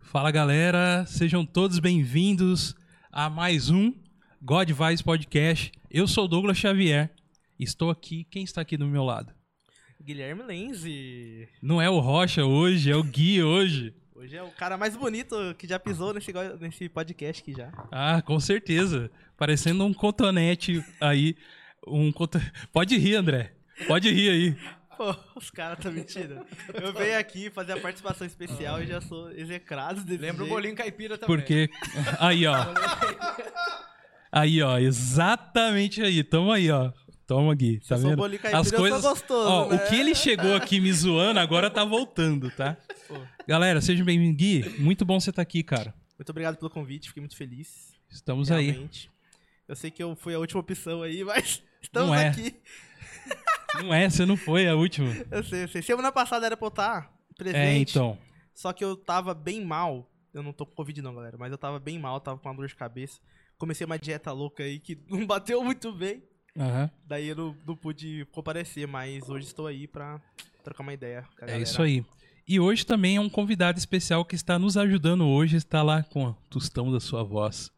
Fala galera, sejam todos bem-vindos a mais um God Vibes Podcast. Eu sou o Douglas Xavier, estou aqui, quem está aqui do meu lado? Guilherme Lenzi. Não é o Rocha hoje, é o Gui hoje. Hoje é o cara mais bonito que já pisou nesse, go- nesse podcast aqui já. Ah, com certeza, parecendo um cotonete aí, um coto... Pode rir, André, pode rir aí. Pô, os caras tão mentindo. Eu venho aqui fazer a participação especial e já sou execrado desse Lembra o jeito. bolinho caipira também. Porque, aí ó, aí ó, exatamente aí, toma aí ó. Toma, Gui, tá eu sou vendo? bolinho caipira, eu sou gostoso, Ó, né? O que ele chegou aqui me zoando, agora tá voltando, tá? Galera, sejam bem-vindos. Gui, muito bom você estar aqui, cara. Muito obrigado pelo convite, fiquei muito feliz. Estamos aí. Realmente. Eu sei que eu fui a última opção aí, mas estamos Não é. aqui. Não é, você não foi a última. Eu sei, eu sei. Semana passada era pra eu estar É, presente. então. Só que eu tava bem mal. Eu não tô com Covid não, galera. Mas eu tava bem mal, tava com uma dor de cabeça. Comecei uma dieta louca aí que não bateu muito bem. Aham. É Daí eu não, não pude comparecer, mas hoje estou aí pra trocar uma ideia. com a É galera. isso aí. E hoje também é um convidado especial que está nos ajudando hoje, está lá com o tostão da sua voz.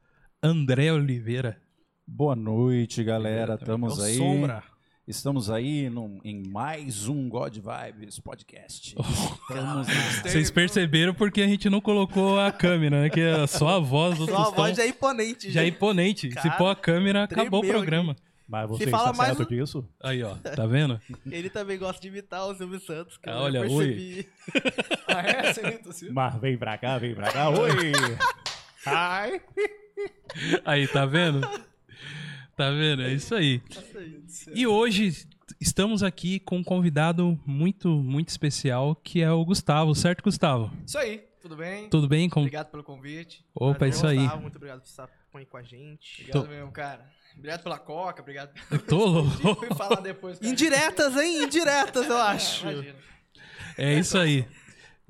André Oliveira. Boa noite, galera. Estamos É o aí. Sombra. Estamos aí num- em mais um God Vibes podcast. Estamos na- Vocês perceberam porque a gente não colocou a câmera, né? Que é só a voz do Só a tostão. voz já é imponente. Já é imponente. Se Cara, pôr a câmera, acabou o tremeu aqui. programa. Mas Se você fala está mais certo um- disso? Aí, ó. Tá vendo? Ele também gosta de imitar o Silvio Santos, que Ah, eu olha, já percebi. Ah, é? Você imita o Silvio? Mas vem pra cá, vem pra cá. Oi! Ai! Aí, tá vendo? Tá vendo? É isso aí. E hoje estamos aqui com um convidado muito, muito especial, que é o Gustavo, certo, Gustavo? Isso aí, tudo bem? Tudo bem? Com... Obrigado pelo convite. Opa, é Valeu, isso aí. Gustavo, Muito obrigado por estar com com a gente. Obrigado Tô- mesmo, cara. Obrigado pela coca, obrigado. Tô Fui louco. falar depois. cara. Indiretas, hein? Indiretas, eu acho. Imagina. É isso aí.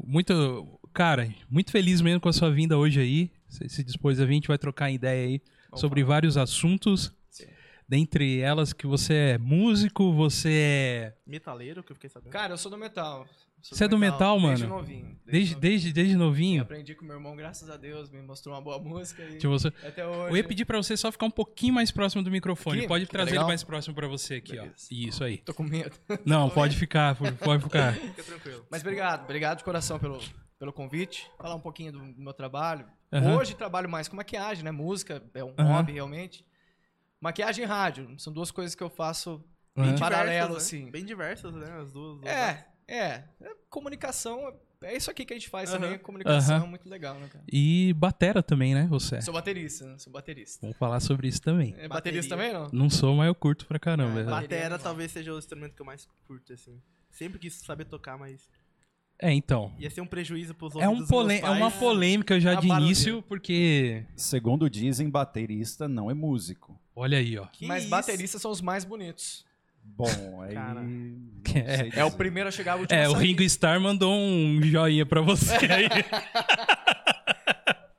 Muito, cara, muito feliz mesmo com a sua vinda hoje aí. Você se dispôs a vir, a gente vai trocar ideia aí sobre vários assuntos. Sim. Dentre elas que você é músico, você é... Metaleiro, que eu fiquei sabendo. Cara, eu sou do metal. Sou Você é do metal, Desde mano? novinho. Desde, novinho. desde, desde Eu novinho, Aprendi com meu irmão, graças a Deus, me mostrou uma boa música e tipo, você... até hoje. Eu ia pedir pra você só ficar um pouquinho mais próximo do microfone. Aqui? Pode Tá trazer ele legal? mais próximo pra você aqui, ó. Beleza. Isso aí. Tô com medo. Não, pode ficar, por- pode ficar. Fica tranquilo. Mas obrigado, obrigado de coração pelo, pelo convite. Falar um pouquinho do meu trabalho. Aham. Hoje trabalho mais com maquiagem, né? Música é um Aham. hobby realmente. Maquiagem e rádio são duas coisas que eu faço Aham. em paralelo, Diversas, né? assim. Bem diversas, né? As duas. É, é, é. Comunicação, é isso aqui que a gente faz Aham. também. Comunicação Aham. é muito legal, né, cara? E batera também, né, você? Sou baterista, né? Sou baterista. Vamos falar sobre isso também. É baterista Bateria. também, não? Não sou, mas eu curto pra caramba. É, bate- Batera Bateria, talvez seja o instrumento que eu mais curto, assim. Sempre quis saber tocar, mas É, então. ia ser um prejuízo pros É, ouvidos um dos polê- meus é uma pais. polêmica já A de barulheira. início, porque. Segundo dizem, baterista não é músico. Olha aí, ó. Que Mas isso? bateristas são os mais bonitos. Bom, aí. Cara. não É. sei É o dizer. primeiro a chegar, o último a É, o sair. Ringo Starr mandou um joinha pra você aí.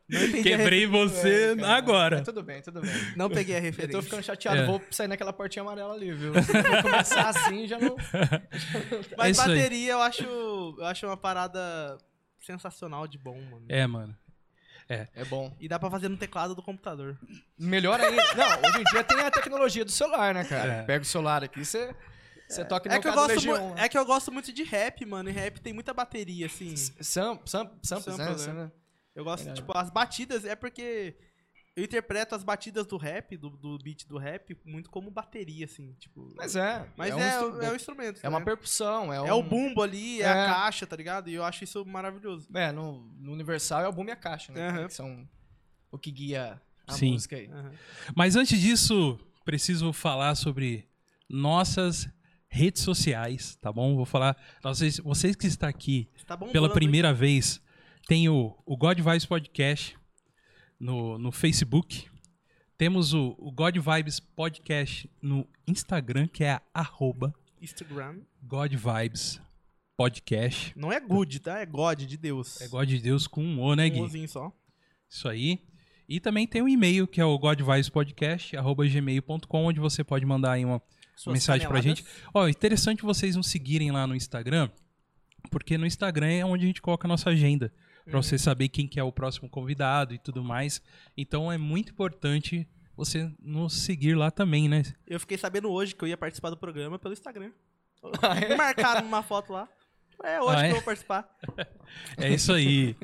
Não, entendi a Quebrei você É, cara. agora. É, tudo bem, tudo bem. refer- não peguei a Eu referência. tô ficando chateado, É. vou sair naquela portinha amarela ali, viu? Se eu vou começar assim, já não... É Mas isso aí. bateria eu acho, eu acho uma parada sensacional de bom, mano. É, mano. É bom. E dá pra fazer no teclado do computador. Melhor ainda... Não, hoje em dia tem a tecnologia do celular, né, cara? É. Pega o celular aqui, você... Você toca no É que, eu caso, gosto Legião, mu- né? é que eu gosto muito de rap, mano. E rap tem muita bateria, assim. Sam, sam, samples, né? Samples, né? Eu gosto, Verdade. tipo, as batidas é porque eu interpreto as batidas do rap, do, do beat do rap, muito como bateria, assim, tipo. Mas é. Mas é, um é, instru- um, instrumento. é uma né? percussão. É, É o um- bumbo ali, é, a É. caixa, tá ligado? E eu acho isso maravilhoso. É, no, no Universal é o boom e a caixa, né? Aham. Que são o que guia a Sim. música aí. Aham. Mas antes disso, preciso falar sobre nossas redes sociais, tá bom? Vou falar. Vocês, vocês que estão aqui Isso Tá bom pela primeira vez, tem o, o God Vibes Podcast no, no Facebook. Temos o, o God Vibes Podcast no Instagram, que é a arroba Instagram. God Vibes Podcast. Não é good, tá? É God de Deus. É God de Deus com um O, né, Um Gui? ozinho só. Isso aí. E também tem o e-mail, que é o godvibespodcast.gmail.com, onde você pode mandar aí uma mensagem pra gente. Ó, interessante vocês nos seguirem lá no Instagram, porque no Instagram é onde a gente coloca a nossa agenda. pra você saber quem que é o próximo convidado e tudo mais. Então é muito importante você nos seguir lá também, né? Eu fiquei sabendo hoje que eu ia participar do programa pelo Instagram. Ah, é? Me Marcaram uma foto lá. É hoje Ah, que é? eu vou participar. É isso aí.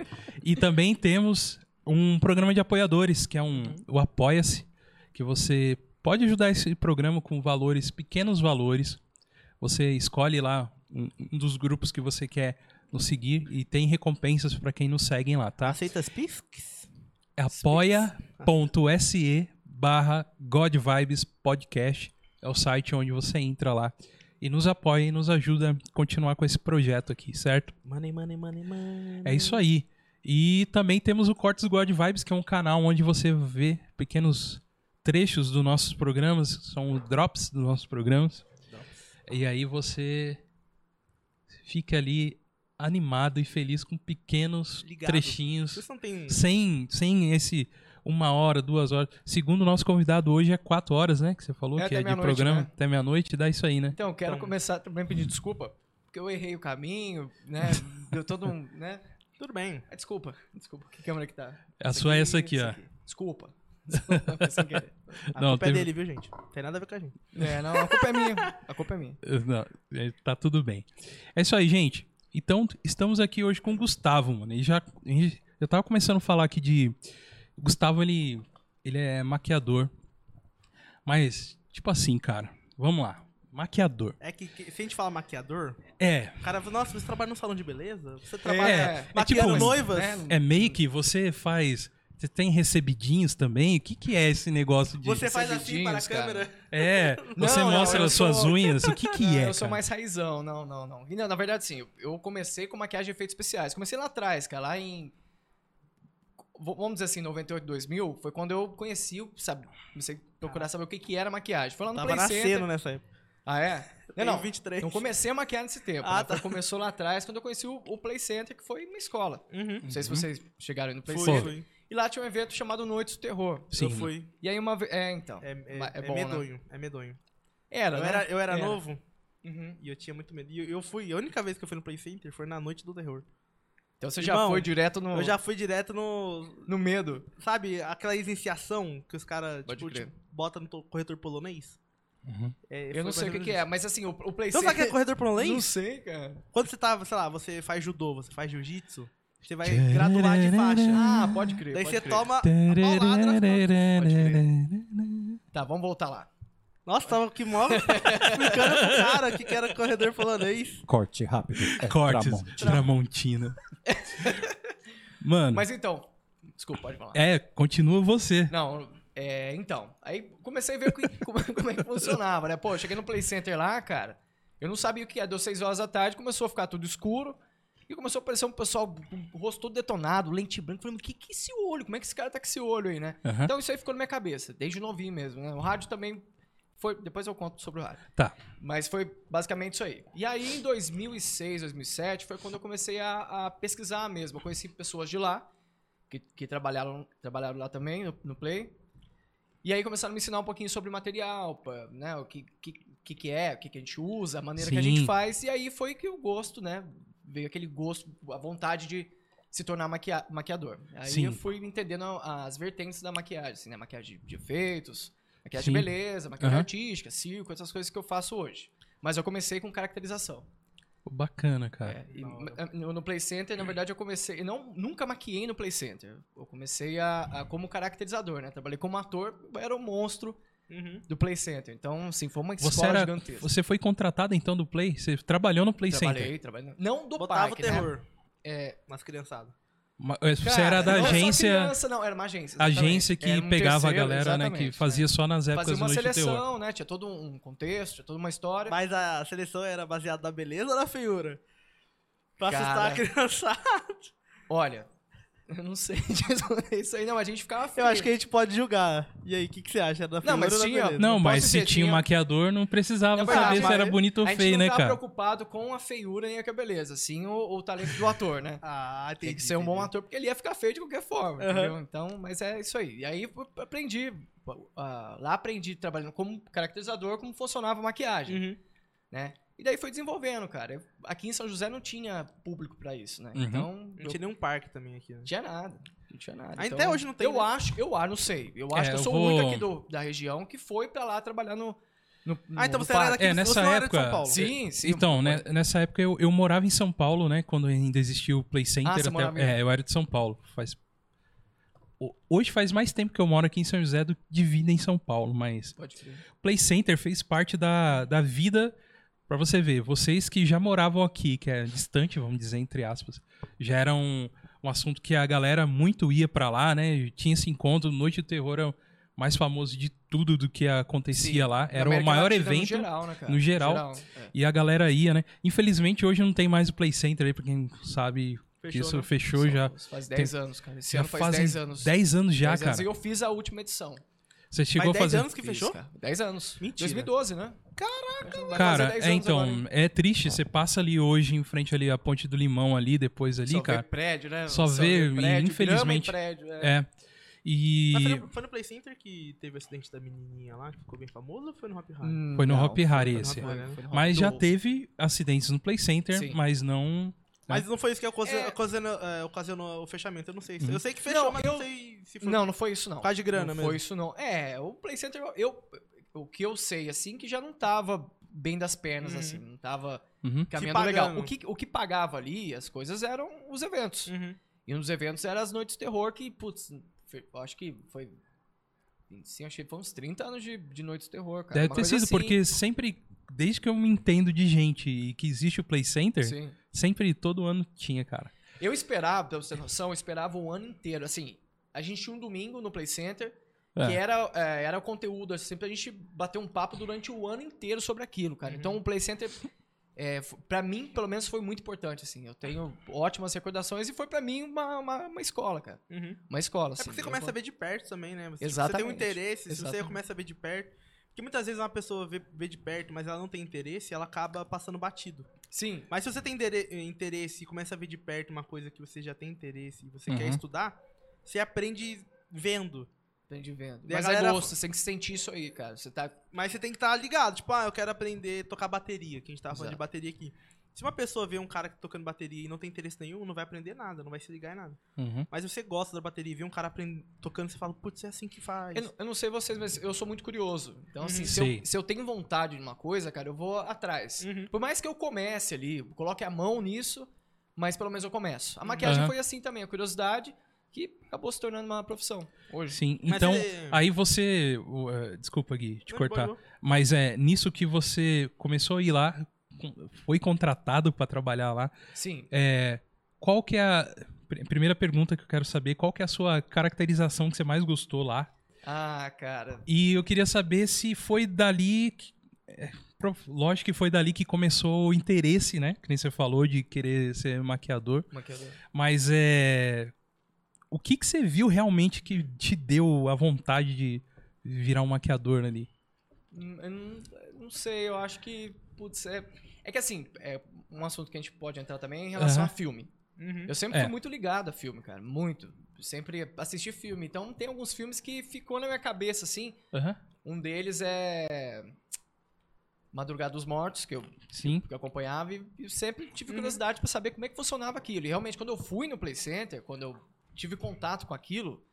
e também temos um programa de apoiadores, que é um, o Apoia-se, que você pode ajudar esse programa com valores, pequenos valores. Você escolhe lá um, um dos grupos que você quer nos seguir e tem recompensas para quem nos seguem lá, tá? Aceita as pisques? É apoia.se barra God Vibes Podcast. É o site onde você entra lá e nos apoia e nos ajuda a continuar com esse projeto aqui, certo? Money, money, money, money. É isso aí. E também temos o Cortes God Vibes, que é um canal onde você vê pequenos trechos dos nossos programas, são drops dos nossos programas. E aí você fica ali animado e feliz com pequenos Ligado. trechinhos, Vocês não têm. sem, sem esse uma hora, duas horas. Segundo o nosso convidado hoje é quatro horas, né? Que você falou É, que até é de meia-noite, programa né? até meia-noite, dá isso aí, né? Então, quero Então- começar também pedir desculpa, porque eu errei o caminho, né? Deu todo um. Né? Tudo bem. Ah, Desculpa, desculpa. Que câmera que tá? A sua é essa aqui, ó. essa Desculpa. Desculpa, foi sem querer. A Não, culpa teve- é dele, viu, gente? Não tem nada a ver com a gente. É, não, a culpa é minha. A culpa é minha. Não, é, tá tudo bem. É isso aí, gente. Então, t- estamos aqui hoje com o Gustavo, mano. E já, e eu tava começando a falar aqui de. o Gustavo, ele, ele é maquiador. Mas, tipo assim, cara. Vamos lá. Maquiador. É que, que- se a gente fala maquiador, É. o cara fala, nossa, você trabalha num salão de beleza? Você trabalha É, é, tipo, maquiando noivas? é make, você faz. Você tem recebidinhos também? O que, que é esse negócio de. Você faz assim para a Recebidinhos, câmera. É, Não, você não, mostra eu as suas sou- unhas? O que, que não, é? eu sou cara? mais raizão, não, não, não. E não, na verdade, sim, eu- eu comecei com maquiagem e efeitos especiais. Comecei lá atrás, cara, lá em. v- Vamos dizer assim, 98, 2000, foi quando eu conheci, o- sabe, comecei a procurar saber o que, que era maquiagem. Foi lá no Tava Play Center. nascendo né? nessa época. Ah, é? Não, Tem não, 23. não comecei a maquiar nesse tempo. Ah, né? Foi- Começou lá atrás, quando eu conheci o, o Play Center, que foi uma escola. Uhum. Não sei se vocês chegaram aí no Play Fui, Pô, Center. fui. E lá tinha um evento chamado Noites do Terror. Sim. Eu fui. E aí uma vez... É, então. É, é, Mas é é bom, né? medonho, é medonho. Era, Eu né? era, eu era Era. novo Uhum. e eu tinha muito medo. E eu, eu fui, a única vez que eu fui no Play Center foi na noite do terror. Então você já Irmão, foi direto no, Eu já fui direto no. no medo. Sabe, aquela iniciação que os caras Pode tipo, crer. te bota no to- corretor polonês? Uhum. É, Eu foi não sei mais o que, ou que menos é, mas assim, o, o Play isso. Então sabe o que é Center... corretor polonês? Não sei, cara. Quando você tá, sei lá, você faz judô, você faz jiu-jitsu, você vai graduar de faixa. Ah, pode crer. Daí pode você crer. toma a paulada nas costas. Tarararararararararararararar. Tá, vamos voltar lá. Nossa, tava que mó explicando pro cara que que era corredor polonês. Corte rápido. É Cortes. Tramontina. Tramontina. Mano, Mas então. Desculpa, pode falar. é, continua você. Não, é, então. Aí comecei a ver que- como, como é que funcionava, né? Pô, eu cheguei no Play Center lá, cara. Eu não sabia o que era. Deu 6 horas da tarde, começou a ficar tudo escuro. E começou a aparecer um pessoal com o rosto todo detonado, lente branca. Falei, mas que que é esse olho? Como é que esse cara tá com esse olho aí, né? Aham. Então isso aí ficou na minha cabeça, desde novinho mesmo, né? O rádio também foi. Depois eu conto sobre o rádio. Tá. Mas foi basicamente isso aí. E aí, em 2006, 2007, foi quando eu comecei a, a pesquisar mesmo. Eu conheci pessoas de lá, que, que trabalharam, trabalharam lá também, no, no Play. E aí começaram a me ensinar um pouquinho sobre material, pra, né? O que, que, que, que é, o que, que a gente usa, a maneira que a Sim. gente faz. E aí foi que o gosto, né? Veio aquele gosto, a vontade de se tornar maquia- maquiador. Aí Sim. eu fui entendendo a- as vertentes da maquiagem, assim, né? Maquiagem de- de efeitos, maquiagem de Sim. beleza, maquiagem Aham. artística, circo, essas coisas que eu faço hoje. Mas eu comecei com caracterização. Pô, Bacana, cara. É, e ma- no, no Play Center, na verdade, eu comecei. Eu não, nunca maquiei no Play Center. Eu comecei a, a- como caracterizador, né? Trabalhei como ator, eu era o monstro Uhum. do Play Center. Então, assim, foi uma Você escola era- gigantesca. Você foi contratado então do Play? Você trabalhou no Play Center? trabalhei, trabalhei. Não do Botava parque, o terror né? É, nas criançadas. Ma- é, Você cara, era da não, eu sou agência, criança, não, era uma agência. exatamente. agência que Era um pegava a terceiro, galera, né? Que exatamente, fazia só nas Fazia épocas do uma Noite do Terror. seleção, né? Tinha todo um contexto, tinha toda uma história. Mas a seleção era baseada na beleza ou na feiura? Pra Cara. assustar a criançada. Olha, eu não sei te responder isso aí, não. A gente ficava feio. Eu acho que a gente pode julgar. E aí, o que, que você acha? Era da feiura Não, mas ou da tinha- beleza? Não, Não mas posso se dizer, tinha um tinha- maquiador, não precisava Na verdade, saber se mas era bonito ou a gente feio, não né, tava cara? preocupado com a feiura e a beleza, sim o, o talento do ator, né? Ah, entendi. Tem que ser um bom entendi. ator, porque ele ia ficar feio de qualquer forma, Aham. entendeu? Então, mas é isso aí. E aí eu aprendi. ah, lá aprendi trabalhando como caracterizador, como funcionava a maquiagem, Uhum. né? E daí foi desenvolvendo, cara. Aqui em São José não tinha público pra isso, né? Uhum. Então, Não eu tinha nenhum parque também aqui, né? não tinha nada. Não tinha nada. Ah, Então, até hoje não tem, Eu né? acho, eu ah, não sei. Eu acho É, que eu eu sou vou- muito aqui do- da região que foi pra lá trabalhar no. no- Ah, então no você era parque. daqui, É, nessa você não era de época- São Paulo. Sim, sim. Então, né, nessa época eu, eu morava em São Paulo, né? Quando ainda existia o Play Center. Ah, você morava em- é, eu era de São Paulo. Faz... Ho- Hoje faz mais tempo que eu moro aqui em São José do que de vida em São Paulo, mas Pode crer. o Play Center fez parte da, da vida. Pra você ver, vocês que já moravam aqui, que é distante, vamos dizer, entre aspas, já era um, um assunto que a galera muito ia pra lá, né? Tinha esse encontro, Noite do Terror é o mais famoso de tudo do que acontecia Sim, lá. Era o América maior Latina evento. No geral, né, cara? no geral. é. E a galera ia, né? Infelizmente hoje não tem mais o Play Center aí, pra quem sabe é. que isso né? fechou São- já. Faz 10 anos, cara. Esse já ano faz fazem 10 anos. 10 anos já, 10 anos. cara. E um- eu fiz a última edição. Você Faz chegou a 10 fazer. anos que fechou? 10 anos. Mentira. 2012, né? Caraca, vai fazer Cara, 10 é, anos então, agora, hein? é triste. Você passa ali hoje em frente ali à Ponte do Limão ali, depois ali, Só vê cara. prédio, né? Só vê, e infelizmente- grama em prédio, é. É. Mas foi um E no, foi no Play Center que teve o acidente da menininha lá, que ficou bem famoso, ou foi no Happy Hard? Hum, foi no não, Hop Hari foi no esse. Hop Hari. né? Mas já Do- teve acidentes no Play Center, Sim. mas não. Mas não foi isso que ocasionou, É. ocasionou, é, ocasionou o fechamento, eu não sei. Uhum. Eu sei que fechou, Não, mas eu- não sei se foi... Não, não foi isso não. Por causa de grana não mesmo. foi isso não. É, o Play Center, eu, o que eu sei, assim, que já não tava bem das pernas, Uhum. assim. Não tava Uhum. caminhando legal. pagando. O que, o que pagava ali, as coisas, eram os eventos. Uhum. E um dos eventos era as Noites do Terror, que, putz, fe- eu acho que foi... Sim, achei que foi uns 30 anos de, de Noites do Terror, cara. Deve Uma ter coisa sido, assim. porque sempre. Desde que eu me entendo de gente e que existe o Play Center, Sim. sempre todo ano tinha, cara. Eu esperava, pra você ter noção, eu esperava o ano inteiro. Assim, a gente tinha um domingo no Play Center, que É. era, é, era o conteúdo, assim, sempre a gente bater um papo durante o ano inteiro sobre aquilo, cara. Uhum. Então o Play Center, é, f- pra mim, pelo menos, foi muito importante, assim. Eu tenho ótimas recordações e foi pra mim uma, uma, uma escola, cara. Uhum. Uma escola, É assim. porque você Eu começa a vou- ver de perto também, né? Você, você Exatamente. tem um interesse, se você Exatamente. começa a ver de perto. Porque muitas vezes uma pessoa vê, vê de perto, mas ela não tem interesse, ela acaba passando batido. Sim, Mas se você tem indere- interesse e começa a ver de perto uma coisa que você já tem interesse e você quer Uhum. estudar, você aprende vendo. entendi vendo. E a Mas é galera- gosto, você tem que sentir isso aí, cara. Você tá... Mas você tem que estar ligado. Tipo, ah, eu quero aprender a tocar bateria, que a gente tava falando Exato. de bateria aqui. Se uma pessoa vê um cara tocando bateria e não tem interesse nenhum, não vai aprender nada, não vai se ligar em nada. Uhum. Mas você gosta da bateria e vê um cara aprend- tocando, você fala, putz, é assim que faz. Eu, não- eu não sei vocês, mas eu sou muito curioso. Então, assim, Uhum. se eu, Sim. se eu tenho vontade de uma coisa, cara, eu vou atrás. Uhum. Por mais que eu comece ali, coloque a mão nisso, mas pelo menos eu começo. A maquiagem Aham. foi assim também, a curiosidade que acabou se tornando uma profissão hoje. Sim, Mas então. ele- Aí você. o, eh, desculpa, Gui, te Não, cortar. pode- Mas é nisso que você começou a ir lá, com- foi contratado pra trabalhar lá. Sim. É, qual que é a. pr- Primeira pergunta que eu quero saber, qual que é a sua caracterização que você mais gostou lá? Ah, cara. E eu queria saber se foi dali. que- é, pro- lógico que foi dali que começou o interesse, né? Que nem você falou de querer ser maquiador. Maquiador. Mas é. O que, que você viu realmente que te deu a vontade de virar um maquiador ali? Hum, Eu não, eu não sei, eu acho que. Putz, é. É que assim, é um assunto que a gente pode entrar também em relação Aham. a filme. Uhum. Eu sempre É. fui muito ligado a filme, cara. Muito. Sempre assisti filme. Então tem alguns filmes que ficou na minha cabeça, assim. Aham. Um deles é. Madrugada dos Mortos, que eu Sim. que eu acompanhava e, e sempre tive Uhum. curiosidade pra saber como é que funcionava aquilo. E realmente, quando eu fui no Play Center, quando eu tive contato com aquilo,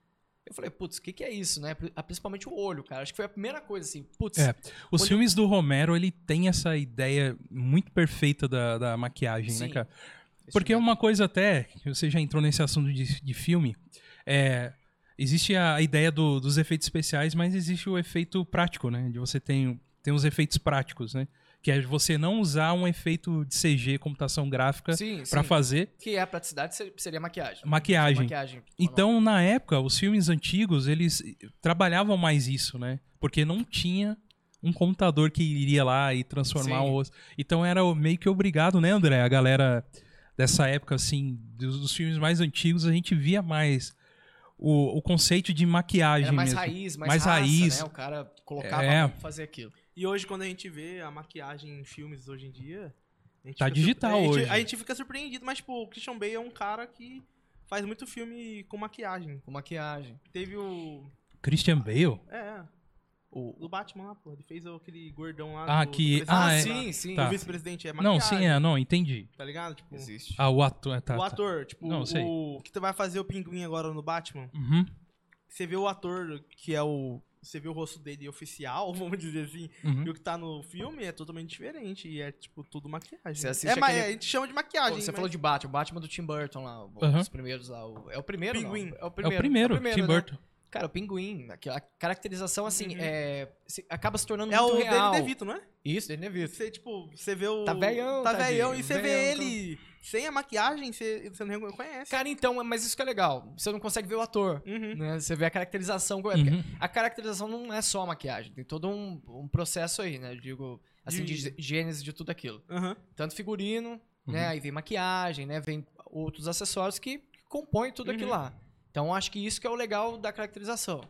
eu falei, putz, o que, que é isso, né? Pri- ah, Principalmente o olho, cara. Acho que foi a primeira coisa, assim, putz, É, Os Olha- filmes do Romero, ele tem essa ideia muito perfeita da, da maquiagem, né, Sim. cara? esse Porque é filme- uma coisa até, que você já entrou nesse assunto de, de filme, é, existe a ideia do- dos efeitos especiais, mas existe o efeito prático, né? De você tem, tem os efeitos práticos, né? Que é você não usar um efeito de CG, computação gráfica, Sim, pra sim. fazer Que é a praticidade ser- seria maquiagem. maquiagem. Maquiagem. Então, na época, os filmes antigos, eles trabalhavam mais isso, né? Porque não tinha um computador que iria lá e transformar Sim. o osso. Então era o- meio que obrigado, né, André? A galera dessa época, assim, dos, dos filmes mais antigos, a gente via mais o, o conceito de maquiagem Era mais mesmo. raiz, mais, Mais raça, raiz. né? O cara colocava É. pra fazer aquilo. E hoje, quando a gente vê a maquiagem em filmes hoje em dia. a gente Tá fica digital surpre- a gente- hoje. a gente fica surpreendido, mas, tipo, o Christian Bale é um cara que faz muito filme com maquiagem. Com maquiagem. Teve o. Christian Bale? É. O, o Batman lá, pô, ele fez aquele gordão lá. Ah, do- que- do Ah, presidente é. lá. sim, sim. Tá. O vice-presidente é não, maquiagem, sim, é, não, entendi. Tá ligado? Tipo, Existe. Ah, o ator. Tá, o tá. ator, tipo, Não, sei. o que tu vai fazer o pinguim agora no Batman, Uhum, você vê o ator que é o... Você vê o rosto dele oficial, vamos dizer assim, uhum. e o que tá no filme é totalmente diferente. E é, tipo, tudo maquiagem. Você assiste é, mas aquele- a gente chama de Pô, maquiagem. né? você mas- falou de Batman, o Batman do Tim Burton lá, o- Aham. os primeiros lá. o- é o primeiro, não? Pinguim. É o É primeiro. o primeiro, Tim né? Burton. Cara, o pinguim, aquela caracterização assim, Uhum. é, se- acaba se tornando É o muito Danny real. DeVito, não é? Isso, Danny DeVito. Você, tipo, você vê o... Tá velhão, Tá tadinho, velhão. E você vê velhão, então. ele sem a maquiagem, você, você não reconhece. Cara, então, mas isso que é legal. Você não consegue ver o ator, Uhum. né? Você vê a caracterização. como é, porque Uhum. A caracterização não é só a maquiagem. Tem todo um, um processo aí, né? Eu digo, assim, de, De- gênese de tudo aquilo. Aham. Tanto figurino, Uhum. né? Aí vem maquiagem, né? Vem outros acessórios que compõem tudo aquilo Uhum. lá. Então, acho que isso que é o legal da caracterização.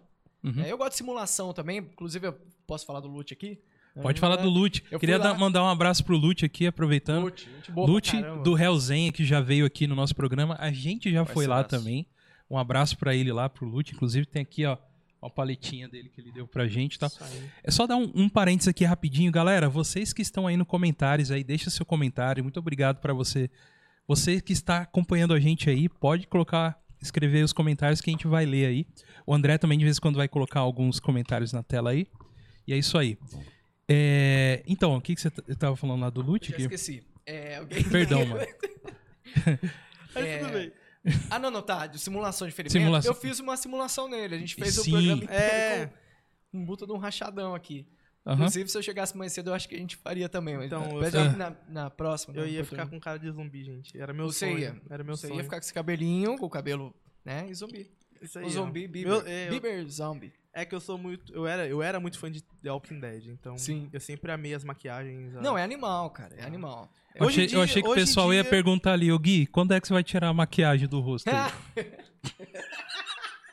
Uhum. É, eu gosto de simulação também. Inclusive, eu posso falar do Lute aqui? Pode falar do Lute. Eu fui Queria lá. dar- mandar um abraço pro Lute aqui, aproveitando. Lute. Gente boa pra Lute caramba. do Hellzenha, que já veio aqui no nosso programa. A gente já Parceiraço. foi lá também. Um abraço pra ele lá, pro Lute. Inclusive, tem aqui, ó, uma paletinha dele que ele deu pra gente e tal. Isso aí. É só dar um, um parênteses aqui rapidinho, galera. Vocês que estão aí no comentários aí, deixa seu comentário. Muito obrigado pra você. Você que está acompanhando a gente aí, pode colocar, escrever os comentários que a gente vai ler aí. O André também de vez em quando vai colocar alguns comentários na tela aí. E é isso aí. É, então, o que, que você t- tava falando lá do Eu loot? já Que- esqueci. É, alguém... Perdão, mano. Mas É, tudo bem. Ah, não, não, tá. De simulação de ferimento. Simulação. Eu fiz uma simulação nele. A gente fez Sim. o programa inteiro É. com um buta de um rachadão aqui. Aham. Inclusive, se eu chegasse mais cedo, eu acho que a gente faria também. Mas Então, eu mas fiz- na, na próxima. Eu né, ia oportunidade. ficar com cara de zumbi, gente. Era meu Você sonho. ia. Era meu Você sonho. ia ficar com esse cabelinho, com o cabelo, né? E zumbi. Isso o ó. zumbi, Bieber. Meu- é, eu- Bieber zumbi. É que eu sou muito. Eu era, eu era muito fã de The Walking Dead, então Sim. eu sempre amei as maquiagens. a- Não, é animal, cara. Ah. É animal. Eu Hoje achei, em eu dia- achei que o hoje em pessoal ia dia- perguntar ali, ô Gui, quando é que você vai tirar a maquiagem do rosto? aí?"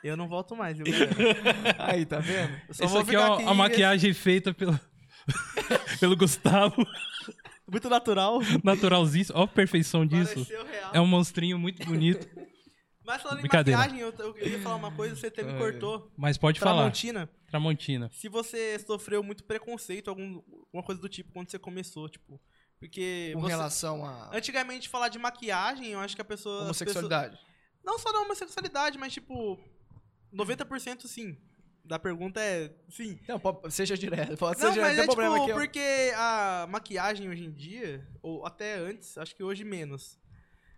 Eu não volto mais, viu, galera? Aí, tá vendo? Eu só Isso vou aqui é ficar uma- aqui a maquiagem feita pelo, pelo Gustavo, Muito natural. naturalzinho. Ó a perfeição disso. Pareceu real. É um monstrinho muito bonito. Mas falando em Brincadeira. maquiagem, eu, eu ia falar uma coisa, você até me Ai. cortou. Mas pode falar. Tramontina, Tramontina. se você sofreu muito preconceito, algum, alguma coisa do tipo, quando você começou, tipo. Porque. Com você- relação a Antigamente, falar de maquiagem, eu acho que a pessoa. as pessoas- homossexualidade. Não só da homossexualidade, mas tipo. 90% sim. Da pergunta é sim. Não, pode- seja direto. Pode ser Não, direto. mas Não é tem problema tipo, aqui. ó. porque a maquiagem hoje em dia, ou até antes, acho que hoje menos.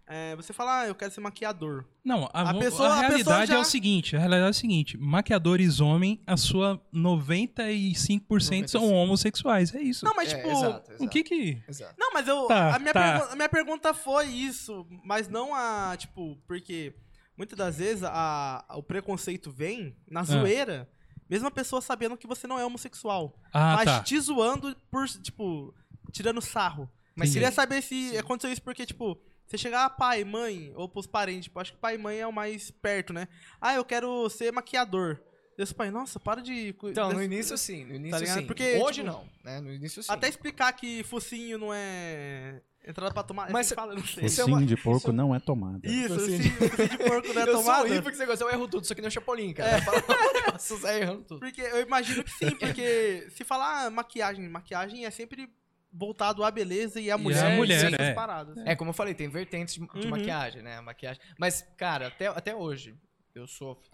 é, você fala, ah, eu quero ser maquiador. Não, a, A vo- a pessoa- a pessoa realidade é já- o seguinte, a realidade é o seguinte, maquiadores homem, a sua 95% são 95. homossexuais, é isso. Não, mas É, tipo. exato, o exato, que que... exato. Não, mas eu. Tá, a, minha tá. pergun- a minha pergunta foi isso, mas não a. Tipo, porque muitas das vezes a, a- o preconceito vem Ah. na zoeira, mesmo a pessoa sabendo que você não é homossexual. Ah, mas tá. te zoando por, tipo, tirando sarro. Mas Entendi. queria saber se aconteceu isso, porque, tipo, você chegar a pai, mãe, ou pros parentes, tipo, acho que pai e mãe é o mais perto, né? Ah, eu quero ser maquiador. Deus pai, nossa, para de. cu- Então, no des- início sim, no início tá ligado? sim. Porque, Hoje tipo, não, né? No início sim. Até explicar que focinho não é. Entrada pra tomar. Mas Mas cê- você fala, eu não sei. Isso é Focinho uma- de porco isso é- não é tomada. Isso, Focinho. focinho focinho de porco não é eu sou tomada. horrível porque você gosta, eu erro tudo, isso aqui nem o Chapolin, cara. Fala, Nossa, o Zé errando tudo. Porque eu imagino que sim, porque se falar maquiagem, maquiagem é sempre voltado à beleza e à E à mulher. mulher, essas é. paradas. É, como eu falei, tem vertentes de, de Uhum. maquiagem, né? Maquiagem. Mas, cara, até, até hoje eu sofro.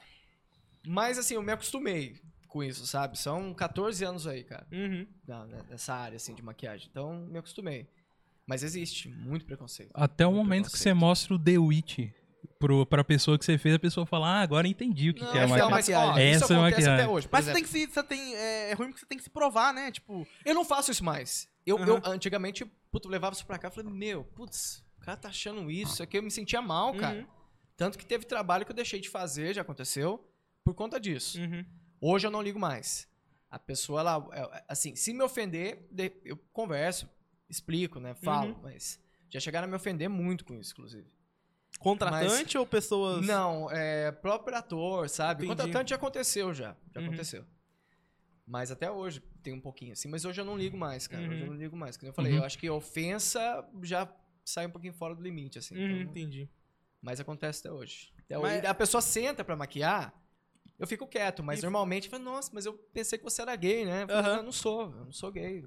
Mas, assim, eu me acostumei com isso, sabe? São 14 anos aí, cara, Uhum. na- na- nessa área, assim, de maquiagem. Então, me acostumei. Mas existe muito preconceito. Até o Muito momento que você preconceito. mostra o The Witch pro, pra pessoa que você fez, a pessoa fala, ah, agora entendi o que, que é Não, mas maquiagem. é então, mas, ó, maquiagem. isso Essa é acontece maquiagem. até hoje. por Mas você exemplo. tem que se. Você tem, é, é ruim porque você tem que se provar, né? Tipo. Eu não faço isso mais. Eu, Aham. eu antigamente, puto, levava isso pra cá e falei, meu, putz, o cara tá achando isso, isso aqui eu me sentia mal, cara. uhum, Tanto que teve trabalho que eu deixei de fazer, já aconteceu, por conta disso. uhum. Hoje eu não ligo mais. A pessoa, ela, é, assim, se me ofender, de- eu converso, explico, né, falo, Uhum. mas já chegaram a me ofender muito com isso, inclusive. Contratante ou pessoas. Não, é próprio ator, sabe? Entendi. Contratante já aconteceu já. Já Uhum. aconteceu. Mas até hoje tem um pouquinho, assim. Mas hoje eu não ligo mais, cara. Hoje eu Uhum. não ligo mais. Como eu falei, Uhum. eu acho que a ofensa já sai um pouquinho fora do limite, assim. Uhum, então- entendi. mas acontece até hoje. Até Mas- hoje. A pessoa senta pra maquiar, eu fico quieto, mas E- normalmente eu falo, nossa, mas eu pensei que você era gay, né? Eu falo, Aham. "Não, eu não sou, eu não sou gay.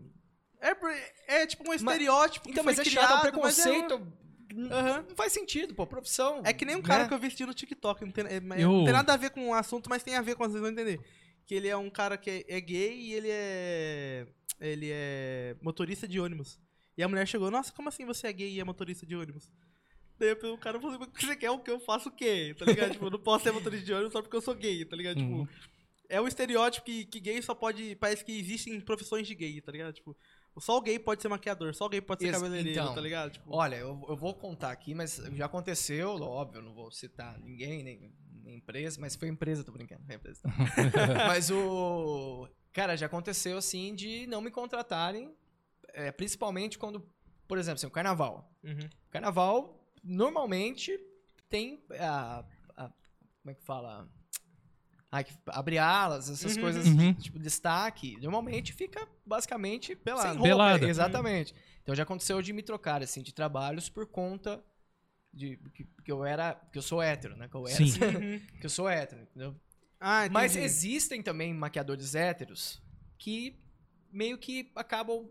É, por- é tipo um estereótipo Então, que mas foi é criado, chato, é um mas é um- preconceito. n- Aham. Não faz sentido, pô, profissão. É que nem um cara né? que eu vi no TikTok, não tem, é- não Eu- tem nada a ver com o assunto, mas tem a ver com vocês vão entender. Que ele é um cara que é, é gay e ele é. Ele é motorista de ônibus. E a mulher chegou, nossa, como assim você é gay e é motorista de ônibus? Daí o cara falou, mas você quer o que eu faço o quê? Tá ligado? tipo, eu não posso ser motorista de ônibus só porque eu sou gay, tá ligado? Tipo, Uhum. é o estereótipo que, que gay só pode. Parece que existem profissões de gay, tá ligado? Tipo, só o gay pode ser maquiador, só o gay pode ser Ex- cabeleireiro, então. tá ligado? Tipo, Olha, eu, eu vou contar aqui, mas já aconteceu, óbvio, eu não vou citar ninguém, nem, nem empresa, mas foi empresa, tô brincando, foi empresa. tá?" mas o. Cara, já aconteceu assim de não me contratarem, é, principalmente quando, por exemplo, assim, o carnaval. Uhum. Carnaval, normalmente, tem a. a- como é que fala? Ai, que- abre alas, essas Uhum. coisas, Uhum. tipo, destaque. Normalmente fica basicamente pelado. Pelado. Sem roupa, Pelada. Exatamente. Então já aconteceu de me trocar, assim, de trabalhos por conta de que, que eu era. Que eu sou hétero, né? Que eu era. Sim. Uhum. Que eu sou hétero, entendeu? Ah, Mas entendi. existem também maquiadores héteros que meio que acabam,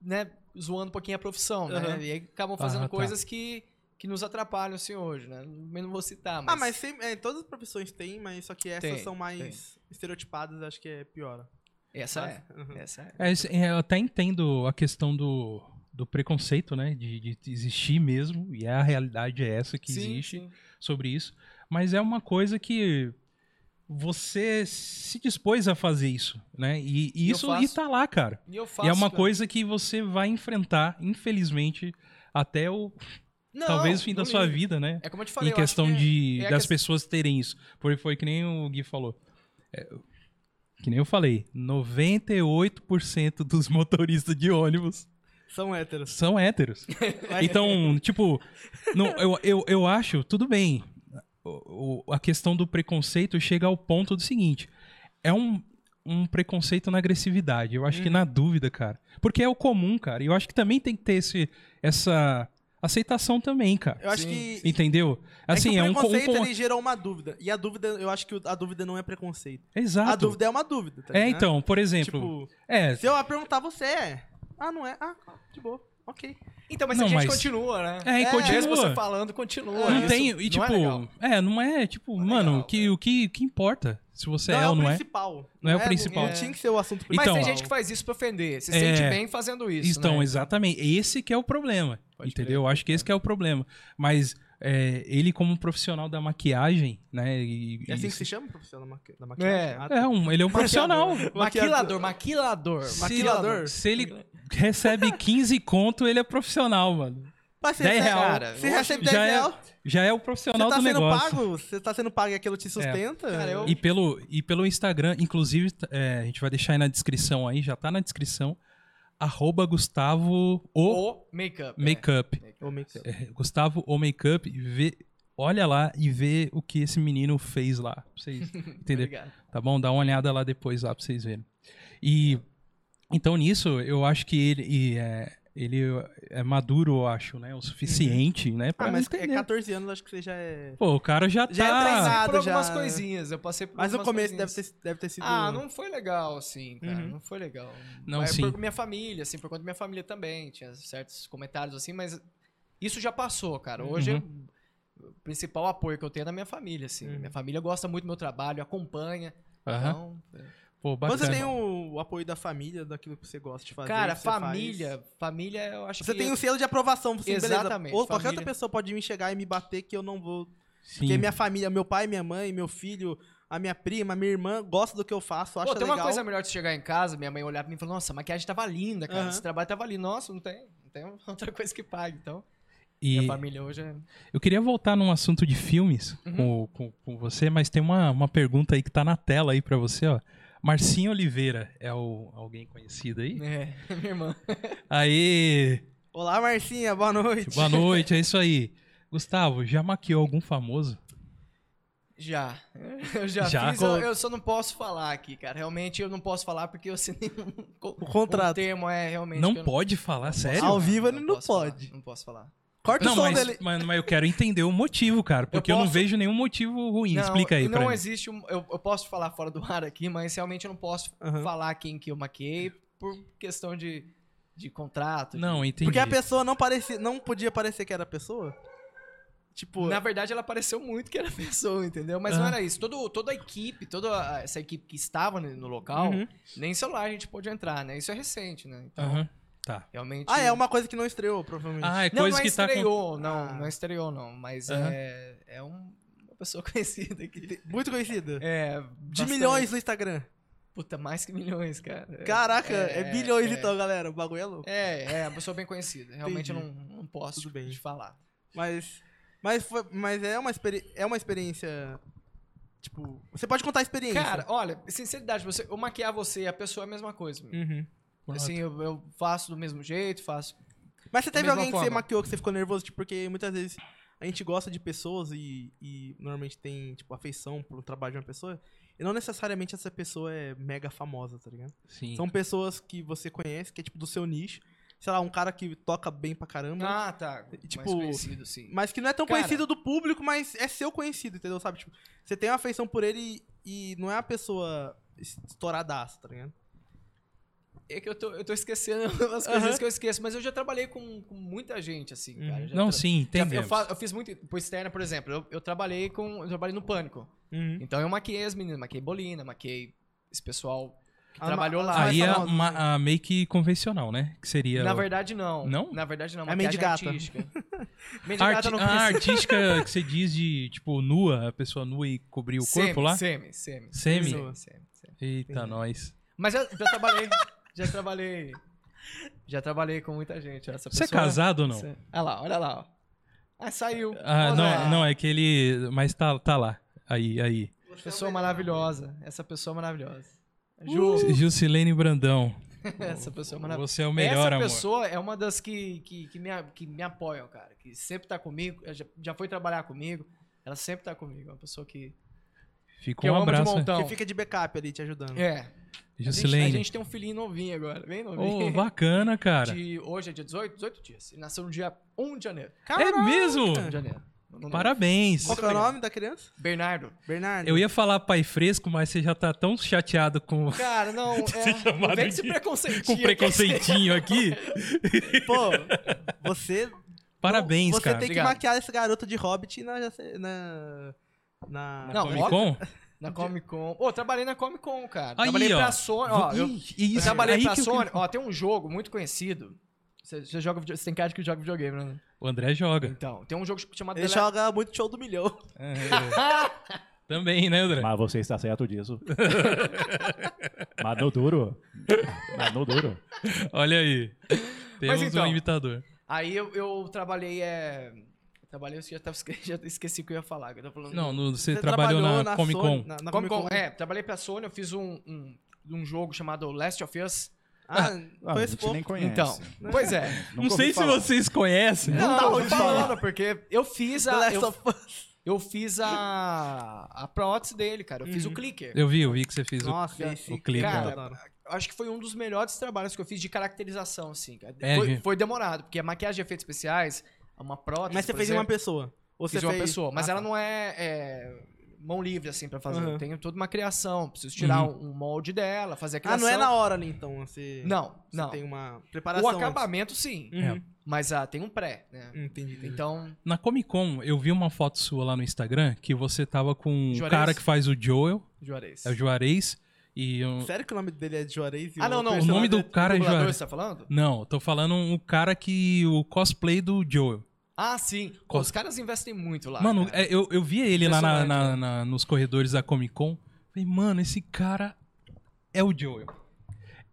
né, zoando um pouquinho a profissão, Aham. né? E aí acabam fazendo Ah, tá. coisas que, que nos atrapalham, assim, hoje, né? Eu não vou citar, mas... Ah, mas sem- é, todas as profissões têm, mas só que essas Tem, são mais estereotipadas, acho que é pior. Essa é, Mas- Uhum. essa é. Ah, É, isso- é, eu até entendo a questão do, do preconceito, né? De, de existir mesmo, e a realidade é essa que Sim, existe sim. sobre isso. Mas é uma coisa que você se dispôs a fazer isso, né? E, e E eu isso faço. e tá lá, cara. E eu e faço, é uma cara. coisa que você vai enfrentar, infelizmente, até o Não, talvez o fim não da sua ligo. vida, né? É como eu te falei, em eu acho questão que é- de é a das questão- pessoas terem isso. Porque foi que nem o Gui falou. É, que nem eu falei, 98% dos motoristas de ônibus São héteros. são héteros. então, tipo, não, eu, eu, eu acho, tudo bem. O- o- a questão do preconceito chega ao ponto do seguinte: é um, um preconceito na agressividade. Eu Uhum. acho que na dúvida, cara. Porque é o comum, cara. E eu acho que também tem que ter esse, essa aceitação também, cara. Eu acho Sim, que. Entendeu? Assim, é, é, que o um, co- um preconceito co- ele gerou uma dúvida. E a dúvida, eu acho que o- a dúvida não é preconceito. Exato. A dúvida é uma dúvida. tá É, ligado? então, por exemplo. Tipo, é, se eu perguntar, você é. Ah, não é? Ah, de boa. Ok. Então, mas Não, a gente mas- continua, né? É, e Mesmo continua. você falando, continua. não Isso tem. E não tipo, é legal. é, não é, tipo, mano, legal, que, cara. o que, que importa se você é, é ou o não é? principal. Não é o principal. Não tinha que ser o assunto Mas principal. Mas tem então- gente que faz isso pra ofender. Se É. sente bem fazendo isso, Então, né? exatamente. Esse que é o problema. Pode entendeu? crer. Acho que esse que é o problema. Mas é, ele, como profissional da maquiagem, né? E, É assim e- que se chama o profissional da maqui- da maquiagem? É. Ah, tá. é um, ele é um profissional. Maquilador, maquilador, Se- maquilador. Se ele recebe 15 conto, ele é profissional, mano. Mas você 10 recebe- real. Cara, Você eu recebe acho- 10 já é- real, Já é o você profissional tá do sendo negócio. É. pago, você tá sendo pago e aquilo te sustenta. Cara, eu- E pelo, e pelo Instagram, inclusive, t- é, a gente vai deixar aí na descrição aí, já tá na descrição. Arroba Gustavo o O make-up. é. Makeup. Ô, Mixel. É, Gustavo o Makeup, e vê, olha lá e vê o que esse menino fez lá. Pra vocês entenderem. é. Obrigado. Tá bom? Dá uma olhada lá depois lá pra vocês verem. E então nisso, eu acho que ele, e, é, ele é maduro, eu acho, Uhum. né? O suficiente, né? Pra Ah, mas é entender. 14 anos, acho que você já é. Pô, o cara já, Já é tá. treinado. Por algumas já, né? coisinhas, eu passei por Mas o algumas começo deve coisinhas. ter, deve ter sido. Ah, não foi legal, assim, cara. Uhum. Não foi legal. Não, É, sim. Por minha família, assim, por conta da minha família também. Tinha certos comentários, assim, mas isso já passou, cara. Hoje é o principal apoio que eu tenho é da minha família, assim. Uhum. Minha família gosta muito do meu trabalho, acompanha. Aham. Então, Pô, Mas bacana. você tem um- o, o apoio da família, daquilo que você gosta de fazer. cara, que você faz. família, família, eu acho Você que. tem um o selo de aprovação, você Exatamente, beleza. Ou qualquer família. outra pessoa pode me chegar e me bater que eu não vou. Sim. Porque minha família, meu pai, minha mãe, meu filho, a minha prima, minha irmã, gosta do que eu faço, acha Pô, tem legal. uma coisa melhor de chegar em casa, minha mãe olhar pra mim e falar, nossa, a maquiagem tava linda, cara. Aham. Esse trabalho tava lindo. Nossa, não tem, não tem outra coisa que pague. Então, E- minha família hoje é. Eu queria voltar num assunto de filmes Uhum. com, com, com você, mas tem uma, uma pergunta aí que tá na tela aí pra você, ó. Marcinho Oliveira é o, alguém conhecido aí? É, minha irmã. Aê! Olá, Marcinha, boa noite. Boa noite, é isso aí. Gustavo, já maquiou algum famoso? Já. Eu já, Já? fiz, eu, eu só não posso falar aqui, cara. Realmente eu não posso falar porque eu assinei um, co- O contrato. um termo, é realmente. não que eu pode falar, posso sério? Ao falar, vivo ele não posso falar, pode. não posso falar. Corta Não, o som mas, dele. mas, mas eu quero entender o motivo, cara. Porque eu, não posso- vejo nenhum motivo ruim. Não, Explica aí Não pra mim. existe. um- eu, eu posso falar fora do ar aqui, mas realmente eu não posso Aham. falar quem que eu maquiei por questão de, de contrato. de- Não, entendi. Porque a pessoa não parecia, não podia parecer que era a pessoa. Tipo, Na verdade, ela pareceu muito que era a pessoa, entendeu? Mas não Ah. era isso. Todo, toda a equipe, toda a- essa equipe que estava no no local, Uhum. nem celular a gente pôde entrar, né? Isso é recente, né? Então, Aham, Tá. realmente. ah, é uma coisa que não estreou, provavelmente. Ah, é Não, coisa não que tá com... estreou, não. Não estreou, não. Mas Aham. é, é um- uma pessoa conhecida aqui. Muito conhecida. É, De bastante. milhões no Instagram. Puta, mais que milhões, cara. Caraca, é, é, bilhões é. então, galera. O bagulho é louco. É, é, uma pessoa bem conhecida. Realmente eu não, Entendi. não posso Tudo te, bem. te falar. Mas, mas, foi, mas é, uma experi- é uma experiência. Tipo, você pode contar a experiência. Cara, olha, sinceridade, você, eu maquiar você e a pessoa é a mesma coisa. meu. Uhum. Hum, Assim, eu, eu faço do mesmo jeito, faço. Mas você Da teve mesma alguém que você forma. maquiou que você ficou nervoso? Tipo, porque muitas vezes a gente gosta de pessoas e, e normalmente tem, tipo, afeição pelo trabalho de uma pessoa. E não necessariamente essa pessoa é mega famosa, tá ligado? Sim. São pessoas que você conhece, que é tipo do seu nicho. Sei lá, um cara que toca bem pra caramba. Ah, tá. Tipo, mais conhecido, sim. Mas que não é tão Cara. conhecido do público, mas é seu conhecido, entendeu? Sabe? Tipo, você tem uma afeição por ele e e não é uma pessoa estouradaça, tá ligado? É que eu tô, eu tô esquecendo as coisas Aham. que eu esqueço, mas eu já trabalhei com, com muita gente, assim, cara. Eu já Uhum. Não, tra- sim, já- entendemos. eu, fa- eu fiz muito. Por externa, por exemplo, eu, eu trabalhei com. Eu trabalhei no pânico. Então eu maquiei as meninas, maquiei Bolina, maquiei esse pessoal que Ah, trabalhou mas- lá. mais Aí é famosa, ma- a make convencional, né? Que seria... Na o- verdade, não. Não? ah, Na verdade, não. É mendigata. maquiagem artística. a mendigata eu não arti- a fiz. artística que você diz de, tipo, nua, a pessoa nua e cobrir o corpo Semi, lá? Semi, semi. Semi? semi, semi. Eita, nós. Mas já, já trabalhei. já trabalhei. Já trabalhei com muita gente. Essa Você é pessoa- casado ou não? Cê- Olha lá, olha lá, ó. Ah, saiu. Ah, Olha lá. não, não, é que ele... Mas tá, tá lá. Aí, aí. Pessoa maravilhosa. Essa pessoa maravilhosa. Uh! Ju, Jusilene Brandão. essa pessoa maravilhosa. Você é o melhor, Essa amor. pessoa é uma das que, que, que, me, a- que me apoiam, cara. Que sempre tá comigo, já, já foi trabalhar comigo. Ela sempre tá comigo. É uma pessoa que, Fica que um eu amo de abraço. montão. Que fica de backup ali te ajudando. então. É. A gente, a Jusilene. gente tem um filhinho novinho agora, bem Ô, novinho. bacana, cara. De- hoje é dia 18, 18 dias. Ele nasceu no dia 1 de janeiro. É mesmo? 1 de janeiro. Não, não, não. Parabéns. Qual que é o nome da criança? Bernardo. é? Bernardo. Eu ia falar pai fresco, mas você já tá tão chateado com, Cara, não, é, não chamado vem com esse de- preconceitinho. com o preconceitinho aqui. Pô, você. Parabéns, você cara. tem Obrigado. que maquiar esse garoto de hobbit na. na, na- Não, Comic óbvio. Con? Na Comic Con. Ô, trabalhei na Comic Con, cara. Aí, trabalhei ó. pra Sony. Ó, eu, Ih, eu isso, é trabalhei aí pra que eu quero- Sony. Ó, tem um jogo muito conhecido. Você, você joga, video- você tem cara de que joga videogame, né? O André joga. Então, tem um jogo chamado Ele The joga muito show do milhão. É, Também, né, André? Mas você está certo disso. Mandou duro. Mandou duro. Olha aí. Temos então. um imitador. Aí eu, eu trabalhei, é... eu Trabalhei, eu já, tava, esque- já esqueci o que eu ia falar. que Eu tava falando... Não, no- você, trabalhou, na, Comic Con. Sony- na, na Comic Con, é, trabalhei pra Sony, eu fiz um, um, um jogo chamado Last of Us. Ah, Ah, a conheço gente pouco. nem conhece. Então, Né? pois é. Não sei se vocês conhecem. Não, tava eu tô ouvindo falando, porque eu fiz The a... Last Eu, of Us. eu fiz a, a prótese dele, cara. Eu fiz o Uhum. clicker. Eu vi, eu vi que você fez Nossa, o, esse o clipe. cara- né? Eu acho que foi um dos melhores trabalhos que eu fiz de caracterização, assim. cara. É, foi, gente. foi demorado, porque a maquiagem de efeitos especiais, uma prótese. Mas você por fez em uma exemplo, pessoa. Ou você fiz em uma fez- pessoa. Mas Ah, ela tá. não é, é, mão livre, assim, pra fazer. Uhum. Eu tenho toda uma criação. Preciso tirar um molde dela, fazer a Ah, criação. não é na hora ali, então. Você, Não, você não. tem uma O preparação. acabamento, sim. antes. Uhum. É. Mas ah, tem um pré, né? Entendi, entendi. Então, Na Comic Con, eu vi uma foto sua lá no Instagram que você tava com o Juarez? cara que faz o Joel, Juarez. é o Juarez, e um- Sério que o nome dele é Juarez? e Ah, não, não. o nome personagem do cara é dublador, Juarez. você tá falando? Não, tô falando o cara que o cosplay do Joel. Ah, sim. Pô, Cos- os caras investem muito lá. Mano, cara. é, eu, eu via ele lá na- na- Impressionante, na- nos corredores da Comic Con. Falei, mano, esse cara é o Joel.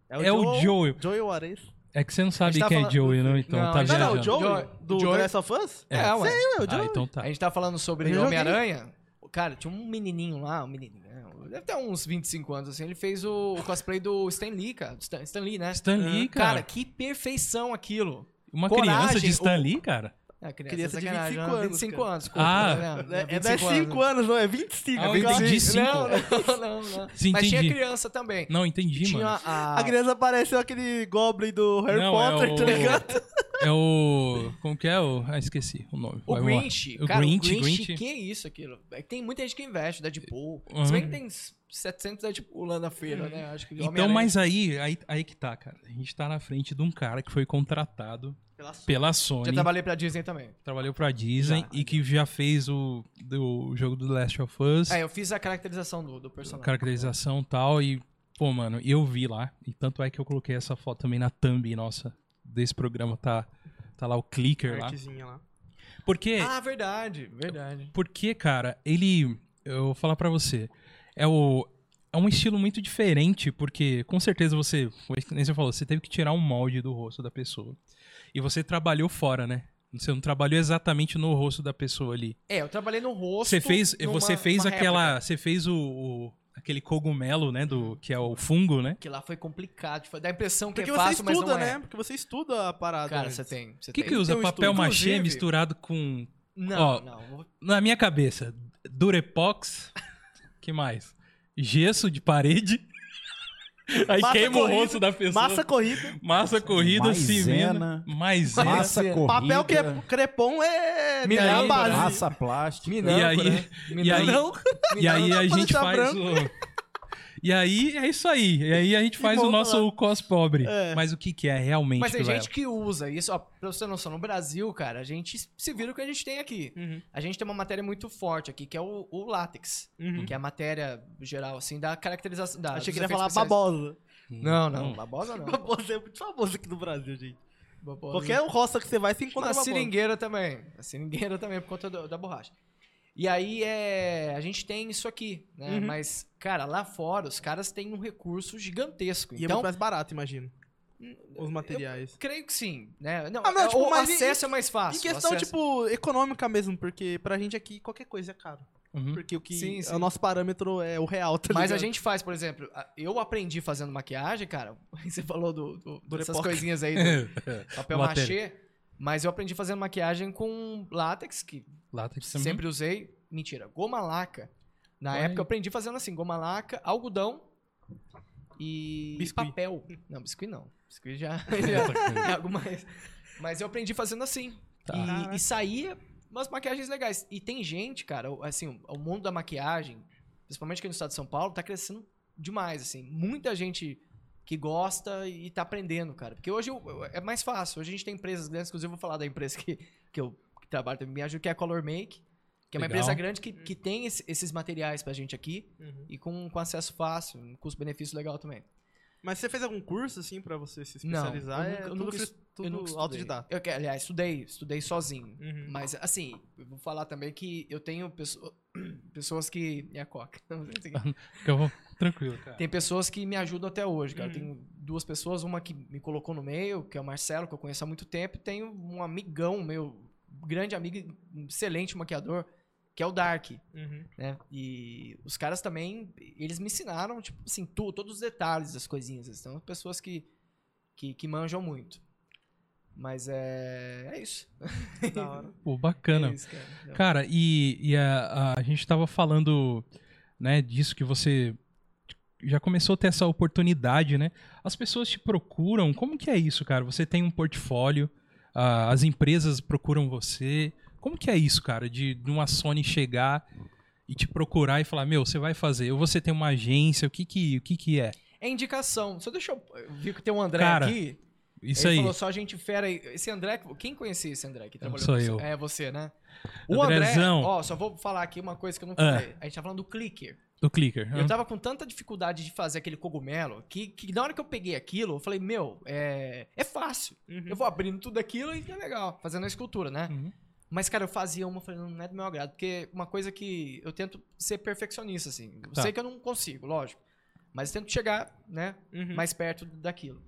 É o Joel. Joel Juarez. É que você não A gente sabe tá quem é falando- Joel, não? Então Não, tá a gente- Não, não, viajando. o Joel Joel- do Joel- The Last of Us? É, ué. Sei, ué, o Ah, Joel. então tá. A gente tá falando Eu sobre joguei. Homem-Aranha. Cara, tinha um menininho lá, um menininho, né? deve ter uns 25 anos, assim. Ele fez o, o cosplay do Stan Lee, cara. do Stan, Stan Lee, né? Stan Lee, Cara, cara. que perfeição aquilo. Uma coragem, criança de Stan o- Lee, cara. É, criança, Criança de sacanagem, 25 né? anos, 25 cara. anos. desculpa, Ah, né? É, é 25 anos, não, é 25. Ah, cara. eu entendi 5. Não, não, não. não. Sim, Mas tinha entendi. criança também. Não, entendi, tinha mano. a... A criança apareceu aquele Goblin do Harry Não, é Potter, o- tá ligado? É o. Como que é? O... Ah, esqueci o nome. O Vai, vamos lá. Grinch, O cara, Grinch, o Grinch, Grinch. que é isso aquilo? É que Tem muita gente que investe, Deadpool. Uhum. Se bem que tem 700 Deadpool lá na feira, né? Acho que Então, mas aí, aí, aí que tá, cara. A gente tá na frente de um cara que foi contratado Pela sua. pela Já Sony, trabalhei pra Disney também. trabalhou pra Disney Já, e que já fez o do jogo do The Last of Us, É, eu fiz a caracterização do, do personagem. caracterização e tal. E, pô, mano, eu vi lá. E tanto é que eu coloquei essa foto também na thumb, nossa, desse programa. Tá, tá lá o clicker lá. Artezinha lá. É Porque Ah, verdade, verdade. Porque, cara, ele. Eu vou falar pra você. É o. É um estilo muito diferente, porque com certeza você, foi que nem você falou, você teve que tirar um molde do rosto da pessoa. E você trabalhou fora, né? Você não trabalhou exatamente no rosto da pessoa ali. É, eu trabalhei no rosto. Você fez, numa- você fez numa aquela, réplica, você fez o, o- aquele cogumelo, né, do que é o fungo, né? Que lá foi complicado. Foi, dá a impressão que Porque é você fácil, mas estuda, não é. né? Porque você estuda a parada. né? Cara, antes. você tem. Você O que tem. que usa tem um papel estudo, machê inclusive. misturado com Não, Ó. não. na minha cabeça, Durepox, que mais? Gesso de parede. Aí Massa queima o corrida, rosto da pessoa. Massa corrida. Massa corrida, Maisena. cimento, maisena. Massa corrida. né? Papel que é crepom é. é Minâncora. a base. Massa plástica. E aí, e aí, e aí a gente Plancha faz branca. o... E aí é isso aí. E aí a gente faz o monta nosso cos pobre. É. Mas o que que é realmente Mas que tem vai gente que usa isso, ó, pra você ter noção, no Brasil, cara, a gente se vira o que a gente tem aqui. né? Uhum, A gente tem uma matéria muito forte aqui, que é o, o látex, uhum. que é a matéria geral, assim, da caracterização. Da, Achei dos que ele ia falar efeitos especiais. babosa. Não, Hum. não, babosa não. Babosa é muito famoso aqui no Brasil, gente. Babosa. Qualquer roça que você vai, você encontra A babosa. seringueira também. A seringueira também, por conta do- da borracha. E aí, é, a gente tem isso aqui, né? Uhum. Mas, cara, lá fora, os caras têm um recurso E gigantesco. é então, muito mais barato, imagino. Os materiais. creio que sim, né? Não, Ah, não, é- tipo, o mas em- acesso é mais fácil. em o questão, acesso- tipo, econômica mesmo, porque pra gente aqui qualquer coisa é caro. Uhum. Porque o que Sim, sim. é o nosso parâmetro é o real, tá Mas a ligado? gente faz, por exemplo, a- eu aprendi fazendo maquiagem, cara. Você falou do, do- dessas Durepox. coisinhas aí, do papel Matéria. machê. Mas eu aprendi fazendo maquiagem com látex, que Látex também. sempre usei. Mentira, goma laca. Na Uhum. Olha aí. época eu aprendi fazendo assim, goma laca, algodão e Biscuit. papel. Não, biscuit não. Biscuit já Outra coisa. é algo mais. Mas eu aprendi fazendo assim. Tá. E, e saía umas maquiagens legais. E tem gente, cara, o- assim, o- o mundo da maquiagem, principalmente aqui no estado de São Paulo, tá crescendo demais, assim. Muita gente que gosta e tá aprendendo, cara. Porque hoje eu- eu- é mais fácil. Hoje a gente tem empresas grandes, inclusive eu vou falar da empresa que, que eu que trabalho também, me ajuda, que é a Color Make, que é uma Legal. empresa grande que, que tem esse- esses materiais pra gente aqui Uhum. e com, com acesso fácil, um custo-benefício legal também. Mas você fez algum curso, assim, pra você se Não, especializar? eu É nunca- eu tudo nunca fri- es- tudo nunca autodidata. estudei. Eu, que- aliás, estudei, estudei sozinho. Uhum. Mas, assim, eu vou falar também que eu tenho pesso- pessoas que. Minha coca. é Fica bom. Tranquilo, cara. Tem pessoas que me ajudam até hoje, cara. Uhum. Tenho duas pessoas, uma que me colocou no meio, que é o Marcelo, que eu conheço há muito tempo, e tenho um amigão meu, grande amigo, e um excelente maquiador, que é o Dark, Uhum. né? E os caras também, eles me ensinaram, tipo assim, tu, todos os detalhes das coisinhas. Eles são pessoas que, que, que manjam muito. Mas é. É isso. Da hora. Pô, bacana. É isso, cara. Cara, e, e a, a gente tava falando, né, disso que você já começou a ter essa oportunidade, né? As pessoas te procuram, como que é isso, cara? Você tem um portfólio, ah, as empresas procuram você. Como que é isso, cara, de, de uma Sony chegar e te procurar e falar, meu, você vai fazer, ou você tem uma agência, o que que, o que, que é? É indicação. Só deixa eu. Eu vi que tem um André Cara, aqui. Isso ele aí, falou só gente fera aí. Esse André. Quem conhecia esse André que trabalhou sou com você? eu. É você, né? O Andrezão. André. Ó, só vou falar aqui uma coisa que eu não Ah. falei. A gente tá falando do clicker. do Clicker. Ah. Eu tava com tanta dificuldade de fazer aquele cogumelo que, que na hora que eu peguei aquilo, eu falei, meu, é, é fácil. Uhum. Eu vou abrindo tudo aquilo e é legal. Fazendo a escultura, né? Uhum. Mas, cara, eu fazia uma, eu falei, não é do meu agrado. Porque uma coisa que eu tento ser perfeccionista, assim. Eu Tá. sei que eu não consigo, lógico. Mas eu tento chegar, né? Uhum. mais perto daquilo.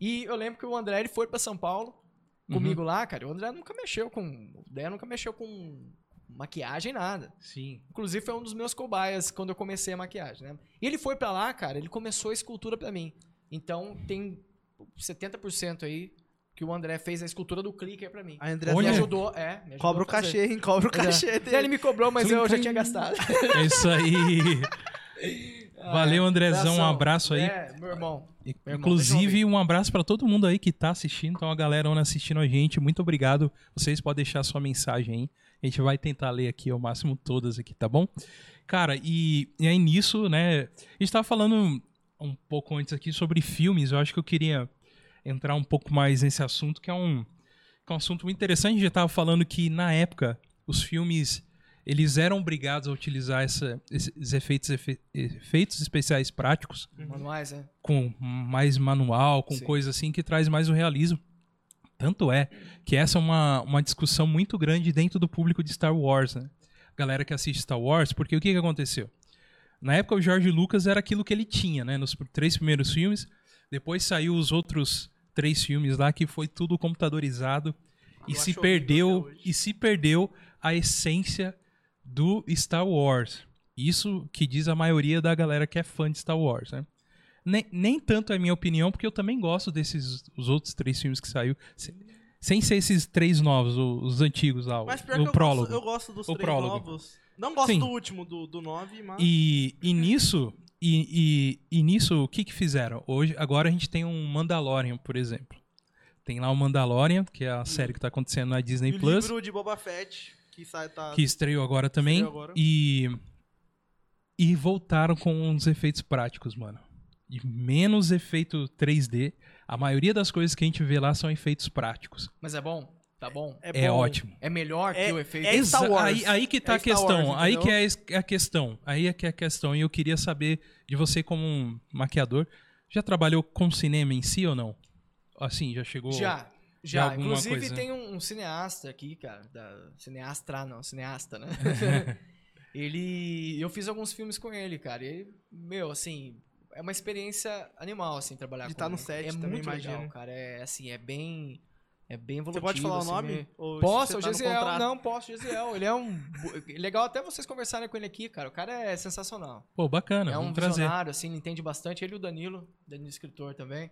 E eu lembro que o André ele foi pra São Paulo Uhum. comigo lá, cara. O André nunca mexeu com, o André nunca mexeu com maquiagem nada. Sim. Inclusive foi um dos meus cobaias quando eu comecei a maquiagem, né? E ele foi pra lá, cara, ele começou a escultura pra mim. Então tem 70% aí que o André fez a escultura do clicker pra mim. A André Olha. Me me ajudou, é, me ajudou Cobra o a fazer. cachê, hein? Cobra o Pois é. cachê Ele dele. Uhum. me cobrou, mas eu já tinha gastado. É isso aí. Valeu, Andrezão. Um abraço aí. É, meu irmão. irmão, Inclusive, um abraço pra todo mundo aí que tá assistindo. Então, a galera onda assistindo a gente, muito obrigado. Vocês podem deixar sua mensagem aí. A gente vai tentar ler aqui ao máximo todas aqui, tá bom? Cara, e, e aí nisso, né? A gente tava falando um pouco antes aqui sobre filmes. Eu acho que eu queria entrar um pouco mais nesse assunto, que é um, que é um assunto muito interessante. A gente já tava falando que, na época, os filmes eles eram obrigados a utilizar essa- esses efeitos, efe- efeitos especiais práticos Manuais, né? com mais manual, com Sim. coisa assim que traz mais o realismo. Tanto é que essa é uma, uma discussão muito grande dentro do público de Star Wars, né? Galera que assiste Star Wars, porque o que, que aconteceu? Na época o George Lucas era aquilo que ele tinha, né? Nos pr- três primeiros filmes. Depois saiu os outros três filmes lá que foi tudo computadorizado e Eu se acho horrível perdeu até hoje. e se perdeu a essência do Star Wars. Isso que diz a maioria da galera que é fã de Star Wars, né? Nem, nem tanto é minha opinião, porque eu também gosto desses os outros três filmes que saiu. se- Sem ser esses três novos, o- os, antigos lá, o, Mas pior o que eu prólogo. gosto, eu gosto dos O três prólogo. novos. Não gosto Sim. do último, do, do nove, mas... E, e nisso, e, e- e nisso, o que que fizeram? Hoje, agora a gente tem um Mandalorian, por exemplo. Tem lá o Mandalorian, que é a série que tá acontecendo na Disney Hum. E o Plus, livro de Boba Fett, que sai... Tá... que estreou agora também. Estreou agora. E e voltaram com uns efeitos práticos, mano. E menos efeito 3D. A maioria das coisas que a gente vê lá são efeitos práticos. Mas é bom? Tá bom? É, bom. ótimo. É melhor É- que o efeito. é Star Exa- Wars. Aí, aí que tá É a Star questão. Wars, aí entendeu? que é es- a questão. Aí é que é a questão. E eu queria saber de você como um maquiador, já trabalhou com cinema em si ou não? Assim, já chegou? Já, Já já. alguma Inclusive coisa. tem um, um cineasta aqui, cara. Da, cineastra, não, cineasta, né? ele. Eu fiz alguns filmes com ele, cara. E, meu, assim, é uma experiência animal, assim, trabalhar De com tá no ele. set É também, muito legal, imagino. cara. É assim, é bem. É bem Você volativo. pode falar o assim, nome? meio- Ou Posso, você é o tá no Gesiel. contrato? não, posso, o Gesiel. Ele é um. Legal até vocês conversarem com ele aqui, cara. O cara é sensacional Pô, Ah, bacana. é um vamos trazer. visionário, assim, ele entende bastante. Ele e o Danilo, Danilo escritor também.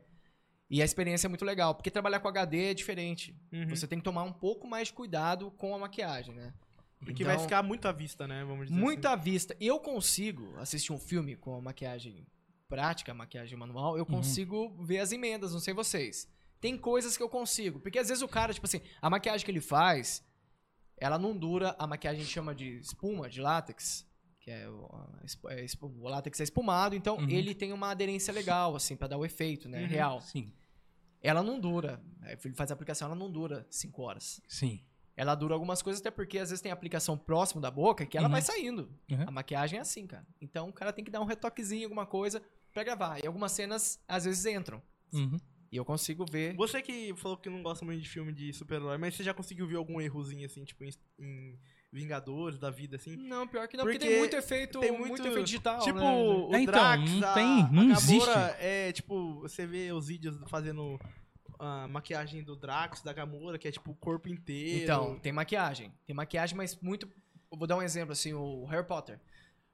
E a experiência é muito legal, porque trabalhar com HD é diferente. Uhum. Você tem que tomar um pouco mais de cuidado com a maquiagem, né? Porque Então, vai ficar muito à vista, né? Vamos dizer muito à vista. Eu consigo assistir um filme com a maquiagem prática, a maquiagem manual, eu Uhum. consigo ver as emendas, não sei vocês. Tem coisas que eu consigo. Porque às vezes o cara, tipo assim, a maquiagem que ele faz, ela não dura. A maquiagem chama de espuma, de látex. Que é o, a espu- é espu- o látex é espumado, então Uhum. ele tem uma aderência legal, assim, pra dar o efeito, né? Uhum. Real. Sim, Ela não dura. é, Ele faz a aplicação, ela não dura 5 horas sim. ela dura algumas coisas, até porque às vezes tem aplicação próximo da boca que ela Uhum. vai saindo. Uhum. A maquiagem é assim, cara. Então o cara tem que dar um retoquezinho, alguma coisa pra gravar. E algumas cenas às vezes entram. Uhum. E eu consigo ver. Você que falou que não gosta muito de filme de super-herói, mas você já conseguiu ver algum errozinho, assim, tipo, em, em Vingadores da vida, assim? Não, pior que não, porque, Porque tem muito efeito, tem muito... muito- efeito digital. tipo, né? o É, então, Drax, não a- tem, a não Gamora, existe. é, tipo, você vê os vídeos fazendo a maquiagem do Drax, da Gamora, que é, tipo, o corpo inteiro. Então, tem maquiagem. Tem maquiagem, mas muito. Eu vou dar um exemplo, assim, o Harry Potter.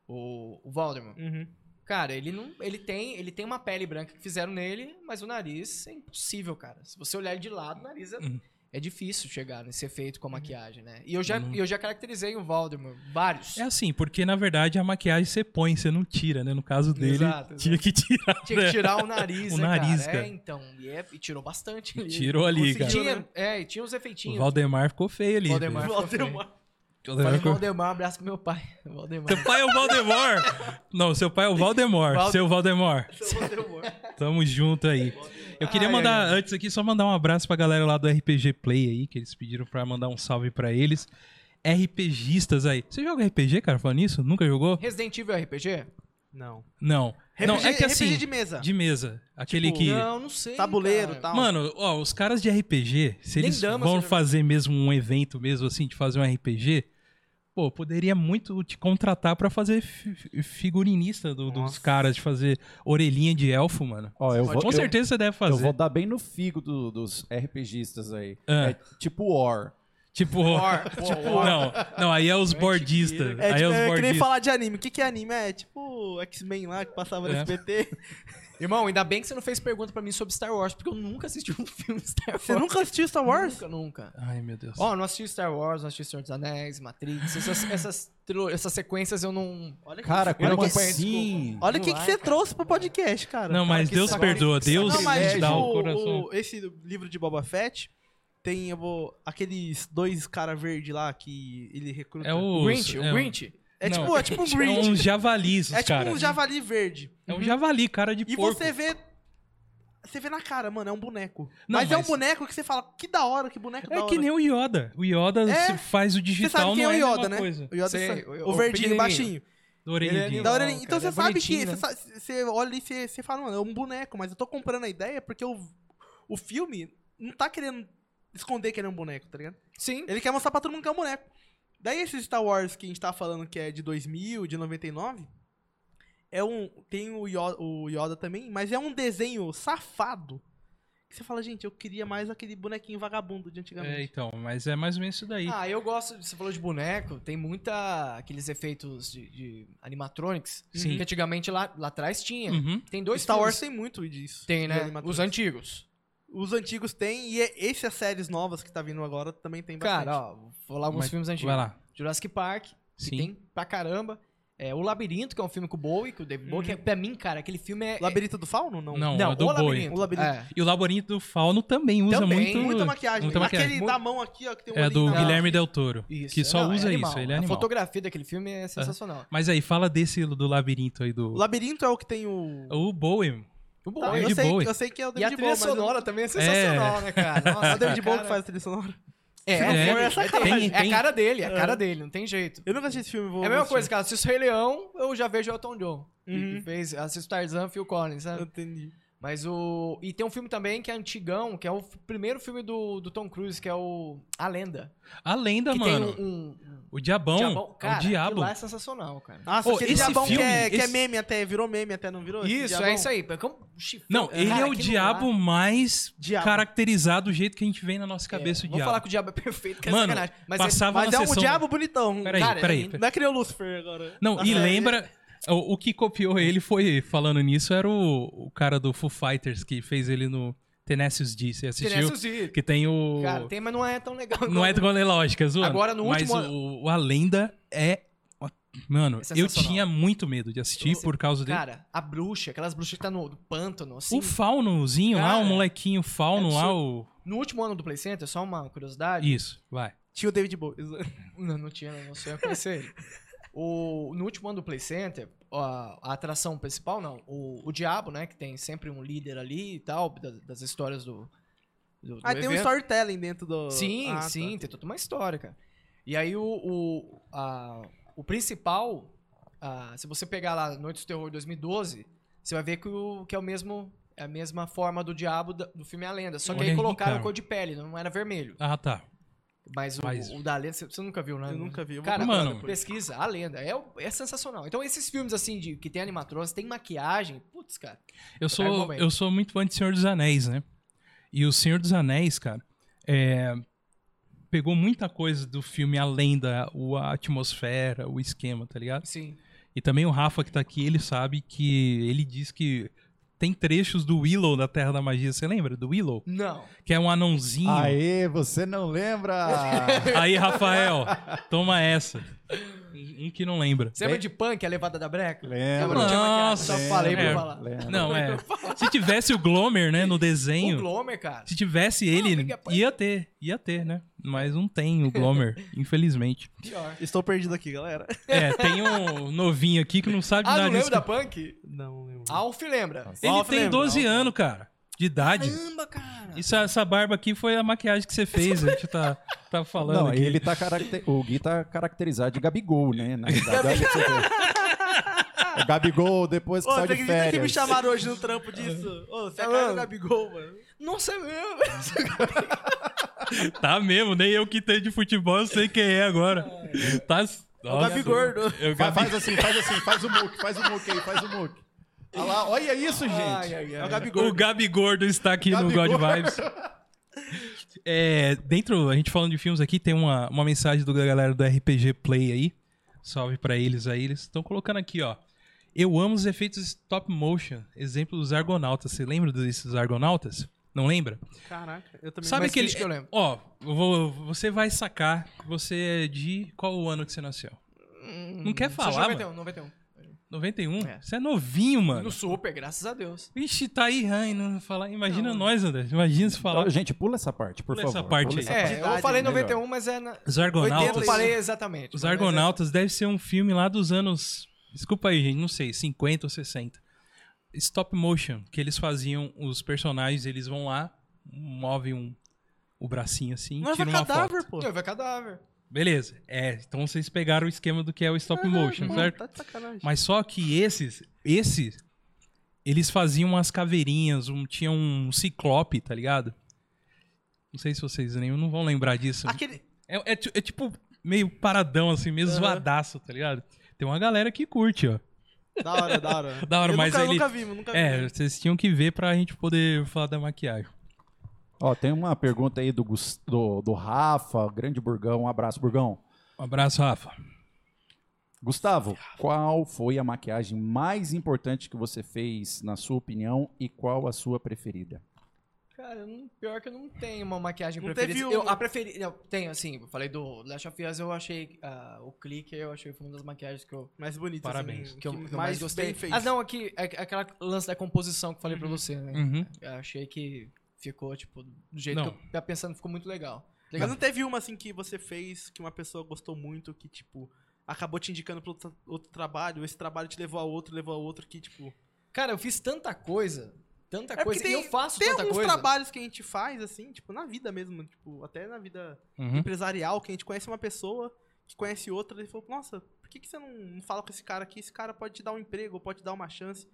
O, o Voldemort. Uhum. Cara, ele não. Ele tem, ele tem uma pele branca que fizeram nele, mas o nariz é impossível, cara. Se você olhar ele de lado, o nariz é, Uhum. é difícil chegar nesse efeito com a maquiagem, né? E eu já, Uhum. eu já caracterizei o Voldemort, vários. É assim, porque na verdade a maquiagem você põe, você não tira, né? No caso dele, Exato, tinha que tirar. Tinha que tirar o nariz, O né, nariz, cara? cara. É, então, e, é- e tirou bastante. E ali. tirou ali, E cara. Conseguiu, tinha, né? é, e tinha os O efeitinhos. Valdemar ficou feio ali. né? Valdemar. velho. Voldemort. O Falei, Valdemar ficou- Valdemar, um abraço pro meu pai. Valdemar. Seu pai é o Valdemar. Não, seu pai é o Valdemar. Val- Seu Valdemar. Voldemort. Tamo junto aí. Eu queria Ai, mandar, antes aqui, só mandar um abraço pra galera lá do RPG Play aí, que eles pediram pra mandar um salve pra eles. RPGistas aí. Você joga RPG, cara, falando isso? Nunca jogou? Resident Evil é RPG? Não. Não. não, RPG é que assim, RPG de de mesa. mesa. Aquele Tipo, que... Não, não sei. Tabuleiro e cara. tal. Mano, ó, os caras de RPG, se Nem eles dama vão você joga. fazer mesmo um evento mesmo assim, de fazer um RPG, pô, poderia muito te contratar pra fazer fi- fi- figurinista do- dos Nossa. caras, de fazer orelhinha de elfo, mano. Ó, eu Pode- vou, Com eu- certeza você deve Eu fazer. vou dar bem no figo do- dos RPGistas aí. Ah. É tipo War. Tipo, War, pô, War. não, não, aí é os É bordistas. antigueiro. É, Aí é tipo, os é que nem bordistas. falar de anime. O que, que é anime? É tipo o X-Men lá que passava no É. SBT. Irmão, ainda bem que você não fez pergunta pra mim sobre Star Wars, porque eu nunca assisti um filme Star Wars. Você nunca assistiu Star Wars? Nunca, nunca. Ai, meu Deus. Ó, não assisti Star Wars, não assisti Senhor dos Anéis, Matrix, essas, essas, trilo- essas sequências eu não... Olha que- Cara, Eu não como acompanho, assim? Olha o que Vai, que você cara. trouxe pro podcast, cara. não, mas que Deus sacri- perdoa. Deus Não, mas te dá o, o- coração. o- esse livro de Boba Fett tem eu vou, aqueles dois cara verde lá que ele recruta. É o. Grinch, é, o Grinch. É não, tipo, é tipo um É Grinch. um javali, esses É tipo cara. um javali verde. É um javali, cara de E porco. você vê. Você vê na cara, mano, é um boneco. Não, mas, é um mas- boneco que você fala, que da hora, que boneco da É hora. que nem o Yoda. O Yoda É. se faz o Você sabe digital, quem é não o a Yoda, mesma né? coisa. O Yoda Sei, sabe- o- o, o verdinho, pequenininho. baixinho. é Do orelhudinho. animal. Da hora, cara, então ele você é sabe que. bonitinho, Você né? sa- você olha e você, você fala, mano, é um boneco, mas eu tô comprando a ideia porque o, o filme não tá querendo esconder que ele é um boneco, tá ligado? Sim. Ele quer mostrar pra todo mundo que é um boneco. Daí esse Star Wars que a gente tá falando que é de 2000, de 99, é um, tem o Yoda, o Yoda também, mas é um desenho safado. Que você fala, gente, eu queria mais aquele bonequinho vagabundo de É, antigamente. então, mas é mais ou menos isso daí. Ah, eu gosto, você falou de boneco, tem muita, aqueles efeitos de, de animatronics, Sim. que antigamente lá, lá atrás tinha. Uhum. Tem dois Star Wars filmes- tem muito disso. tem, de né? animatronics. Os antigos. Os antigos tem, e é- esse as séries novas que tá vindo agora também tem bastante. Cara, ó, vou falar alguns Mas- filmes antigos. Vai lá. Jurassic Park, que Sim. tem pra caramba. É, o Labirinto, que é um filme com o Bowie, que o David Bowie, que é, pra mim, cara, aquele filme é... Labirinto do Fauno? Não. Uhum. Não, é... Não, é do o Bowie. Labirinto. O Labirinto. É. E o Labirinto do Fauno também usa Também, muito. Muita maquiagem. muita maquiagem. Aquele Muito- da mão aqui, ó, que tem um É olhinho do na mão. Guilherme Del Toro. Isso, que só não, é usa animal. isso, ele é a animal. fotografia daquele filme é sensacional. Mas aí, fala desse do labirinto aí O do. labirinto é o que tem o. O Bowie. Tá, O Bowie. David eu, sei, Bowie. eu sei que é o E a David Bowie, trilha mas eu não- sonora também é sensacional, né, cara? Nossa, É o David cara, Bowie que faz a trilha sonora. É, não é, for, é é, sacanagem. tem- é a Tem- cara dele, é a cara dele, não tem jeito. Eu nunca assisti esse filme, vou É a mesma assistir. coisa, cara. Assisto Rei Leão, eu já vejo Elton John. que- Uhum. Que fez, assisto Tarzan, Phil Collins, Eu sabe? entendi. Mas o... E tem um filme também que é antigão, que é o f- primeiro filme do, do Tom Cruise, que é o A Lenda. A lenda, que mano. tem um... um- um O diabão. diabão. é Cara, o aquilo diabo. lá é sensacional, cara. Nossa, Ô, aquele esse Ah, diabão que, é, filme, que é esse- meme até, virou meme até, não virou? Esse Isso, diabão? é isso aí. pá, como- o chifão- Não, ele Cara, é o aquilo diabo lá- mais Diabo. caracterizado do jeito que a gente vê na nossa É, cabeça o Vou diabo. falar que o diabo é perfeito, que é Mano, sacanagem. Mas é- Passava Mas na é um sessão... diabo bonitão. Peraí, Cara, peraí, é- peraí. Não é que nem o Lucifer agora. Não, e Nossa, lembra... O, o que copiou ele foi, falando nisso, era o, o cara do Foo Fighters que fez ele no Tenacious D. Você assistiu? Tenacious D. Que tem o... Cara, tem, mas não é tão legal. Não é cronológica, zoando. Agora, no último Mas o, o A Lenda é... Mano, eu sensacional. tinha muito medo de assistir por causa dele. Cara, a bruxa, aquelas bruxas que tá no do pântano, assim. o faunozinho lá, o Cara, molequinho fauno é lá, o... No último ano do Play Center, só uma curiosidade. Isso, vai. Tinha o David Bowie. Não, não tinha, não, você ia conhecer ele. O, no último ano do Play Center, a, a atração principal, não, o, o Diabo, né, que tem sempre um líder ali e tal, das, das histórias do. do, do Ah, tem um evento. storytelling dentro do... Sim, Ah, tá. sim, tem toda uma história, cara. E aí o, o, a- o principal, ah, se você pegar lá Noites do Terror 2012, você vai ver que, o, que é o mesmo. É a mesma forma do diabo da- do filme é A Lenda. Só que Olha aí aí, colocaram cara. cor de pele, não era vermelho. Ah, tá. Mas o, Mas- o da lenda, você você nunca viu, né? Eu nunca vi. eu vou Cara, procurar mano, depois. pesquisa, a lenda. É, o- é sensacional. Então, esses filmes assim, de, que tem animatrônicos, tem maquiagem. Putz, cara. Eu sou, Normalmente. eu sou muito fã de Senhor dos Anéis, né? E o Senhor dos Anéis, cara, é, pegou muita coisa do filme A Lenda, o, a atmosfera, o esquema, tá ligado? Sim. E também o Rafa que tá aqui, ele sabe que ele diz que tem trechos do Willow da Terra da Magia, você lembra do Willow? Não. Que é um anãozinho. Aê, você não lembra? Aí, Rafael, toma essa. Um que não lembra. Você é lembra de Punk, a levada da breca? Lembro. Não tinha maquiagem, Nossa, Só falei pra lembro. falar. Lembra. Não, é. Se tivesse o Glomer, né, no O desenho. Glomer, cara. Se tivesse Não, ele, liga pra- ia ter, ia ter, né? Mas não tem o Glomer, infelizmente. Pior. Estou perdido aqui, galera. É, tem um novinho aqui que não sabe Ah, nada não lembra disso. da Punk? Não, lembro. Alf lembra. Ah. Ele Alf tem lembra, 12 Alf. anos, cara, de idade. Caramba, cara. Isso, essa barba aqui foi a maquiagem que você fez, a gente tá, tá falando Não, aqui. ele tá caracter... o Gui tá caracterizado de Gabigol, né? Na verdade, olha pra você ver. O Gabigol, depois que Ô, sai você de acredita que me férias. chamaram hoje no trampo disso? Ô, você é a cara do Gabigol, mano. Nossa, é mesmo. Tá mesmo, nem eu que tenho de futebol, eu sei quem é agora. Tá... O Gabi Gordo. Eu, Fa- Faz assim, faz assim, faz o muque, faz o muque aí, faz o muque. Olha lá, olha isso, gente. Ai, ai, É o ai. Gabigol. O Gabi Gordo está aqui no Gabi God Gordo. Vibes. É, dentro, a gente falando de filmes aqui, tem uma, uma mensagem do da galera do RPG Play aí. Salve pra eles aí. Eles estão colocando aqui, ó. Eu amo os efeitos stop motion. Exemplo dos Argonautas. Você lembra desses Argonautas? Não lembra? Caraca, eu também Sabe mas aquele. finge que eu lembro. Ó, eu vou- você vai sacar. Você é de. Qual o ano que você nasceu? Hum. Não quer falar, mano? 91, 91. 91? É. Você é novinho, mano. No super, graças a Deus. Vixe, tá aí, hein? Não falar. Imagina nós, André. Imagina se Tá falar. Então, gente, pula essa parte, por Pula essa favor. parte aí. essa É, parte. eu idade, falei né? 91, mas é na... Os 80 eu Argonautas. falei exatamente. Os mas é- Argonautas deve ser um filme lá dos anos. Desculpa aí, gente, não sei, 50 ou 60. Stop motion, que eles faziam os personagens, eles vão lá, movem um, o bracinho assim, Mas é tiram uma cadáver, foto. pô. Eu vi cadáver. Beleza. É, então vocês pegaram o esquema do que é o stop motion, Pô, certo? Tá de sacanagem. Mas só que esses, esses, eles faziam umas caveirinhas, um, tinha um ciclope, tá ligado? Não sei se vocês nem não vão lembrar disso. Aquele... É, é ti- é tipo meio paradão, assim, meio Aham. zoadaço, tá ligado? Tem uma galera que curte, ó. Da hora, da hora. Da hora, eu mas nunca, ele- nunca vi, eu Tá nunca vi. É, vocês tinham que ver pra gente poder falar da maquiagem. Ó, tem uma pergunta aí do, Gus- do, do Rafa, grande Burgão. Um abraço, Burgão. Um abraço, Rafa. Gustavo, qual foi a maquiagem mais importante que você fez, na sua opinião, e qual a sua preferida? Cara, eu não- pior que eu não tenho uma maquiagem Não preferida. teve Eu, uma. a preferida. Eu tenho, assim, eu falei do Last of Us, eu achei. ah, o clique, eu achei foi uma das maquiagens que eu, Mais bonito, Parabéns. assim, que eu, que eu mais mais gostei. bem fez. Ah, não, aqui, é- é aquela lance da composição que eu falei pra você, né? Uhum. Eu achei que ficou, tipo, do jeito Não. que eu tava pensando, ficou muito legal. Mas legal. não teve uma assim que você fez que uma pessoa gostou muito, que tipo, acabou te indicando pra outro, outro trabalho, esse trabalho te levou a outro, levou a outro, que tipo. Cara, eu fiz tanta coisa. Tanta É porque coisa. tem- e eu faço Tem tanta alguns coisa. trabalhos que a gente faz, assim, tipo, na vida mesmo, tipo, até na vida Uhum. empresarial, que a gente conhece uma pessoa, que conhece outra, e falou, nossa, por que, que você não, não fala com esse cara aqui? Esse cara pode te dar um emprego, ou pode te dar uma chance.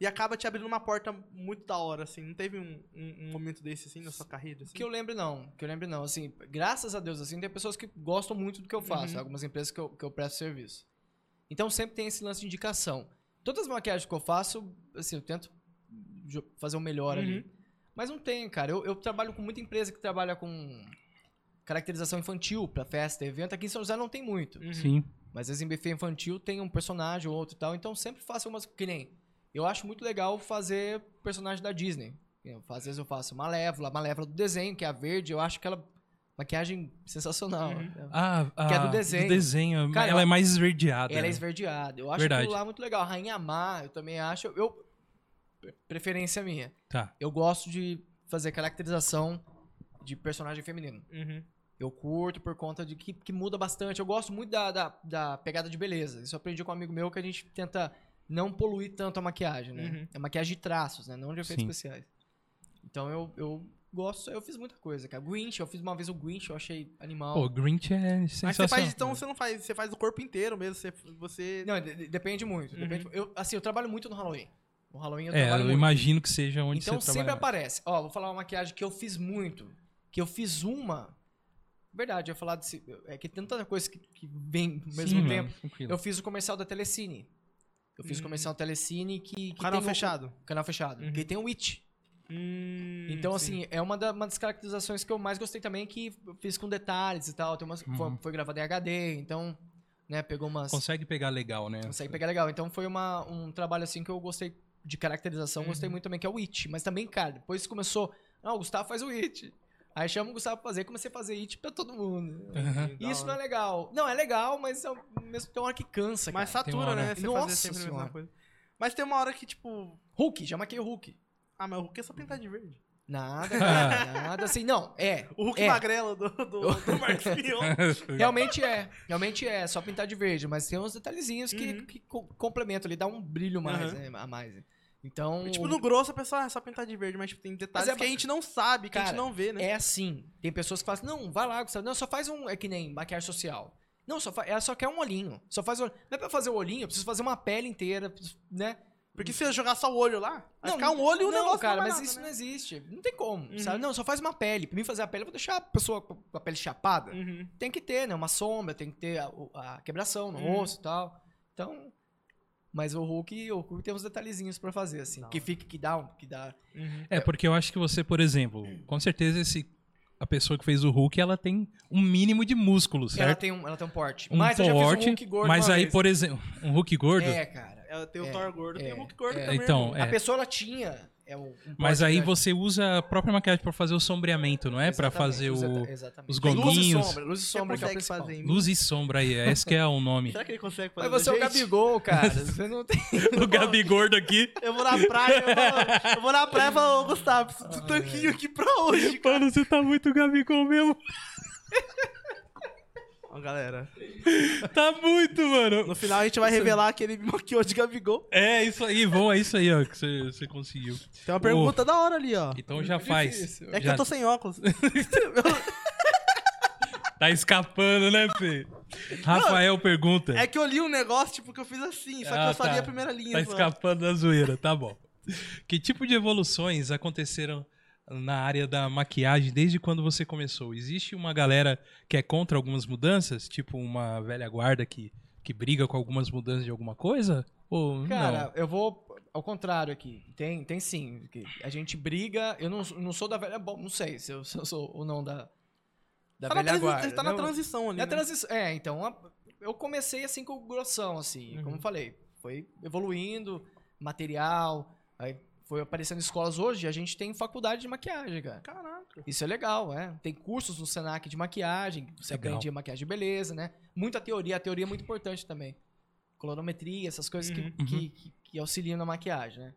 E acaba te abrindo uma porta muito da hora, assim. Não teve um, um- um momento desse, assim, na sua carreira? Assim? Que eu lembre, não. Que eu lembre, não. Assim, graças a Deus, assim, tem pessoas que gostam muito do que eu faço. Uhum. Algumas empresas que eu, que eu presto serviço. Então, sempre tem esse lance de indicação. Todas as maquiagens que eu faço, assim, eu tento jo- fazer o melhor ali. Mas não tem, cara. Eu, eu trabalho com muita empresa que trabalha com caracterização infantil pra festa, evento. Aqui em São José não tem muito. Uhum. Sim. Mas às vezes em buffet infantil tem um personagem ou outro e tal. Então sempre faço umas. Que nem. Eu acho muito legal fazer personagem da Disney. Eu, às vezes eu faço Malévola, a Malévola do desenho, que é a verde. Eu acho aquela maquiagem sensacional. Uhum. né? Ah, ah, Que é do desenho. desenho, Cara, ela é eu- mais esverdeada. Ela né? é esverdeada. Eu acho Verdade. aquilo lá muito legal. A Rainha Má, eu também acho. Eu. Preferência minha. Tá. Eu gosto de fazer caracterização de personagem feminino. Uhum. Eu curto por conta de que, que muda bastante. Eu gosto muito da, da, da pegada de beleza. Isso eu aprendi com um amigo meu que a gente tenta não poluir tanto a maquiagem, né? Uhum. É maquiagem de traços, né? Não de efeitos Sim. especiais. Então eu, eu gosto, eu fiz muita coisa, cara. Grinch, eu fiz uma vez o Grinch, eu achei animal. Pô, Grinch é Mas você sensacional. faz, então você não faz, você faz o corpo inteiro mesmo, você. você... é Não, de- de- depende muito. Uhum. depende- eu, assim, eu trabalho muito no Halloween. No Halloween eu É, trabalho eu muito. imagino que seja onde Então você sempre trabalha. aparece. Ó, vou falar uma maquiagem que eu fiz muito. Que eu fiz uma. Verdade, eu ia falar desse. É que tem tanta coisa que, que vem ao mesmo Sim, tempo. mano, tranquilo. Eu fiz o comercial da Telecine. Eu fiz Hum. o comercial da Telecine que. que um Canal tem um- o- fechado. canal fechado. Uhum. Que tem o It. Hum, Então, sim. assim, é uma, da- uma das caracterizações que eu mais gostei também, que eu fiz com detalhes e tal. Tem umas, foi- Uhum. foi, gravada em HD, então, né, pegou umas. Consegue pegar legal, né? consegue pegar legal. Então foi uma, um trabalho assim que eu gostei de caracterização, Uhum. gostei muito também, que é o It. Mas também, cara, depois começou. Não, o Gustavo faz o It. Aí chama o Gustavo pra fazer, comecei a fazer It pra todo mundo. Aham. E Isso não é legal. Não, é legal, mas ao mesmo tem uma hora que cansa, Mas cara. Tem uma satura, hora- né? Você Nossa fazer sempre a mesma Senhora. coisa. Mas tem uma hora que, tipo. Hulk, já maquei o Hulk. Ah, mas o Hulk é só pintar de verde. Nada, Ah. cara, nada assim. Não, é. O Hulk é. magrelo do, do, do Marcos Mion. Realmente é. Realmente é. Só pintar de verde. Mas tem uns detalhezinhos que, Uhum. que co- complementam. Ele dá um brilho mais, Uhum. né, a mais. né. Então. tipo, no grosso a pessoa ah, é só pintar de verde, mas tipo, tem detalhes Mas é que a gente não sabe, que a gente Cara, não vê, né? É assim. Tem pessoas que falam assim, não, vai lá, Gustavo. Não, só faz um. É que nem maquiagem social. Não, só fa- ela só quer um olhinho. Só faz o olho. Não é pra fazer o olhinho, eu preciso fazer uma pele inteira, preciso- né? Porque se eu jogar só o olho lá, vai Não, ficar um olho e um não, negócio. cara, não vai mas nada, isso né? não existe. Não tem como, Uhum. sabe? Não, só faz uma pele. Pra mim fazer a pele, eu vou deixar a pessoa com a pele chapada. Uhum. tem que ter, né? Uma sombra, tem que ter a, o- a quebração no Uhum. rosto e tal. Então. Mas o Hulk, o Hulk tem uns detalhezinhos pra fazer, assim. Que fica, que dá, um, que dá. É, porque eu acho que você, por exemplo, com certeza esse a pessoa que fez o Hulk, ela tem um mínimo de músculo, Ela certo? tem, um, ela tem um porte. Um mas eu já fiz um porte, Hulk gordo. mas uma aí, vez. por exemplo, um Hulk gordo, É, cara. Ela tem o É, Thor gordo, tem é, o Hulk gordo é. também. Então, irmão. É. A pessoa, ela tinha... é, um um Mas porte aí grande. você usa a própria maquiagem pra fazer o sombreamento, não é? Pra Exatamente, fazer o exata- exatamente. os Luz gominhos. e sombra, luz e Você sombra que é o consegue principal. fazer em mim? luz e sombra aí, é esse que é o nome. Será que ele consegue fazer Mas você é da o gente? Gabigol, cara. Você não tem... o Gabigordo aqui. Eu vou na praia, eu falo- eu vou na praia e falo, ô Gustavo, preciso Ah, do é. tanquinho aqui pra hoje. Mano, você tá muito Gabigol mesmo. Ó, galera, Tá muito, mano. no final a gente vai revelar que ele me maquiou de Gabigol. É isso aí, bom, é isso aí, ó, que você, você conseguiu. Tem uma Uh. pergunta da hora ali, ó. Então já Muito faz. difícil. É que Já eu tô sem óculos. Tá escapando, né, Fê? Rafael pergunta. É que eu li um negócio, tipo, que eu fiz assim, só que Ah, eu só tá. li a primeira linha. Tá só. escapando da zoeira, tá bom. Que tipo de evoluções aconteceram na área da maquiagem desde quando você começou? Existe uma galera que é contra algumas mudanças? Tipo uma velha guarda que, que briga com algumas mudanças de alguma coisa? Ou Cara, não? eu vou ao contrário aqui. Tem, tem sim. que A gente briga. Eu não, não sou da velha bomba. Não sei se eu, se eu sou ou não da, da Tá na, transi- velha guarda. tá na Não, transição ali. na né? transição. É, então, a- eu comecei assim com o grossão, assim. Uhum. Como eu falei, foi evoluindo, material. Aí foi aparecendo escolas hoje. A gente tem faculdade de maquiagem, cara. Caraca. Isso é legal, é. Tem cursos no Senac de maquiagem, você Legal. aprende maquiagem de beleza, né? Muita teoria, a teoria é muito importante também. Colorometria, essas coisas que- Uhum. que, que- que auxiliam na maquiagem, né?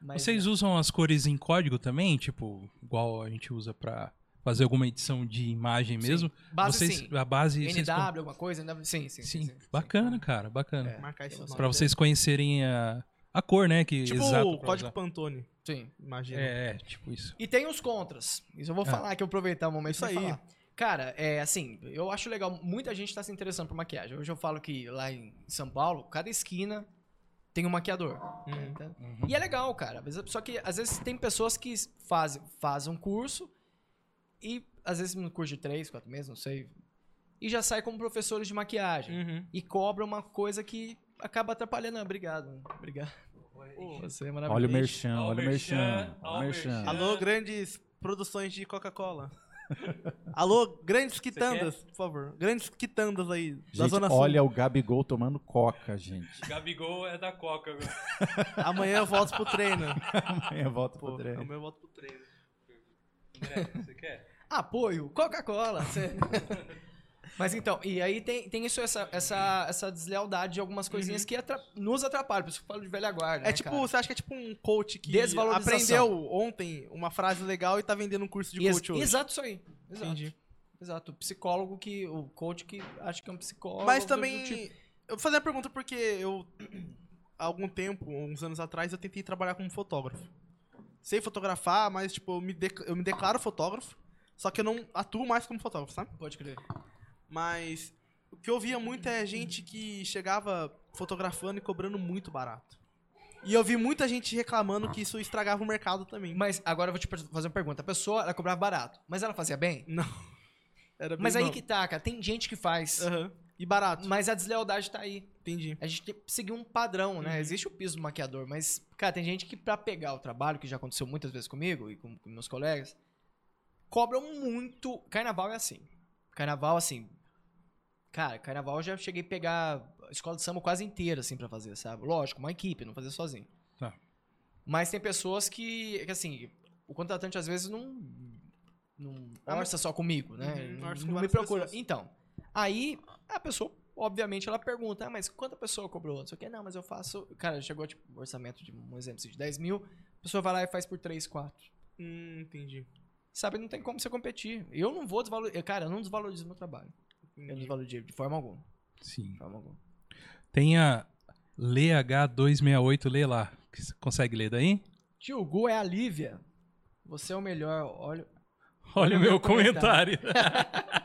Mas, é. Vocês usam as cores em código também? Tipo, igual a gente usa pra fazer alguma edição de imagem Sim. mesmo? base vocês, sim. A base... vocês- NW, alguma coisa, NW, sim, sim, sim, Sim, sim, sim. bacana, cara, bacana. É. Marcar isso. Pra vocês conhecerem a, a cor, né? Que Tipo exato o pra código usar. Pantone, Sim. imagina. É, é, tipo isso. E tem os contras. Isso eu vou Ah. falar, que eu aproveitar o momento É. Isso pra aí. falar. Cara, é assim, eu acho legal, muita gente tá se interessando por maquiagem. Hoje eu falo que lá em São Paulo, cada esquina tem um maquiador. Uhum. Tá? E é legal, cara. Às vezes- Só que às vezes tem pessoas que fazem, fazem um curso e às vezes um curso de três, quatro meses, não sei. E já sai como professores de maquiagem. Uhum. E cobra uma coisa que acaba atrapalhando. Ah, Obrigado. Obrigado. Você é maravilhoso. Olha o merchan, Ó o olha o merchan, merchan, olha o ó o merchan. merchan. Alô, grandes produções de Coca-Cola. Alô, grandes quitandas, por favor. Grandes quitandas aí da Gente, Zona Sul. olha o Gabigol tomando coca, gente. Gabigol é da Coca agora. Amanhã eu volto pro treino. Amanhã volta Pô, é pro treino. amanhã eu volto pro treino. você quer? Apoio, Coca-Cola. Você- Mas então, e aí tem, tem isso, essa, essa, essa deslealdade de algumas coisinhas que atra- nos atrapalham. Por isso que eu falo de velha guarda. Uhum. É né, tipo, cara? você acha que é tipo um coach que Desvalorização. aprendeu ontem uma frase legal e tá vendendo um curso de Ex- coach hoje. Exato isso aí. Exato. Entendi. Exato. O psicólogo que. O coach que acha que é um psicólogo. Mas do- também. do tipo. Eu vou fazer a pergunta porque eu. Há algum tempo, uns anos atrás, eu tentei trabalhar como fotógrafo. Sei fotografar, mas, tipo, eu me, dec- eu me declaro fotógrafo. Só que eu não atuo mais como fotógrafo, sabe? Pode crer. Mas o que eu via muito é gente que chegava fotografando e cobrando muito barato. E eu vi muita gente reclamando que isso estragava o mercado também. Mas agora eu vou te per- fazer uma pergunta. A pessoa, ela cobrava barato, mas ela fazia bem? Era bem Mas aí bom. que tá, cara. Tem gente que faz, Aham. E barato. mas a deslealdade tá aí. Entendi. A gente tem que seguir um padrão, né? Existe o piso do maquiador, mas, cara, tem gente que pra pegar o trabalho, que já aconteceu muitas vezes comigo e com, com meus colegas, cobram muito. Carnaval é assim. Carnaval, assim. Cara, carnaval eu já cheguei a pegar a escola de samba quase inteira, assim, pra fazer, sabe? Lógico, uma equipe, não fazer sozinho. Tá. Mas tem pessoas que, que, assim, o contratante às vezes não. Não Ah, mas- orça só comigo, né? Uhum, Não- orça com não me várias procura. pessoas. Então, aí a pessoa, obviamente, ela pergunta, ah, mas quanto a pessoa cobrou? Não sei o quê. Não, mas eu faço... Cara, chegou, tipo, um orçamento de, um exemplo, assim, de 10 mil, a pessoa vai lá e faz por 3, 4. Hum, entendi. Sabe, não tem como você competir. Eu não vou desvalorizar... Cara, eu não desvalorizo meu trabalho. Eu não entendi. desvalorizo de forma alguma. Sim. De forma alguma. Tem a LH268, lê lá. Que você Consegue ler daí? Tio, o Gu é a Lívia. Você é o melhor, olha... Olha o meu comentário. comentário.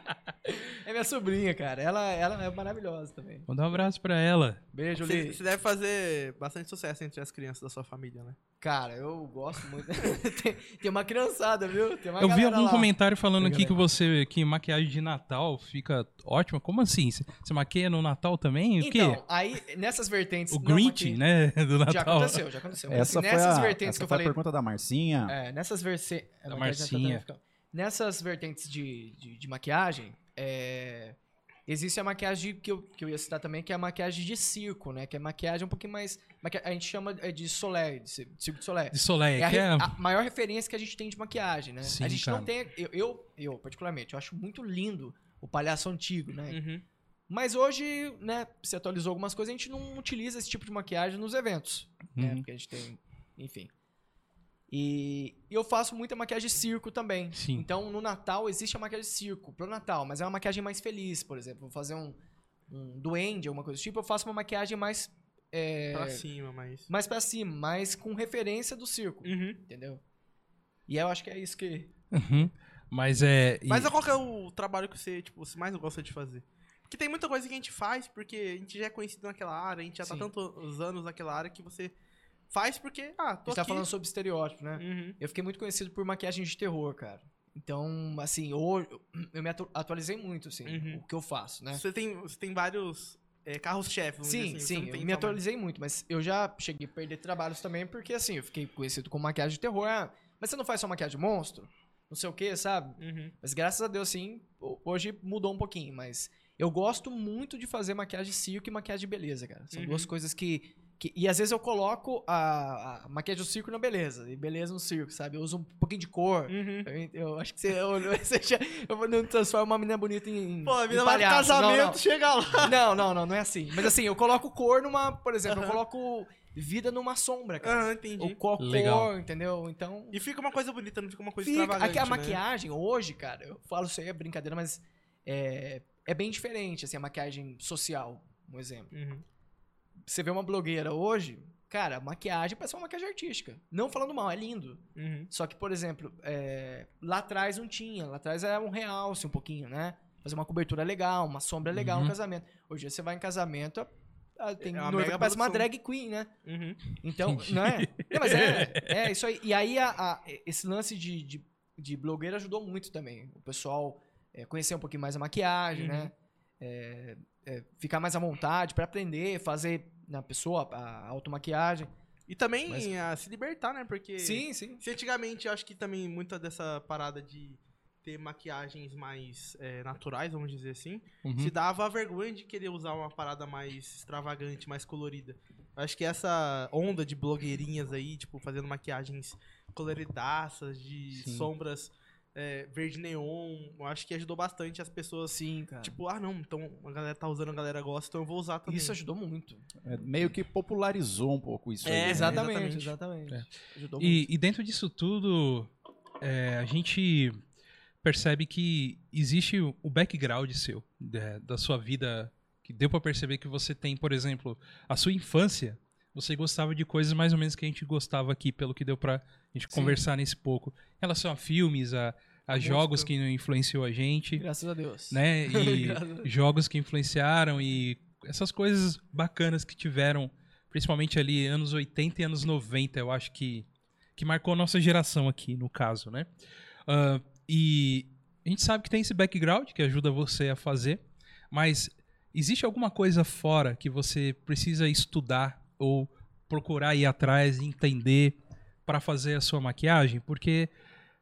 É minha sobrinha, cara. Ela, ela é maravilhosa também. Manda um abraço pra ela. Beijo, Você, Lívia. você deve fazer bastante sucesso entre as crianças da sua família, né? Cara, eu gosto muito. tem, tem uma criançada, viu? Tem uma Eu vi galera algum lá. comentário falando Tem aqui que galera. você que maquiagem de Natal fica ótima. Como assim? Você você maquia no Natal também? O Então, quê? aí, nessas vertentes. O não, Grinch, aqui- né? Do Já Natal. aconteceu, já aconteceu. Mas Essa foi, nessas a, vertentes essa que eu foi a falei. pergunta da Marcinha. É, nessas vertentes. Marcinha. Nessas vertentes de, de, de maquiagem, é, Existe a maquiagem que eu, que eu ia citar também, que é a maquiagem de circo, né? Que é maquiagem um pouquinho mais. maqui- A gente chama é, de solé, de cir- circo de solé. De Soleil, É a, que re- é... a maior referência que a gente tem de maquiagem, né? Sim, a gente não cara. tem. Eu, eu, eu, particularmente, eu acho muito lindo o palhaço antigo, né? Uhum. Mas hoje, né, se atualizou algumas coisas, a gente não utiliza esse tipo de maquiagem nos eventos. Né? Uhum. Porque a gente tem. Enfim. E eu faço muita maquiagem de circo também. Sim. Então, no Natal existe a maquiagem de circo, pro Natal, mas é uma maquiagem mais feliz, por exemplo. Vou fazer um, um duende, alguma coisa do tipo, eu faço uma maquiagem mais. é, Pra cima, mas. mais pra cima, mais com referência do circo, Uhum. entendeu? E eu acho que é isso que. Uhum. Mas é... e- Mas qual que é o trabalho que você, tipo, você mais gosta de fazer? Porque tem muita coisa que a gente faz, porque a gente já é conhecido naquela área, a gente já tá Sim. tantos anos naquela área que você faz porque, ah, tô A gente aqui. tá falando sobre estereótipo, né? Uhum. Eu fiquei muito conhecido por maquiagem de terror, cara. Então, assim, hoje eu me atu- atualizei muito, assim, Uhum. o que eu faço, né? Você, tem, você tem vários é, carros-chefes, vamos Sim, dizer assim. você sim, não tem eu me só mais- atualizei muito, mas eu já cheguei a perder trabalhos também, porque assim, eu fiquei conhecido como maquiagem de terror. Ah, mas você não faz só maquiagem de monstro? Não sei o que, sabe? Uhum. Mas graças a Deus, sim, ho- hoje mudou um pouquinho, mas eu gosto muito de fazer maquiagem de circo e maquiagem de beleza, cara. São Uhum. duas coisas que, que- E às vezes eu coloco a, a maquiagem do circo na beleza, e beleza no circo, sabe? Eu uso um pouquinho de cor. Uhum. Eu, eu acho que você olhou você já- eu não transformo uma menina bonita em. Pô, a em mina vai no Um palhaço. Não, casamento, não. chega lá. Não, não, não, não é assim. Mas assim, eu coloco cor numa. Por exemplo, eu coloco vida numa sombra, cara. Ah, Ou entendi. co- cor, Legal. entendeu? Então. E fica uma coisa bonita, não fica uma coisa Fica, extravagante, aqui é a né? maquiagem hoje, cara, eu falo isso aí, é brincadeira, mas é, é bem diferente, assim, a maquiagem social, um exemplo. Uhum. Você vê uma blogueira hoje, cara, a maquiagem parece uma maquiagem artística. Não falando mal, é lindo. Uhum. Só que, por exemplo, é, lá atrás não tinha. Lá atrás era um realce um pouquinho, né? Fazer uma cobertura legal, uma sombra legal, Uhum. um casamento. Hoje você vai em casamento, a- a- tem É uma noiva mega que parece uma produção. drag queen, né? Uhum. Então, Entendi. não é? Não, mas é, é isso aí. E aí, a- a- esse lance de, de, de blogueira ajudou muito também. O pessoal é, conhecer um pouquinho mais a maquiagem, Uhum. né? É, é, ficar mais à vontade pra aprender, fazer na pessoa a, a automaquiagem. E também Mas- a se libertar, né? Porque... Sim, sim. Se antigamente eu acho que também muita dessa parada de ter maquiagens mais é, naturais, vamos dizer assim, Uhum. se dava a vergonha de querer usar uma parada mais extravagante, mais colorida. Eu acho que essa onda de blogueirinhas aí, tipo, fazendo maquiagens coloridaças, de Sim. sombras é, verde neon, eu acho que ajudou bastante as pessoas. Sim, cara. Tipo, ah não, então a galera tá usando, a galera gosta, então eu vou usar também. isso ajudou muito. É, meio que popularizou um pouco isso É, aí. né? exata- exatamente, exatamente. exatamente. Ajudou muito. É. E, e dentro disso tudo, é, a gente percebe que existe o background seu, da- da sua vida, que deu pra perceber que você tem, por exemplo, a sua infância, você gostava de coisas mais ou menos que a gente gostava aqui, pelo que deu pra gente conversar nesse pouco. Em relação a filmes, a, a jogos que influenciou a gente, Graças a Deus. né? E Graças a Deus. jogos que influenciaram e essas coisas bacanas que tiveram, principalmente ali anos 80 e anos 90, eu acho que que marcou a nossa geração aqui, no caso, né? Ah, e a gente sabe que tem esse background que ajuda você a fazer, mas existe alguma coisa fora que você precisa estudar ou procurar ir atrás e entender para fazer a sua maquiagem? Porque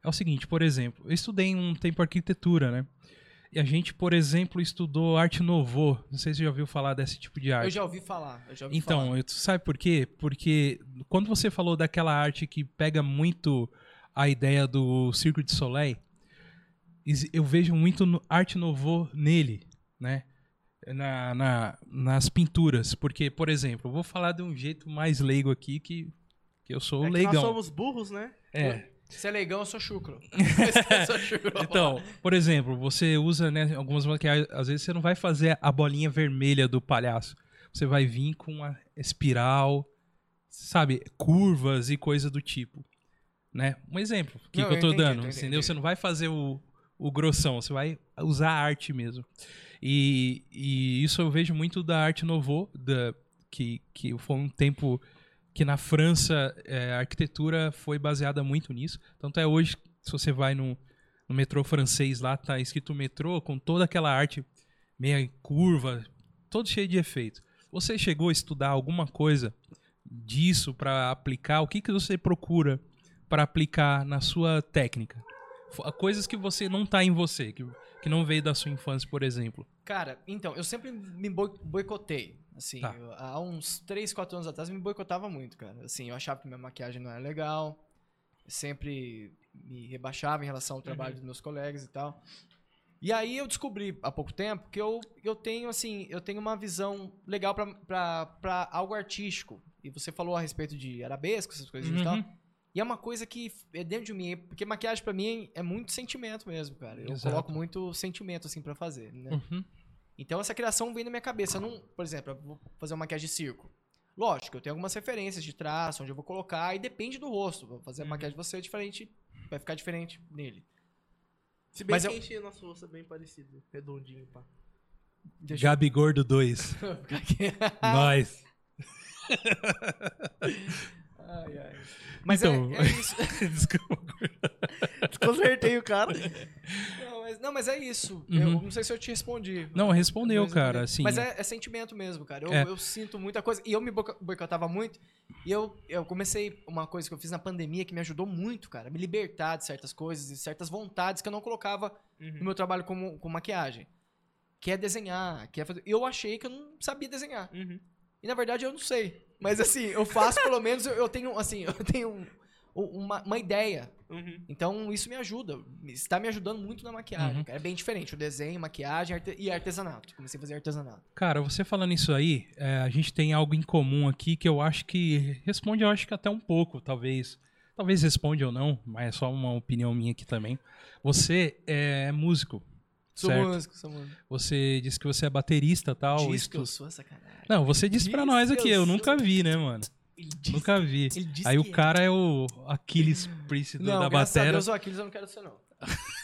é o seguinte, por exemplo, eu estudei um tempo arquitetura, né? E a gente, por exemplo, estudou arte novo. Não sei se você já ouviu falar desse tipo de arte. Eu já ouvi falar. Eu já ouvi falar. Então, eu- tu sabe por quê? Porque quando você falou daquela arte que pega muito a ideia do Circo de Soleil, is- eu vejo muito no- arte novo nele, né? Na, na- nas pinturas. Porque, por exemplo, eu vou falar de um jeito mais leigo aqui que, que eu sou É que leigão. nós somos burros, né? É. Se é leigão, eu sou chucro. eu sou chucro. Então, por exemplo, você usa né, algumas maquiagens. Às vezes você não vai fazer a bolinha vermelha do palhaço. Você vai vir com uma espiral, sabe? Curvas e coisa do tipo. Né? Um exemplo que, Não, que eu eu tô entendi, dando, entendi, entendeu? entendi. Você não vai fazer o, o grossão, você vai usar a arte mesmo. E, e isso eu vejo muito da arte novo, da, que, que foi um tempo que na França é, a arquitetura foi baseada muito nisso. Tanto é hoje, se você vai no, no metrô francês lá, tá escrito metrô com toda aquela arte meia em curva, todo cheio de efeito. Você chegou a estudar alguma coisa disso para aplicar? O que, que você procura para aplicar na sua técnica? F- Coisas que você não tá em você, que, que não veio da sua infância, por exemplo. Cara, então, eu sempre me boi- boicotei. Assim, Tá. eu- há uns 3, 4 anos atrás eu me boicotava muito, cara. Assim, eu achava que minha maquiagem não era legal. eu Sempre me rebaixava em relação ao trabalho Uhum. dos meus colegas e tal. E aí eu descobri há pouco tempo que eu, eu tenho, assim, eu tenho uma visão legal pra- pra pra algo artístico. E você falou a respeito de arabesco, essas coisas e tal. Uhum. E é uma coisa que é dentro de mim, porque maquiagem pra mim é muito sentimento mesmo, cara. Eu Exato. coloco muito sentimento assim pra fazer, né? Uhum. Então essa criação vem na minha cabeça. Eu não, por exemplo, eu vou fazer uma maquiagem de circo. Lógico, eu tenho algumas referências de traço, onde eu vou colocar, e depende do rosto. Vou fazer a Uhum. maquiagem de você é diferente, vai ficar diferente nele. Se bem Mas que eu- a gente, nosso rosto é bem parecido. Redondinho, pá. Deixa Gabi Gordo 2. eu ficar aqui. Nós. Ai, ai. Mas Então- é, é isso. Desculpa. Desconcertei o cara. Não, mas, não, mas é isso. Uhum. Eu não sei se eu te respondi. Não, respondeu, Mas- cara. Assim, Mas é, é sentimento mesmo, cara. Eu, É. eu sinto muita coisa. E eu me boico- boicotava muito. E eu, eu comecei uma coisa que eu fiz na pandemia que me ajudou muito, cara. Me libertar de certas coisas e certas vontades que eu não colocava Uhum. no meu trabalho como, com maquiagem. Que é desenhar, que é fazer... Eu achei que eu não sabia desenhar. Uhum. E na verdade eu não sei. Mas assim, eu faço pelo menos, eu, eu tenho, assim, eu tenho um- um- uma, uma ideia. Uhum. Então isso me ajuda. Está me ajudando muito na maquiagem, Uhum. cara. É bem diferente. O desenho, maquiagem arte- e artesanato. Comecei a fazer artesanato. Cara, você falando isso aí, é, a gente tem algo em comum aqui que eu acho que responde, eu acho que até um pouco, talvez. Talvez responde ou não, mas é só uma opinião minha aqui também. Você é músico. Sou certo? músico, sou músico. Você disse que você é baterista tal. Diz que eu estu- sou sacanagem. Não, você disse pra Diz nós que aqui, eu eu sou. nunca vi, né, mano? Ele diz, Nunca vi. ele diz Aí que o é. cara é o Aquiles Prince do- Não, da graças a batera. Deus, o Aquiles eu não quero ser, não.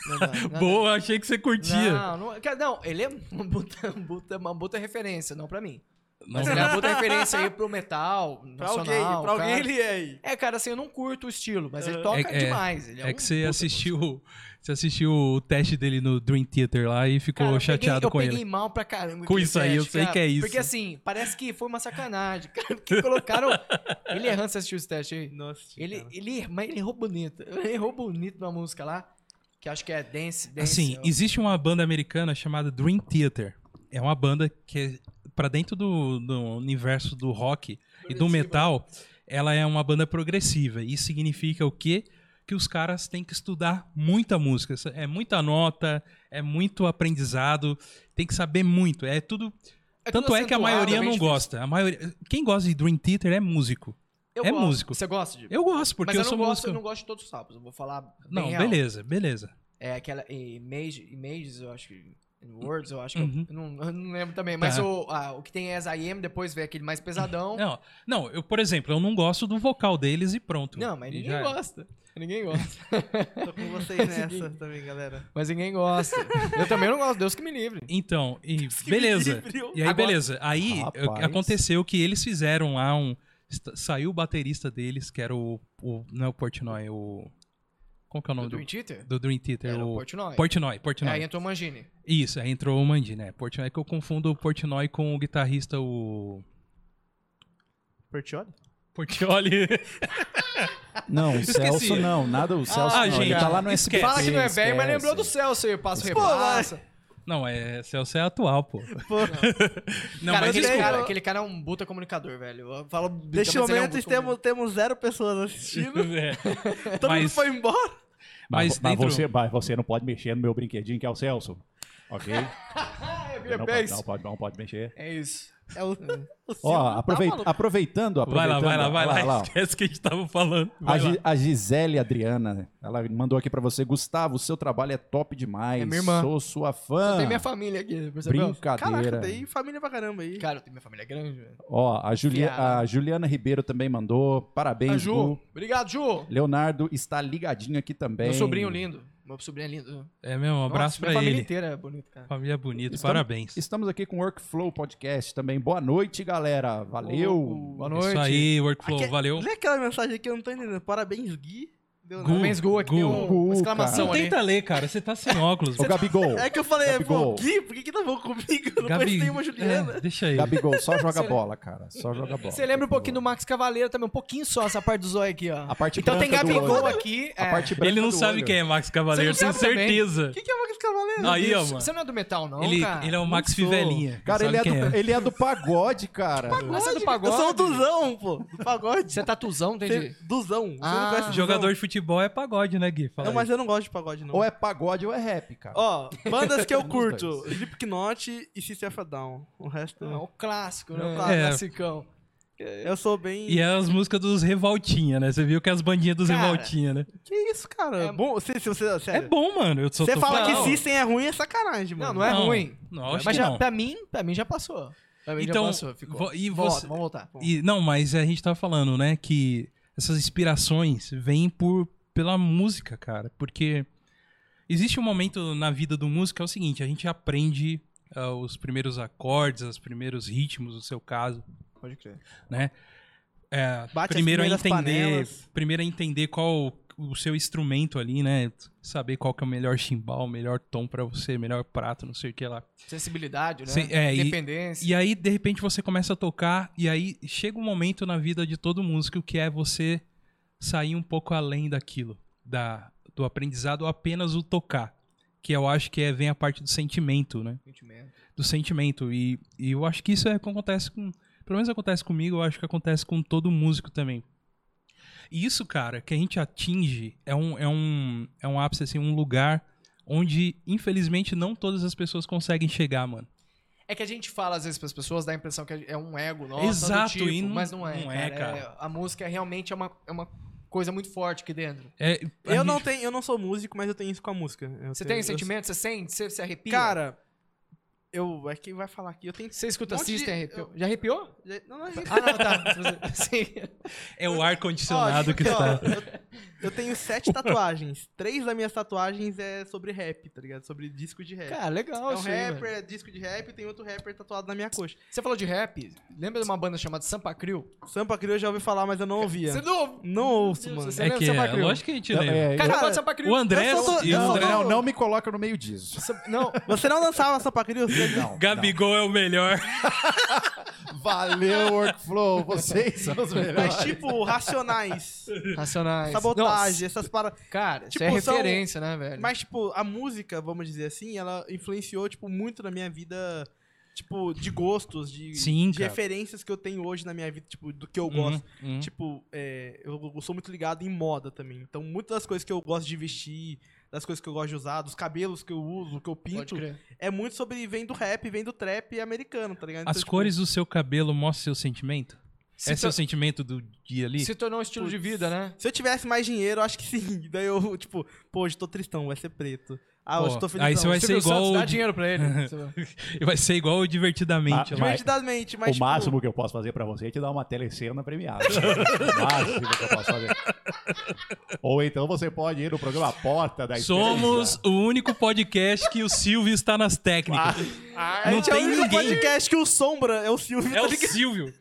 não, dá, não dá. Boa, achei que você curtia. Não, não, cara, não, ele é uma puta, uma puta- uma puta referência, não pra mim. Não, Mas ele é uma puta referência aí pro metal, Pra nacional. alguém, pra alguém cara. ele é aí. É, cara, assim, eu não curto o estilo, mas ele É- toca é- demais. Ele é, É que você um puta- assistiu, você assistiu o teste dele no Dream Theater lá e ficou Cara, eu peguei- chateado com eu ele. peguei mal pra caramba. Com aquele isso aí, eu teste, sei cara, que é isso. Porque assim, parece que foi uma sacanagem, cara, porque colocaram... Ele errando, você assistiu esse teste aí? Nossa, Ele, ele, mas ele errou bonito. Ele errou bonito na música lá, que acho que é Dance, Dance. Assim, eu- existe uma banda americana chamada Dream Theater. É uma banda que, é pra dentro do, do universo do rock e né? do metal, ela é uma banda progressiva. Isso significa o quê? Que os caras têm que estudar muita música. Essa- É muita nota, é muito aprendizado, tem que saber muito. É tudo. tudo tanto é que a acentuado, tipo, maioria bem não difícil. gosta. A maioria, quem gosta de Dream Theater é músico. Eu é gosto. músico. Você gosta de? Eu gosto, porque mas eu, eu sou não gosto, músico. eu não gosto de todos os sapos. Eu vou falar bem Não, real. beleza, beleza. É aquela eh, Image, Images, eu acho que In Words, eu acho que Uhum. eu, não, eu não lembro também, mas Tá. o, ah, o que tem é as IM, depois vem aquele mais pesadão. Não, Não, não, eu, por exemplo, eu não gosto do vocal deles e pronto. mas E ninguém já era. gosta. Ninguém gosta. Tô com vocês nessa também, galera. mas ninguém gosta. Eu também não gosto, Deus que me livre. Então, e beleza. E aí, Agora- beleza. Aí eu- Rapaz. aconteceu que eles fizeram lá um. sta- Saiu o baterista deles, que era o. o- não é o Portnoy, o. Qual que é o Do nome do, Dream Theater? do Dream Theater? Era o o Portnoy. É, Portnoy, Portnoy. Aí entrou o Mangini. Isso, aí entrou o Mandy, né? Portnoy é que eu confundo o Portnoy com o guitarrista, o. Pertioli? Portioli. Não, o Esqueci. Celso não, nada o Celso Ah, não. Ele gente, tá lá no esquece. SBT. Fala que não é velho, mas lembrou do esquece. Celso aí, o passo Pô, repassa. não, é Celso é atual, pô. Não, cara, mas aquele desculpa. cara, aquele cara é um puta comunicador, velho. Eu falo, Neste mas ele é um momento, puta temos, temos zero pessoas assistindo. É. Todo mundo Mas- foi embora. Mas mas dentro- você, mas você não pode mexer no meu brinquedinho, que é o Celso. Ok? comunicador. Ah, eu vi, não, é pode, isso. não, pode, não pode mexer. É isso. É o, o Ó, Silvio tá aproveit- maluco. aproveitando, aproveitando. Vai lá, vai lá, ó, vai lá. ó, ó. Esquece que a gente tava falando. A, Vai lá. Gi- a Gisele Adriana, ela mandou aqui pra você. Gustavo, seu trabalho é top demais. É minha irmã. Sou sua Só fã. Ah. tem minha família aqui, percebeu? Brincadeira. Caraca, tem família pra caramba aí. Cara, eu tenho minha família grande, velho. Ó, a, Juli- Piada. a Juliana Ribeiro também mandou. A Parabéns, Ah, Ju, Ju. obrigado, Ju. Leonardo está ligadinho aqui também. Meu sobrinho lindo. Meu sobrinho é lindo. É mesmo, um abraço Nossa, minha pra família ele. inteira é bonita, cara. Família bonita, Estamos- parabéns. Estamos aqui com o Workflow Podcast também. Boa noite, galera. Valeu. Ô, Boa noite. Isso aí, workflow, Aque- valeu. Lê aquela mensagem aqui, eu não tô entendendo. Parabéns, Gui. Deu Gu. nada. Men's Go aqui Gu. tem um- Gu, uma exclamação Não ali. tenta ler, cara. Você tá sem óculos. Ô, Gabigol, É que eu falei, é, pô, Gabigol. Gui, por que que tá bom comigo? Eu não Gabi- conheço nenhuma Juliana. É, deixa aí. Gabigol, só joga bola, cara. Só joga bola. Você lembra um pouquinho do Max Cavaleiro também, um pouquinho só, essa parte do zóio aqui, ó. A parte Então tem branca do Gabigol olho. aqui. A é. parte branca Ele não do sabe olho. quem é Max Cavaleiro, eu Você não tenho sabe também? certeza. O que, que é o Max Cavaleiro? Meu Aí, ó, Deus, mano. Você não é do metal, não, ele, cara. ele é o Max sou. Fivelinha. Cara, ele é, Sabe quem do, ele é do pagode, cara. Mas você é do pagode. Eu sou o Duzão, pô. Do pagode. Você tá tuzão, Você- é entendi. Duzão. Você Ah. não conhece Duzão? Jogador de futebol é pagode, né, Gui? Fala Não, aí. mas eu não gosto de pagode, não. Ou é pagode ou é rap, cara. Ó, bandas que eu curto. dois. Slipknot e Sister of a Down. O resto, É não. o clássico, né? O É. clássico, classicão. Eu sou bem... E é as músicas dos Revoltinha, né? Você viu que é as bandinhas dos Cara, Revoltinha, né? Que isso, cara? É- Bom, se, se você... É Sério. bom, mano. Eu só Você tô fala falando. Não. que System é ruim, é sacanagem, mano. Não, não é Não, ruim. não, acho Mas que já, tá- não. pra mim, pra mim já passou. Pra mim Então, já passou, ficou. vo- e Volta, você- vamos voltar. E, não, mas a gente tava falando, né, que essas inspirações vêm por, pela música, cara. Porque existe um momento na vida do músico que é o seguinte, a gente aprende ah, os primeiros acordes, os primeiros ritmos, no seu caso. Pode crer. É, Bate as primeiro a primeiras entender, panelas. primeiro a entender qual o seu instrumento ali, né? Saber qual que é o melhor chimbal, o melhor tom pra você, melhor prato, não sei o que lá. Sensibilidade, né? Sim, é, e- Independência. E aí, de repente, você começa a tocar, e aí chega um momento na vida de todo músico que é você sair um pouco além daquilo, da, do aprendizado, apenas o tocar. Que eu acho que é, vem a parte do sentimento, né? Sentimento. Do sentimento. E, e eu acho que isso é o que acontece com. Pelo menos acontece comigo, eu acho que acontece com todo músico também. E isso, cara, que a gente atinge é um, é um, é um ápice, assim, um lugar onde, infelizmente, não todas as pessoas conseguem chegar, mano. É que a gente fala às vezes pras pessoas, dá a impressão que é um ego nosso, Exato, do tipo, e não- mas não é, não é, cara. a música realmente é uma, é uma coisa muito forte aqui dentro. É, a Eu não gente- tenho, eu não sou músico, mas eu tenho isso com a música. Eu Você tenho- tem eu- sentimento, você sente, você se arrepia? Cara, eu... É que vai falar aqui. Eu tenho... você escuta, um monte assiste, de- arrepiou? Já arrepiou? Não, não é isso. Ah, não, tá. Sim. É o Ó, ar-condicionado gente, que tá. ó, está. eu- Eu tenho sete tatuagens. Três das minhas tatuagens é sobre rap, tá ligado? Sobre disco de rap. Cara, legal é um isso aí, rapper, velho. é disco de rap, e tem outro rapper tatuado na minha coxa. Você falou de rap, lembra de uma banda chamada Sampa Crew? Sampa Crio eu já ouvi falar, mas eu não ouvia. Você não... Não Meu ouço, Deus, mano. você- É lembra que do é, Sapacril? lógico que a gente Não, lembra. é, Cara, eu- eu gosto de Sampa Crew. O André eu sou do- e o não, André- não, não me coloca no meio disso. Sam- Não, Você não dançava Sampa Crio? Você- Não, Gabigol é o melhor. não. Valeu, Workflow. Vocês são os É melhores. Mas tipo, Racionais, Racionais. Sabotagem, essas paradas. Não, cara, isso Tipo, é são- referência, né, velho? Mas tipo, a música, vamos dizer assim, ela influenciou, tipo, muito na minha vida... Tipo, de gostos, de, Sim, de cara. referências que eu tenho hoje na minha vida, tipo, do que eu gosto. Uhum, uhum. Tipo, é, eu, eu sou muito ligado em moda também. Então, muitas das coisas que eu gosto de vestir, das coisas que eu gosto de usar, dos cabelos que eu uso, que eu Pode pinto, crer. é muito sobre. Vem do rap, vem do trap americano, tá ligado? As Então, cores do seu cabelo mostram seu sentimento? Se é seu to- sentimento do dia ali? Se tornou um estilo de Putz. vida, né? Tipo, se eu tivesse mais dinheiro, eu acho que sim. Daí eu, tipo, pô, hoje tô tristão, vai ser preto. Ah, hoje Ó, tô aí feliz. você vai- ser Silvio igual Santos, o dá de- dinheiro pra ele. Vai ser igual o divertidamente. Ah, ó. vai. Divertidamente, mas. O tipo, máximo que eu posso fazer pra você é te dar uma telecena premiada. o máximo que eu posso fazer. Ou então você pode ir no programa Porta da Somos Esperança. o único podcast que o Silvio está nas técnicas. a não gente é o tem único ninguém. podcast que o Sombra é o Silvio. É tá o ligado? Silvio.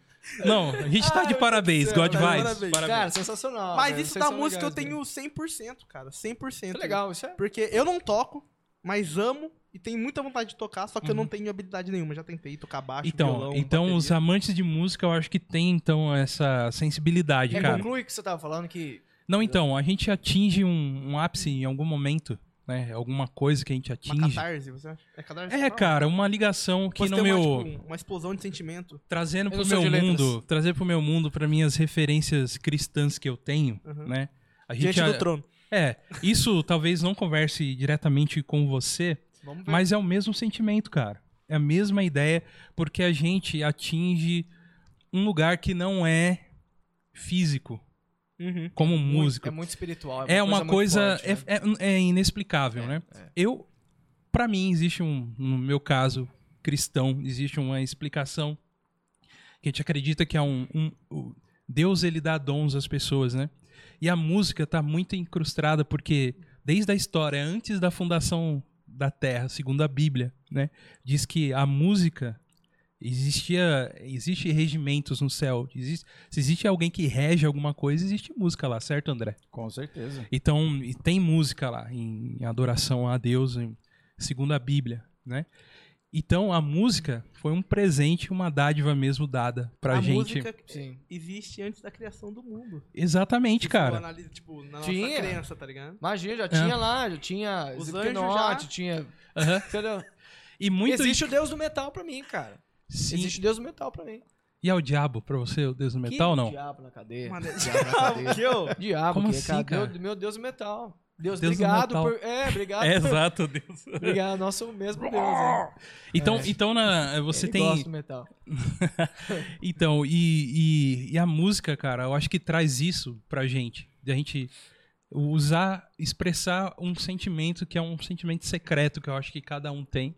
Não, a gente tá de parabéns, God tá de vibes. parabéns. Cara, sensacional. né? Mas velho. isso Vocês da são música eu legais, tenho 100%, cara. 100%. velho. Tá legal, isso é. Porque eu não toco, mas amo e tenho muita vontade de tocar, só que eu não tenho habilidade nenhuma. Já tentei tocar baixo, Uhum. Então, violão, então bateria. os amantes de música eu acho que tem então essa sensibilidade, É, cara. conclui o que você tava falando que. Não, então, a gente atinge um, um ápice em algum momento, né? Alguma coisa que a gente Uma atinge. catarse, você acha? É catarse? É, Não. cara, uma ligação que Você no tem meu. Uma, tipo, uma explosão de sentimento. trazendo Eu pro não sou meu de letras. mundo, trazer pro meu mundo, pra minhas referências cristãs que eu tenho, Uhum. né? A gente. Diante a- do trono. É, isso talvez não converse diretamente com você, Vamos ver. mas é o mesmo sentimento, cara. É a mesma ideia, porque a gente atinge um lugar que não é físico, Uhum. como um Muito- músico. É muito espiritual. É uma coisa, muito forte, né? é, é- é inexplicável, É, né? é. Eu, pra mim, existe um, no meu caso cristão, existe uma explicação que a gente acredita que é um, um- o- Deus ele dá dons às pessoas, né? E a música tá muito incrustada porque desde a história, antes da fundação da Terra, segundo a Bíblia, né, diz que a música Existia, existe regimentos no céu. Existe, se existe alguém que rege alguma coisa, existe música lá, certo, André? Com certeza. Então, e tem música lá em, em adoração a Deus, em- segundo a Bíblia, né? Então, a música foi um presente, uma dádiva mesmo dada pra a gente. música né? Sim. existe antes da criação do mundo. Exatamente, Se for cara. análise, tipo, na Tinha. nossa crença, tá ligado? Imagina, É. já tinha lá, já tinha Os Slipknot, anjos já. tinha... Aham. Entendeu? E muito Existe o Deus do Metal pra mim, cara. Sim. Existe o Deus do Metal pra mim. E é o diabo pra você, o Deus do Que metal ou não? diabo na cadeia. Mano, Diabo, que eu? Diabo, Como que, é, assim, cara? cara? Meu, meu Deus do metal. Deus, Deus do obrigado metal. por. É, obrigado. É, por- exato, Deus. Obrigado, é nosso mesmo Deus. Né? Então, É. então na- você Ele tem. gosta do metal. Então, e, e, e a música, cara, eu acho que traz isso pra gente. De a gente usar, expressar um sentimento que é um sentimento secreto que eu acho que cada um tem.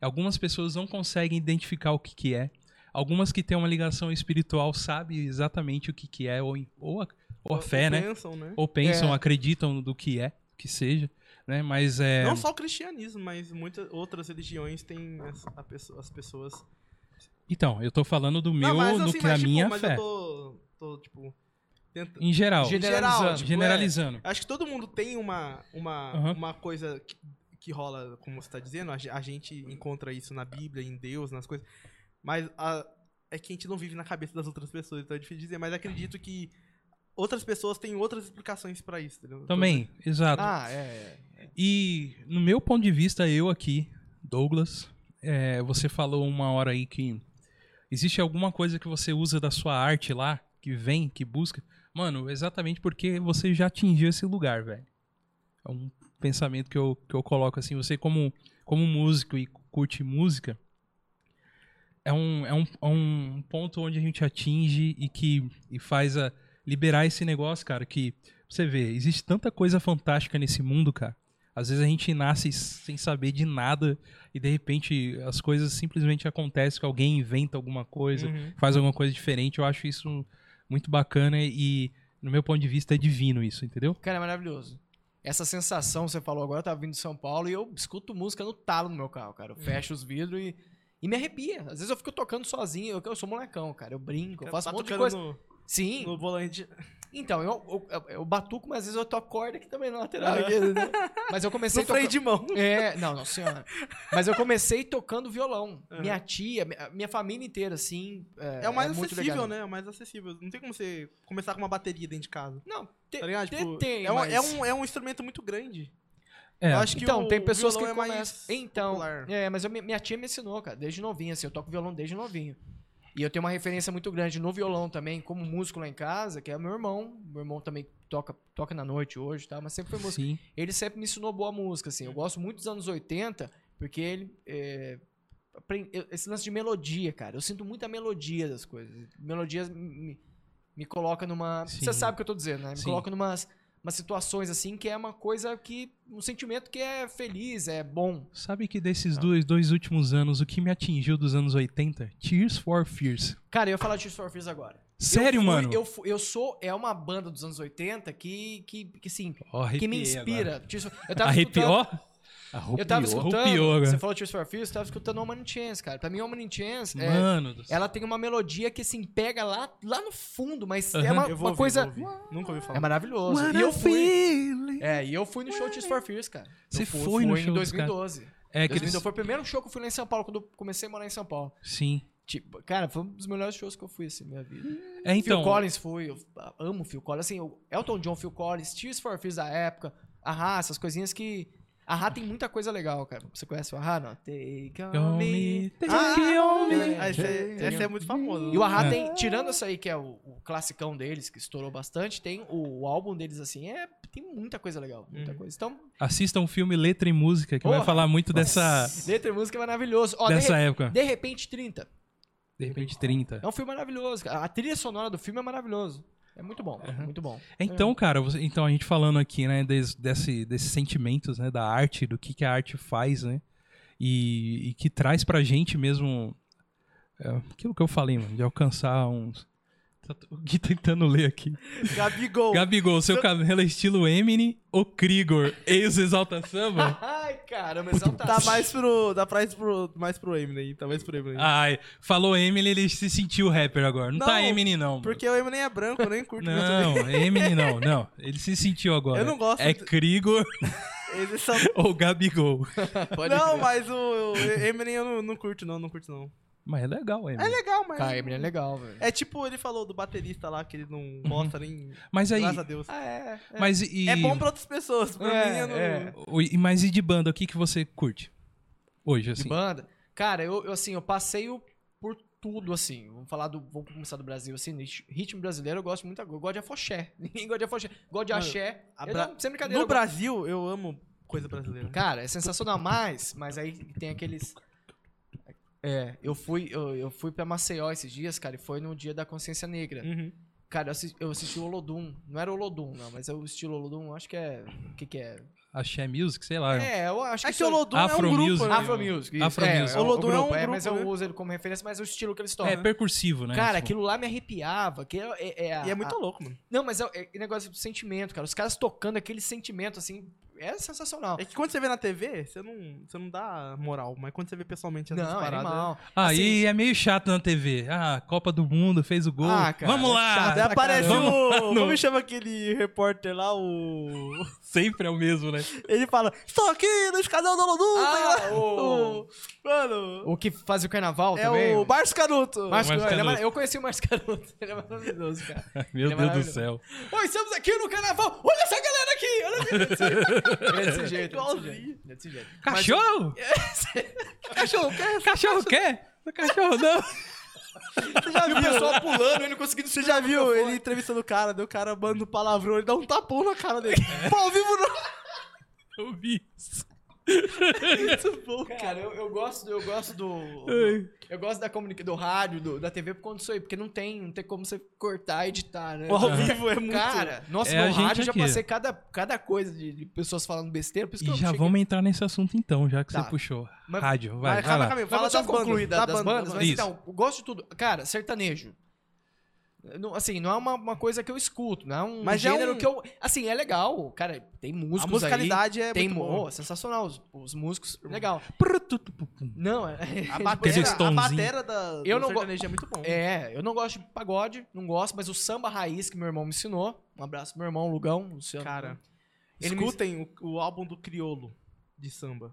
Algumas pessoas não conseguem identificar o que, que é. Algumas que têm uma ligação espiritual sabem exatamente o que, que é, ou, em- ou, a, ou a fé, né? Pensam, né? Ou pensam, É. acreditam do que é, que seja, né? Mas é. Não só o cristianismo, mas muitas outras religiões têm as, a pesso- as pessoas. Então, eu tô falando do meu, não, mas, do assim, que é mas, a tipo, minha mas fé. eu tô, tô tipo, tentando... Em geral, Generalizando. geral, tipo, generalizando. Acho que todo mundo tem uma, uma, Aham. uma coisa que, que rola, como você tá dizendo. A, ge- a gente encontra isso na Bíblia, em Deus, nas coisas. Mas a- é que a gente não vive na cabeça das outras pessoas, então é difícil dizer. Mas acredito que outras pessoas têm outras explicações pra isso, entendeu? Então, assim, Também, exato. Ah, é. é. E no meu ponto de vista, eu aqui, Douglas, é, você falou uma hora aí que existe alguma coisa que você usa da sua arte lá, que vem, que busca. Mano, exatamente porque você já atingiu esse lugar, velho. É um pensamento que eu, que eu coloco assim, você como, como músico e curte música, é um, é, um, é um ponto onde a gente atinge e que e faz a liberar esse negócio, cara, que você vê, existe tanta coisa fantástica nesse mundo, cara. Às vezes a gente nasce sem saber de nada e de repente as coisas simplesmente acontecem, que alguém inventa alguma coisa, Uhum. faz alguma coisa diferente. Eu acho isso muito bacana e, no meu ponto de vista, é divino isso, entendeu? Cara, é maravilhoso. Essa sensação que você falou agora, eu tava vindo de São Paulo e eu escuto música no talo no meu carro, cara. Eu Hum. fecho os vidros e, e me arrepia. Às vezes eu fico tocando sozinho, eu, eu sou molecão, cara. Eu brinco, eu faço Tá um monte de tocando coisa. no, Sim, no volante. então, eu, eu, eu batuco, mas às vezes eu toco corda aqui também na lateral. aqui, né? Mas eu Ah. comecei No freio de mão. É, não, não, senhora. Mas eu comecei tocando violão. Aham. Minha tia, mi- minha família inteira, assim. É, É o mais é muito acessível, legal. né? É o mais acessível. Não tem como você começar com uma bateria dentro de casa. Não, te- Tá ligado? te- Tipo, tem. é, um, mas- é, um, é um instrumento muito grande. É. Eu acho que Então, o tem pessoas que violão é começam. mais então, popular. é, mas eu- mi- minha tia me ensinou, cara, desde novinho, assim. Eu toco violão desde novinho. E eu tenho uma referência muito grande no violão também, como músico lá em casa, que é meu irmão. Meu irmão também toca, toca na noite hoje, tá? Mas sempre foi músico. Sim. ele sempre me ensinou boa música, assim. Eu gosto muito dos anos 80, porque ele. é, apren- eu- esse lance de melodia, cara. Eu sinto muita melodia das coisas. Melodias me- me, me coloca numa. Sim. Você sabe o que eu tô dizendo, né? Me Sim. coloca numas umas situações assim que é uma coisa que. um sentimento que é feliz, é bom. Sabe que desses Tá. dois, dois últimos anos, o que me atingiu dos anos 80? Tears for Fears. Cara, eu ia falar de Tears for Fears agora. Sério, Eu fui- mano? Eu, fui- eu sou. É uma banda dos anos 80 que. que, que assim. Ó, Que arrepiei agora. me inspira. Tears for- Eu tava escutando- Arrepiou? Eu tava escutando. Arrupiou agora. Você falou Tears for Fears, eu tava escutando Woman in Chains, cara. Pra mim, Woman in Chains, é, Mano do céu. ela tem uma melodia que assim, pega lá, lá no fundo, mas é Aham. uma, Eu uma vou ouvir, coisa. vou ouvir. Nunca ouvi falar. É maravilhoso. What e eu a fui. feeling. É, e eu fui no show Tears for Fears, cara. Eu Você fui, foi no fui show em dos 2012. É que eles... 2012 foi o primeiro show que eu fui lá em São Paulo, quando eu comecei a morar em São Paulo. Sim. Tipo, cara, foi um dos melhores shows que eu fui assim, na minha vida. É, então... Phil Collins foi, eu amo Phil Collins, assim, eu- Elton John, Phil Collins, Tears for Fears da época, Ahá, essas coisinhas que. Ahá tem muita coisa legal, cara. Você conhece o Ahá? Não. Take on Don't me. me take Ah, on né? me. ah, esse, é, Tem esse é muito famoso. E o Ahá É. tem, tirando essa aí que é o, o classicão deles, que estourou bastante, tem o, o álbum deles assim, é, tem muita coisa legal, muita Uhum. coisa. Então, Assista um filme Letra e Música, que vai Porra. falar muito dessa, letra e música é maravilhoso. Ó, de dessa re- época. de repente 30. De repente 30. É um filme maravilhoso, cara. A trilha sonora do filme é maravilhoso. É muito bom, é muito bom. Então, cara, você- então a gente falando aqui, né, des- desse, desses sentimentos, né, da arte, do que, que a arte faz, né, e, e que traz pra gente mesmo é, aquilo que eu falei, mano, de alcançar uns... Tá t- O Gui tentando ler aqui. Gabigol. Gabigol, seu cabelo é estilo Eminem ou Krigor? Ex-exalta samba? Ai, Caramba, exaltado. Tá mais pro. Tá mais pro, mais pro Eminem. Tá mais pro Eminem. Ai, falou Eminem, ele se sentiu rapper agora. Não, Não, tá Eminem, não. mano. Porque o Eminem é branco, eu nem curto muito dele. Não, Eminem não, não. Ele se sentiu agora. Eu não gosto É de- Krigor Eles são. ou Gabigol. Pode Não, crer. mas o o Eminem eu não, não curto, não, não curto, não. Mas é legal, É Eminem. legal, mas. Cara, Eminem é legal, velho. É tipo ele falou do baterista lá, que ele não gosta nem. Mas aí. Graças a Deus. Ah, é. é. Mas e. É bom pra outras pessoas, pra É, mim eu não. é. o- e- Mas e de banda, o que, que você curte? Hoje, De assim. banda. Cara, eu, eu, assim, eu passeio por tudo, assim. Vamos falar do. Vamos começar do Brasil, assim. rit- Ritmo brasileiro eu gosto muito. Eu gosto de afoxé. Ninguém gosta de afoxé. Gosto de Mano, axé. a Eu Bra- não, sem brincadeira. No eu gosto- Brasil, eu amo coisa brasileira. Cara, é sensacional mais, mas aí tem aqueles. É, eu fui, eu, eu fui pra Maceió esses dias, cara, e foi no dia da consciência negra. Uhum. Cara, eu assisti, eu assisti o Olodum. Não era o Olodum, não, mas é o estilo Olodum, acho que é. O que, que é? Axé Music, sei lá. É, eu acho É que que o Lodum é Afro um grupo, Music. né? Afro Music. isso, Afro é, Music. É, o Olodum grupo, é um é, grupo, mas né? eu uso ele como referência, mas é o estilo que eles tomam. É percursivo, né? Cara, Tipo, aquilo lá me arrepiava. Que é, é, a- E é muito a- louco, mano. Não, mas é, é, é negócio do sentimento, cara. Os caras tocando aquele sentimento, assim, é sensacional. É que quando você vê na TV, você não, você não dá moral, mas quando você vê pessoalmente essas não, é paradas. animal. Aí assim- é meio chato na TV. Ah, Copa do Mundo, fez o gol. Ah, cara, Vamos é lá! chato, Até Ah, aparece caramba. o. Não. Como chama aquele repórter lá, o. Sempre é o mesmo, né? Ele fala, estou aqui no escadão do Lodum! tá Ah, o- o... Mano, O que faz o carnaval é também. o Márcio Canuto! Márcio O Márcio Canuto. Ele é Canuto. mar- Eu conheci o Márcio Canuto. Ele é maravilhoso, cara. Meu Ele é Deus do maravilhoso. céu. Oi, estamos aqui no carnaval. Olha essa galera aqui. Olha essa galera. Ele é desse jeito. ele é desse jeito, ele é desse jeito. Cachorro? Cachorro, É, quer? Cachorro quer? Cachorro não. Você já E o viu? pessoal pulando, ele não conseguindo Você se já viu ele entrevistando o cara, daí o cara manda um palavrão, ele dá um tapão na cara dele. É. Pô, ao vivo não! Eu vi isso. Muito bom. Cara, eu, eu gosto, do- eu gosto do, Ai. eu gosto da comunica, do rádio, do- da TV por conta disso aí, porque não tem, não tem como você cortar, editar, né? O ao vivo é muito. Cara, nossa, É a meu gente rádio eu já aqui. passei cada, cada coisa de, de pessoas falando besteira, por isso que E eu já cheguei- vamos entrar nesse assunto então, já que Tá. você puxou. Mas- Rádio, vai, Vai, vai calma, lá. calma, Fala fala só das bandas. concluir da- da das banda, bandas, da mas Isso. então, eu gosto de tudo. Cara, sertanejo. Não- assim, não é uma, uma coisa que eu escuto, não é um Mas já é gênero um- que eu. Assim, é legal. Cara, tem músicos A musicalidade aí. é Tem muito mo- boa. oh, sensacional. Os, os músicos, legal. Prututupupum. Não, é. A Aqueles batera, a tonzinhos. batera da Eu do não go- sertanejo é muito bom. É, eu não gosto de pagode, não gosto, mas o samba raiz que meu irmão me ensinou. Um abraço pro meu irmão, Lugão, Luciano. Cara, Ele me- Então, escutem o, o álbum do Criolo de samba.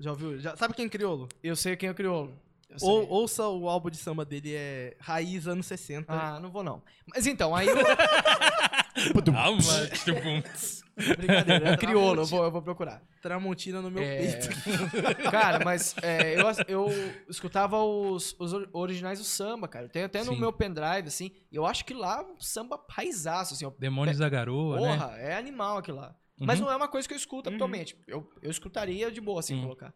Já ouviu? Já, sabe quem é Criolo? Eu sei quem é o crioulo. Eu sei. Ou, ouça o álbum de samba dele, é Raiz anos 60. Ah, não vou não. Mas então, aí. Calma, tipo, Eu... Brincadeira, crioulo, eu vou, eu vou procurar. Tramontina no meu É. peito. Cara, mas é, eu, eu escutava os, os or- originais do samba, cara. Eu tenho até no Sim. meu pendrive, assim. E eu acho que lá é um samba raizaço, assim. ó. Demônios da Garoa, né? Porra, é animal aquilo lá. Mas Uhum. não é uma coisa que eu escuto atualmente. Eu, eu escutaria de boa, assim, Uhum. colocar.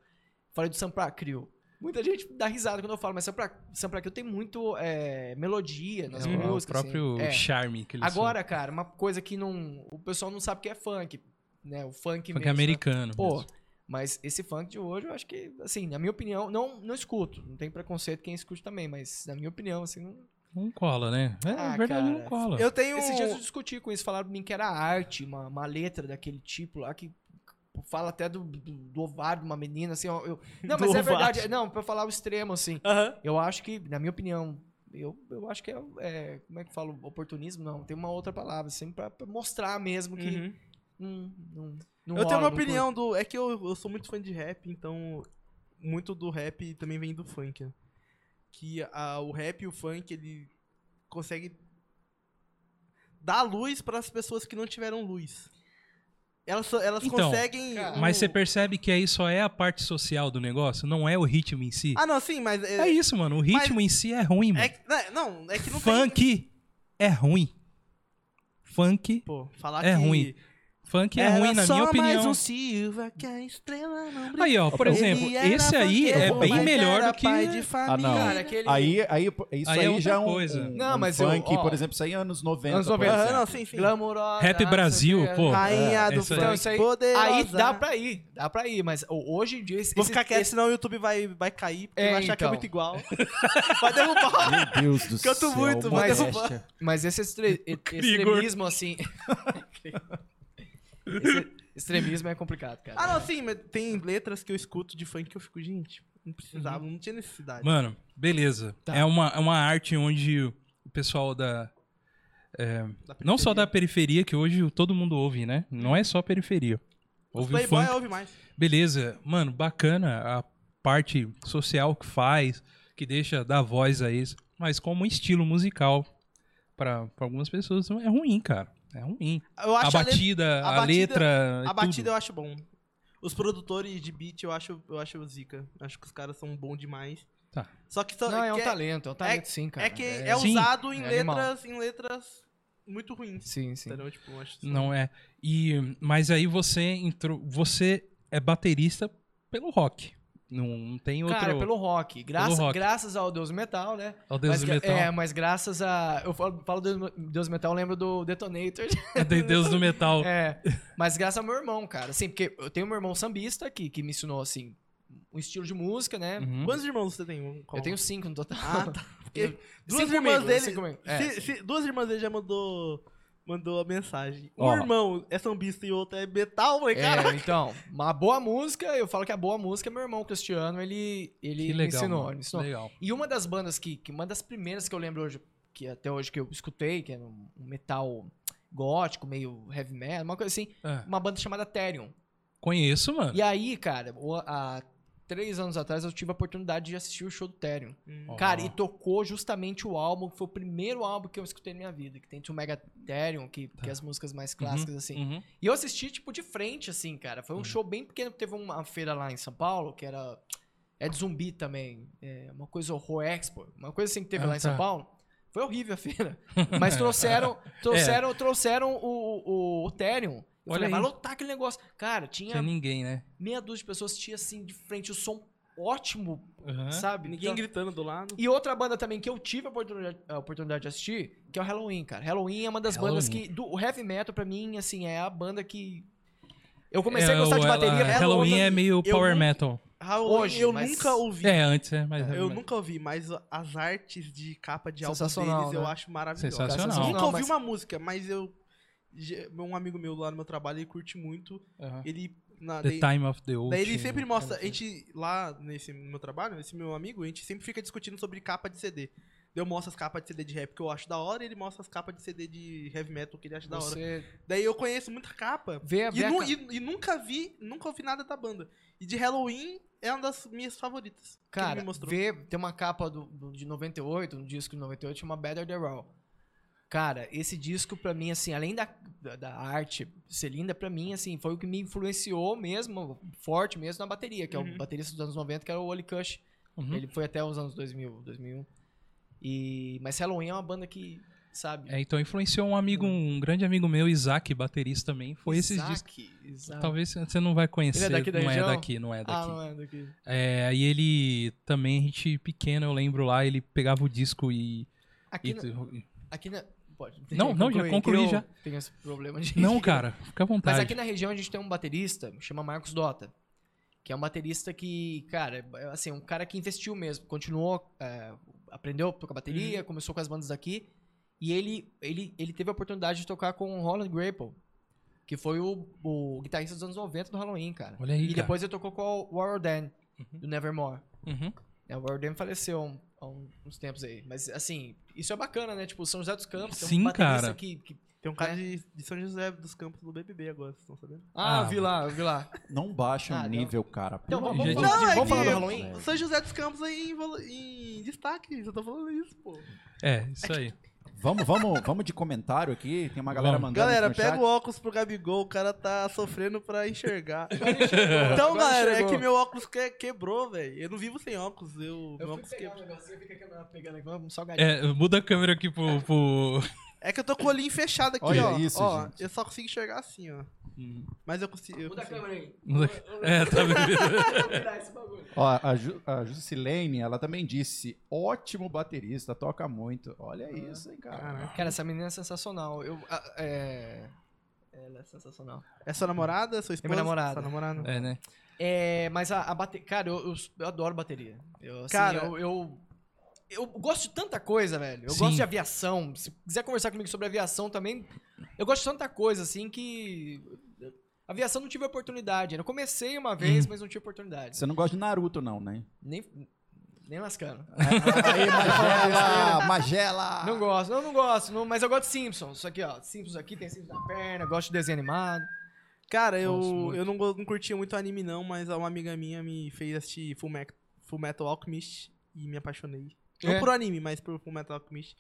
Falei do Sampra Crio. Muita gente dá risada quando eu falo, mas Sampra, Sampra Crio tem muito é, melodia nas É o- é o músicas. assim. próprio assim. É. charme que eles Agora, cara, uma coisa que não. O pessoal não sabe que é funk, né? O funk, são. Funk mesmo, né? é americano. Pô, mesmo. mas esse funk de hoje, eu acho que, assim, na minha opinião, não, não escuto. Não tem preconceito quem escute também, mas na minha opinião, assim, não. Não cola, né? É, Ah, verdade, cara. não cola. Eu tenho. um Esses dias eu discuti com eles, falaram pra mim que era arte, uma, uma letra daquele tipo lá que fala até do, do, do ovário de uma menina, assim, ó, eu- Não, Do mas é ovário. verdade. Não, pra falar o extremo, assim. Aham. Eu acho que, na minha opinião, eu, eu acho que é, é, Como é que fala? Oportunismo? Não, tem uma outra palavra, assim, pra, pra mostrar mesmo que. Uhum. Não, não, não Eu tenho rola, uma não curto. opinião do. É que eu, eu sou muito fã de rap, então. Muito do rap também vem do funk. né? Que a- o rap e o funk, ele consegue dar luz para as pessoas que não tiveram luz. Elas, so- elas Então, conseguem. cara, o- Mas você percebe que aí só é a parte social do negócio, não é o ritmo em si. Ah, não, sim, mas. É, é isso, mano. O ritmo em si é ruim, mano. é que- né, não, é que não tem. Funk é ruim. Funk, Pô, falar É que. ruim, funk é Era ruim, na só minha Mais opinião. um Silva que a estrela não brilha. Aí, ó, por Ele exemplo, era esse aí é funkeiro, bem mas melhor era do que. Ah, pai de família. não. Cara, aquele. Aí, aí, isso Aí aí, é outra já é um, coisa. um- Não, um mas eu- funk, ó. por exemplo, isso aí é anos 90. Anos por 90. exemplo. Aham, não, sim, sim. Glamourosa. Rap não Brasil, sei o quê. pô. Rainha É, do essa funk aí. Então, isso aí, poderosa. aí dá pra ir, dá pra ir, mas ho- hoje em dia... Esse, Vou esse- ficar quieto, esse- senão o YouTube vai, vai cair, porque É, vai achar que é então. muito igual. vai derrubar. Meu Deus do Canto céu. muito, uma vai mas, besta. mas esse estre- e- Igor. extremismo, assim... esse, Extremismo é complicado, cara. Ah, não, sim, mas tem letras que eu escuto de funk que eu fico, gente, não precisava, não tinha necessidade. Mano, beleza. Tá. É, uma, é uma arte onde o pessoal da. é, Da não só da periferia. periferia, que hoje todo mundo ouve, né? Não é só periferia. Os Ouve o playboy é funk. ouve mais. Beleza. Mano, bacana a parte social que faz, que deixa dar voz a isso. Mas como estilo musical, pra pra algumas pessoas, é ruim, cara. É ruim. Eu A acho a, le- batida, a a, batida- letra. a né, tudo. batida é eu acho bom. Os produtores de beat eu acho, eu acho zica. Acho que os caras são bons demais. Tá. Só que só Não, é um que talento, é um talento sim, cara. é que é, Sim. usado em é animal. letras, em letras muito ruins. Sim, sim. Entendeu? Tipo, eu acho Não é. E mas aí você entrou, você é baterista pelo rock. Não, não tem outro. Cara, é pelo rock. Graça- Pelo rock. Graças ao Deus do Metal, né? Ao Deus mas, do gra- metal. É, mas graças a. Eu falo, falo Deus, Deus do Metal, eu lembro do Detonator. é- Ao de- É Deus do metal. É, mas graças ao meu irmão, cara. Assim, porque eu tenho um irmão sambista aqui que me ensinou, assim, um estilo de música, né? Uhum. Quantos irmãos você tem? Um, qual? Eu tenho cinco no total. Ah, tá. Eu- Duas cinco irmãs comigo, dele- cinco comigo. É, Se- se- duas irmãs dele já mandou, mandou a mensagem. Um Ó. irmão é sambista e o outro é metal, mãe, cara. É, então, uma boa música, eu falo que a boa música é meu irmão Cristiano, ele, ele que me legal. ensinou, mano. ele me ensinou. Legal. E uma das bandas que, que uma das primeiras que eu lembro hoje, que até hoje que eu escutei, que era um um metal gótico, meio heavy metal, uma coisa assim, É. uma banda chamada Therion. Conheço, mano. E aí, cara, o- há três anos atrás eu tive a oportunidade de assistir o show do Therion. Ó. Cara, e tocou justamente o álbum, que foi o primeiro álbum que eu escutei na minha vida, que tem o Mega Therion, que, que é as músicas mais clássicas, assim. Tá. Uhum. E eu assisti, tipo, de frente, assim, cara. Foi um Uhum. show bem pequeno. Teve uma feira lá em São Paulo, que era. É de zumbi também. É uma coisa horror expo. Uma coisa assim que teve Ah, lá em tá. É. São Paulo. Foi horrível a feira. Mas trouxeram. Trouxeram, trouxeram o, o, o Therion. Eu Olha falei, vai aí. lotar aquele negócio. Cara, Tinha tinha ninguém, né? meia dúzia de pessoas, tinha assim, de frente, o som ótimo, Uhum. sabe? Ninguém Então- gritando do lado. e outra banda também que eu tive a oportunidade, a oportunidade de assistir, que é o Halloween, cara. Halloween é uma das bandas que. Halloween. Do, o heavy metal, pra mim, assim, é a banda que. Eu comecei É, a gostar de o- ela- bateria. pela Halloween outra- é meio power nunca- metal. Halloween Hoje, eu mas- nunca ouvi. É, antes é, mas Eu nunca ouvi, mas as artes de capa de álbum Sensacional, deles eu né? acho maravilhosa. Sensacional. Eu nunca Sensacional, ouvi mas- uma música, mas eu. ge- Um amigo meu lá no meu trabalho, ele curte muito. Uhum. Ele. Na, The daí, Time of the Old. daí ele sempre mostra. A gente, lá nesse meu trabalho, esse meu amigo, a gente sempre fica discutindo sobre capa de CD. Eu mostro as capas de CD de rap que eu acho da hora, e ele mostra as capas de CD de heavy metal que ele acha da hora. Você Daí eu conheço muita capa. vê a E, vê a nu- ca- e- e nunca vi, nunca ouvi nada da banda. E de Halloween é uma das minhas favoritas. que ele Cara, me mostrou. vê, tem uma capa do, do- de 98, um disco de 98, chama Better The Raw. Cara, esse disco, pra mim, assim, além da, da, da arte ser linda, pra mim, assim, foi o que me influenciou mesmo, forte mesmo, na bateria, que é Uhum. o baterista dos anos 90, que era o Oli Cush. Uhum. Ele foi até os anos 2000, 2001. E... Mas Halloween é uma banda que, sabe... É, então influenciou um amigo, Uhum. um grande amigo meu, Isaac, baterista também. Foi esses discos. Exato. Talvez você não vai conhecer. é daqui da não região? é daqui, não é Ah, daqui. não é daqui. É, aí ele também, a gente pequeno, eu lembro lá, ele pegava o disco e. Aqui, e- na, aqui na... Pode. Não, não, já concluí, Eu já. Tenho esse problema de... Não, cara, fica à vontade. Mas aqui na região a gente tem um baterista, chama Marcos Dota. Que é um baterista que, cara, é, assim, um cara que investiu mesmo. Continuou, é, aprendeu a tocar Uhum. bateria, começou com as bandas daqui. E ele, ele, ele teve a oportunidade de tocar com o Roland Grapple, que foi o, o guitarrista dos anos 90 do Halloween, cara. Olha aí, e cara. depois ele tocou com o Warren Dan, Uhum. do Nevermore. Uhum. É, o Warren Dan faleceu há um- há um- uns tempos aí. Mas, assim, isso é bacana, né? Tipo, São José dos Campos tem um Sim, baterista cara. que... que- Tem um cara de, de São José dos Campos do BBB agora, vocês estão sabendo? Ah, Ah, eu vi lá, eu vi lá. Não baixa Ah, o não. nível, cara. Então, pelo vamos- amor de vamos- Deus. é vamos falar que do Halloween? o São José dos Campos aí em, valo- em destaque, eu tô falando isso, pô. É, isso aí. Vamos, vamos, vamos de comentário aqui. Tem uma galera Vamos. mandando. Galera, aqui no pega chat. o óculos pro Gabigol, o cara tá sofrendo pra enxergar. então, Agora galera, chegou. é que meu óculos que- quebrou, velho. Eu não vivo sem óculos, eu, meu Eu fui óculos pegar um quebrou. negocinho, fica aqui, ó, pegando aqui, vamos salgadinho. É, muda a câmera aqui pro. pro- É que eu tô com o olhinho fechado aqui, Olha ó. isso, ó gente. eu só consigo enxergar assim, ó. Hum. Mas eu consigo. Eu Muda a consigo. câmera aí. muda- É, tá vendo? Vamos virar esse bagulho. Ó, a, Ju, a Juscelene, ela também disse: ótimo baterista, toca muito. Ah, Olha isso, hein, cara. Caraca. Cara, essa menina é sensacional. Eu, a- é... Ela é sensacional. É sua namorada? Sua esposa? Tá minha namorada. Sua namorada. É, né? É, mas a, a bateria... Cara, eu, eu, eu adoro bateria. Eu, assim, Cara- eu... eu... eu gosto de tanta coisa, velho. Eu Sim. gosto de aviação. Se quiser conversar comigo sobre aviação também, eu gosto de tanta coisa, assim, que. Aviação não tive oportunidade. ainda. Eu comecei uma vez, Uhum. mas não tive oportunidade. Você não gosta de Naruto, não, né? Nem, nem lascando. Aí, Magela! Ah. Magela! Não gosto, não, não gosto, não- mas eu gosto de Simpsons. Isso aqui, ó. Simpsons aqui, tem Simpsons na perna, eu gosto de desenho animado. Cara, Nossa, eu, muito. eu não, go- não curtia muito anime, não, mas uma amiga minha me fez assistir Full, Mec- Full Metal Alchemist e me apaixonei. Não É? por anime, mas por Full Metal Alchemist.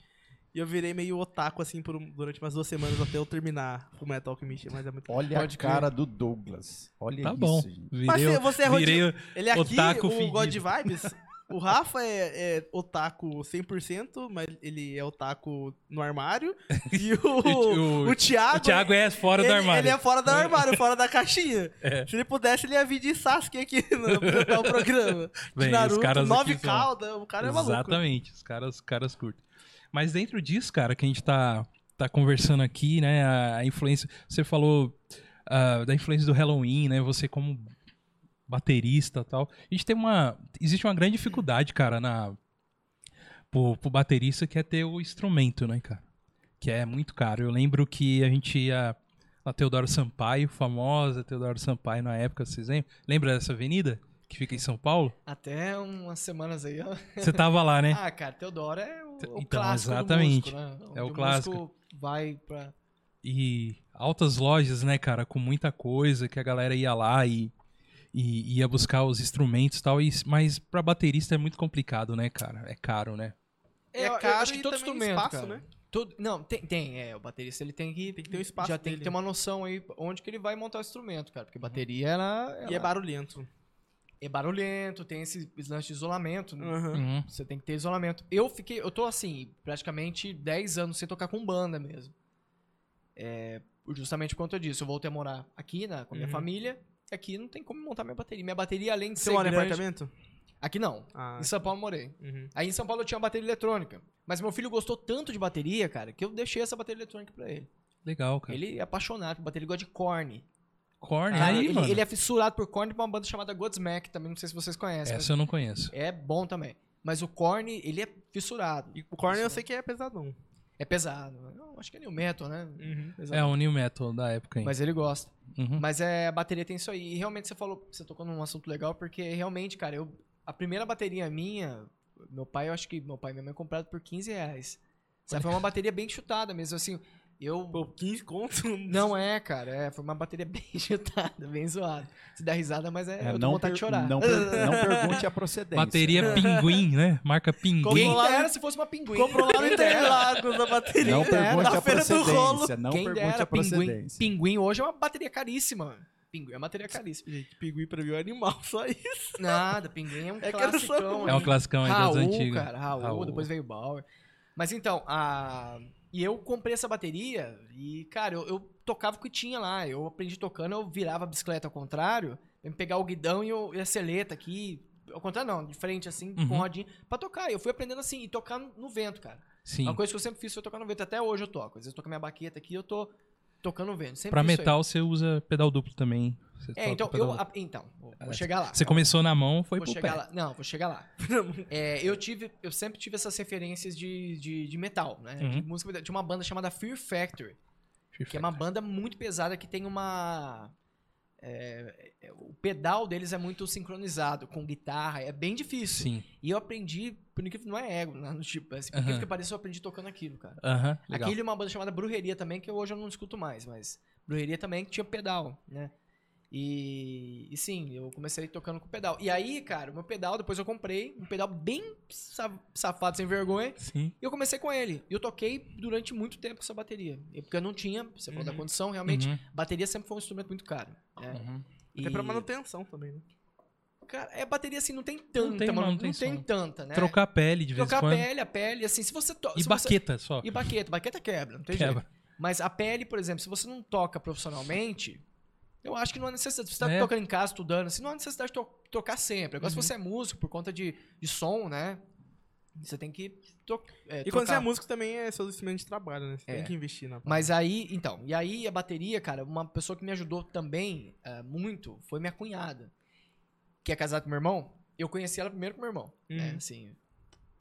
E eu virei meio otaku, assim, por um- durante umas duas semanas até eu terminar Full Metal Alchemist, mas é muito Olha Pode a cara do Douglas. Olha Tá isso, bom. gente. Mas Virei, você, o- você é virei o- Ele aqui, Otaku o fedido. God Vibes, o Rafa é, é otaku 100%, mas ele é otaku no armário. E o, o, o, Thiago... o Thiago é fora ele, do armário. Ele é fora do armário, fora da caixinha. É. Se ele pudesse, ele ia vir de Sasuke aqui no apresentar o programa. De Bem, os Naruto, caras aqui nove são- caudas, o cara é maluco. Exatamente, os caras, os caras curtem. Mas dentro disso, cara, que a gente tá, tá conversando aqui, né? A, a influência. Você falou ah, da influência do Halloween, né? Você como baterista e tal. A gente tem uma. Existe uma grande dificuldade, cara, na. Pro, pro baterista que é ter o instrumento, né, cara? Que é muito caro. Eu lembro que a gente ia na Teodoro Sampaio, famosa Teodoro Sampaio na época, vocês lembram? Lembra dessa avenida que fica em São Paulo? Até umas semanas aí, ó. Você tava lá, né? Ah, cara, Teodoro é o, o Então, clássico exatamente. do músico, né? É o Onde clássico. músico vai pra... e altas lojas, né, cara, com muita coisa que a galera ia lá e, e ia buscar os instrumentos e tal, e, mas pra baterista é muito complicado, né, cara? É caro, né? É Eu- eu caro acho que e todo também instrumento, espaço, cara. né? Todo, não, tem, tem, é, o baterista ele tem que, Tem que ter um espaço já tem dele. que ter uma noção aí onde que ele vai montar o instrumento, cara, Uhum. porque bateria ela, E é ela barulhento. é barulhento, tem esse lance de isolamento, né? Aham. Uhum. Você tem que ter isolamento. Eu fiquei, eu tô assim, praticamente 10 anos sem tocar com banda mesmo. É, justamente por conta disso. Eu voltei a morar aqui na, com a minha Uhum. família. e Aqui não tem como montar minha bateria. Minha bateria, além de Você ser mora em grande- apartamento? Aqui não. Ah, Em São Paulo eu morei. uhum. Aí em São Paulo eu tinha uma bateria eletrônica. Mas meu filho gostou tanto de bateria, cara, que eu deixei essa bateria eletrônica pra ele. Legal, cara. Ele é apaixonado por bateria, ele gosta de corne. Corne, Ah, Cara, aí, ele, mano. ele é fissurado por corne pra uma banda chamada Godsmack, também não sei se vocês conhecem. Essa eu não conheço. mas é bom também. Mas o corne, ele é fissurado. E o Corner eu sei que é pesadão. É pesado. Eu acho que é new metal, né? É o New Metal da época, hein? Mas ele gosta. Uhum. Mas é, a bateria tem isso aí. E realmente você falou, você tocou num assunto legal, porque realmente, cara, eu a primeira bateria minha, meu pai, eu acho que meu pai e minha mãe compraram por 15 reais. Sabe, foi uma bateria bem chutada mesmo, assim, eu... Pô, 15 conto? Não é, cara, é, foi uma bateria bem chutada, bem zoada. Se dá risada, mas é, eu tô com vontade de per- chorar. não per- não pergunte a é procedência. É. Bateria Pinguim, né? Marca Pinguim. Quem Comprou lá- dera se fosse uma pinguim. Comprou lá no Quem dera. Interlagos a bateria. Não pergunte na a feira do rolo. procedência. Não Quem pergunte dera, a pinguim. procedência. Pinguim hoje é uma bateria caríssima. Pinguim é uma bateria caríssima. Gente, pinguim pra mim é um animal, só isso. Nada, Pinguim é um É que era só classicão. um. É um classicão aí das Raul, antigas. cara, Raul, Raul. depois veio o Bauer. Mas então, a... e eu comprei essa bateria e, cara, eu, eu tocava o que tinha lá. Eu aprendi tocando, eu virava a bicicleta ao contrário, eu ia pegar o guidão e, eu- e a seleta aqui, ao contrário não, de frente assim, com Uhum. rodinha, rodinha, pra tocar. Eu fui aprendendo assim, e tocar no- no vento, cara. Sim. Uma coisa que eu sempre fiz foi tocar no vento, até hoje eu toco. Às vezes eu tô com a minha baqueta aqui e eu tô tocando no vento. Sempre Pra fiz isso aí. metal, você usa pedal duplo também. Você É, toca então, pedal eu, duplo. a- então, vou, vou É, chegar lá. Você começou na mão, foi vou pro chegar pé. lá. Não, vou chegar lá. É, eu tive, eu sempre tive essas referências de, de, de metal, né? Uhum. De música, tinha uma banda chamada Fear Factory, que é uma banda muito pesada que tem uma é, é, o pedal deles é muito sincronizado com guitarra, é bem difícil. Sim. E eu aprendi, por incrível não é ego, né? No tipo, assim, por Aham. incrível que pareça, eu aprendi tocando aquilo, cara. Aham, legal. Aquele é uma banda chamada Brujeria também, que hoje eu não escuto mais, mas Brujeria também que tinha pedal, né? E, e sim, eu comecei tocando com pedal. E aí, cara, o meu pedal, depois eu comprei um pedal bem sa- safado, sem vergonha, Sim. e eu comecei com ele. E eu toquei durante muito tempo com essa bateria. E Porque eu não tinha, você falou da Uhum. condição, realmente, Uhum, bateria sempre foi um instrumento muito caro. Né? uhum. E, Até pra manutenção também, né? Cara, é bateria assim, não tem tanta, tem mano, não manutenção. tem tanta, né? Trocar pele de vez em Trocar a quando. pele, a pele, assim, se você... to- E se você- baqueta só. E baqueta, baqueta quebra, não tem jeito. Quebra. Mas a pele, por exemplo, se você não toca profissionalmente, eu acho que não há necessidade. Se você tá É. tocando em casa, estudando, assim, não há necessidade de to- tocar sempre. Agora, Uhum. se você é músico, por conta de, de som, né? Você tem que to- é, E quando você é tocar. músico também é seu instrumento de trabalho, né? Você É. tem que investir na Mas aí, então, e aí a bateria, cara, uma pessoa que me ajudou também eh, muito foi minha cunhada, que é casada com meu irmão. Eu conheci ela primeiro com meu irmão, né, Uhum. assim.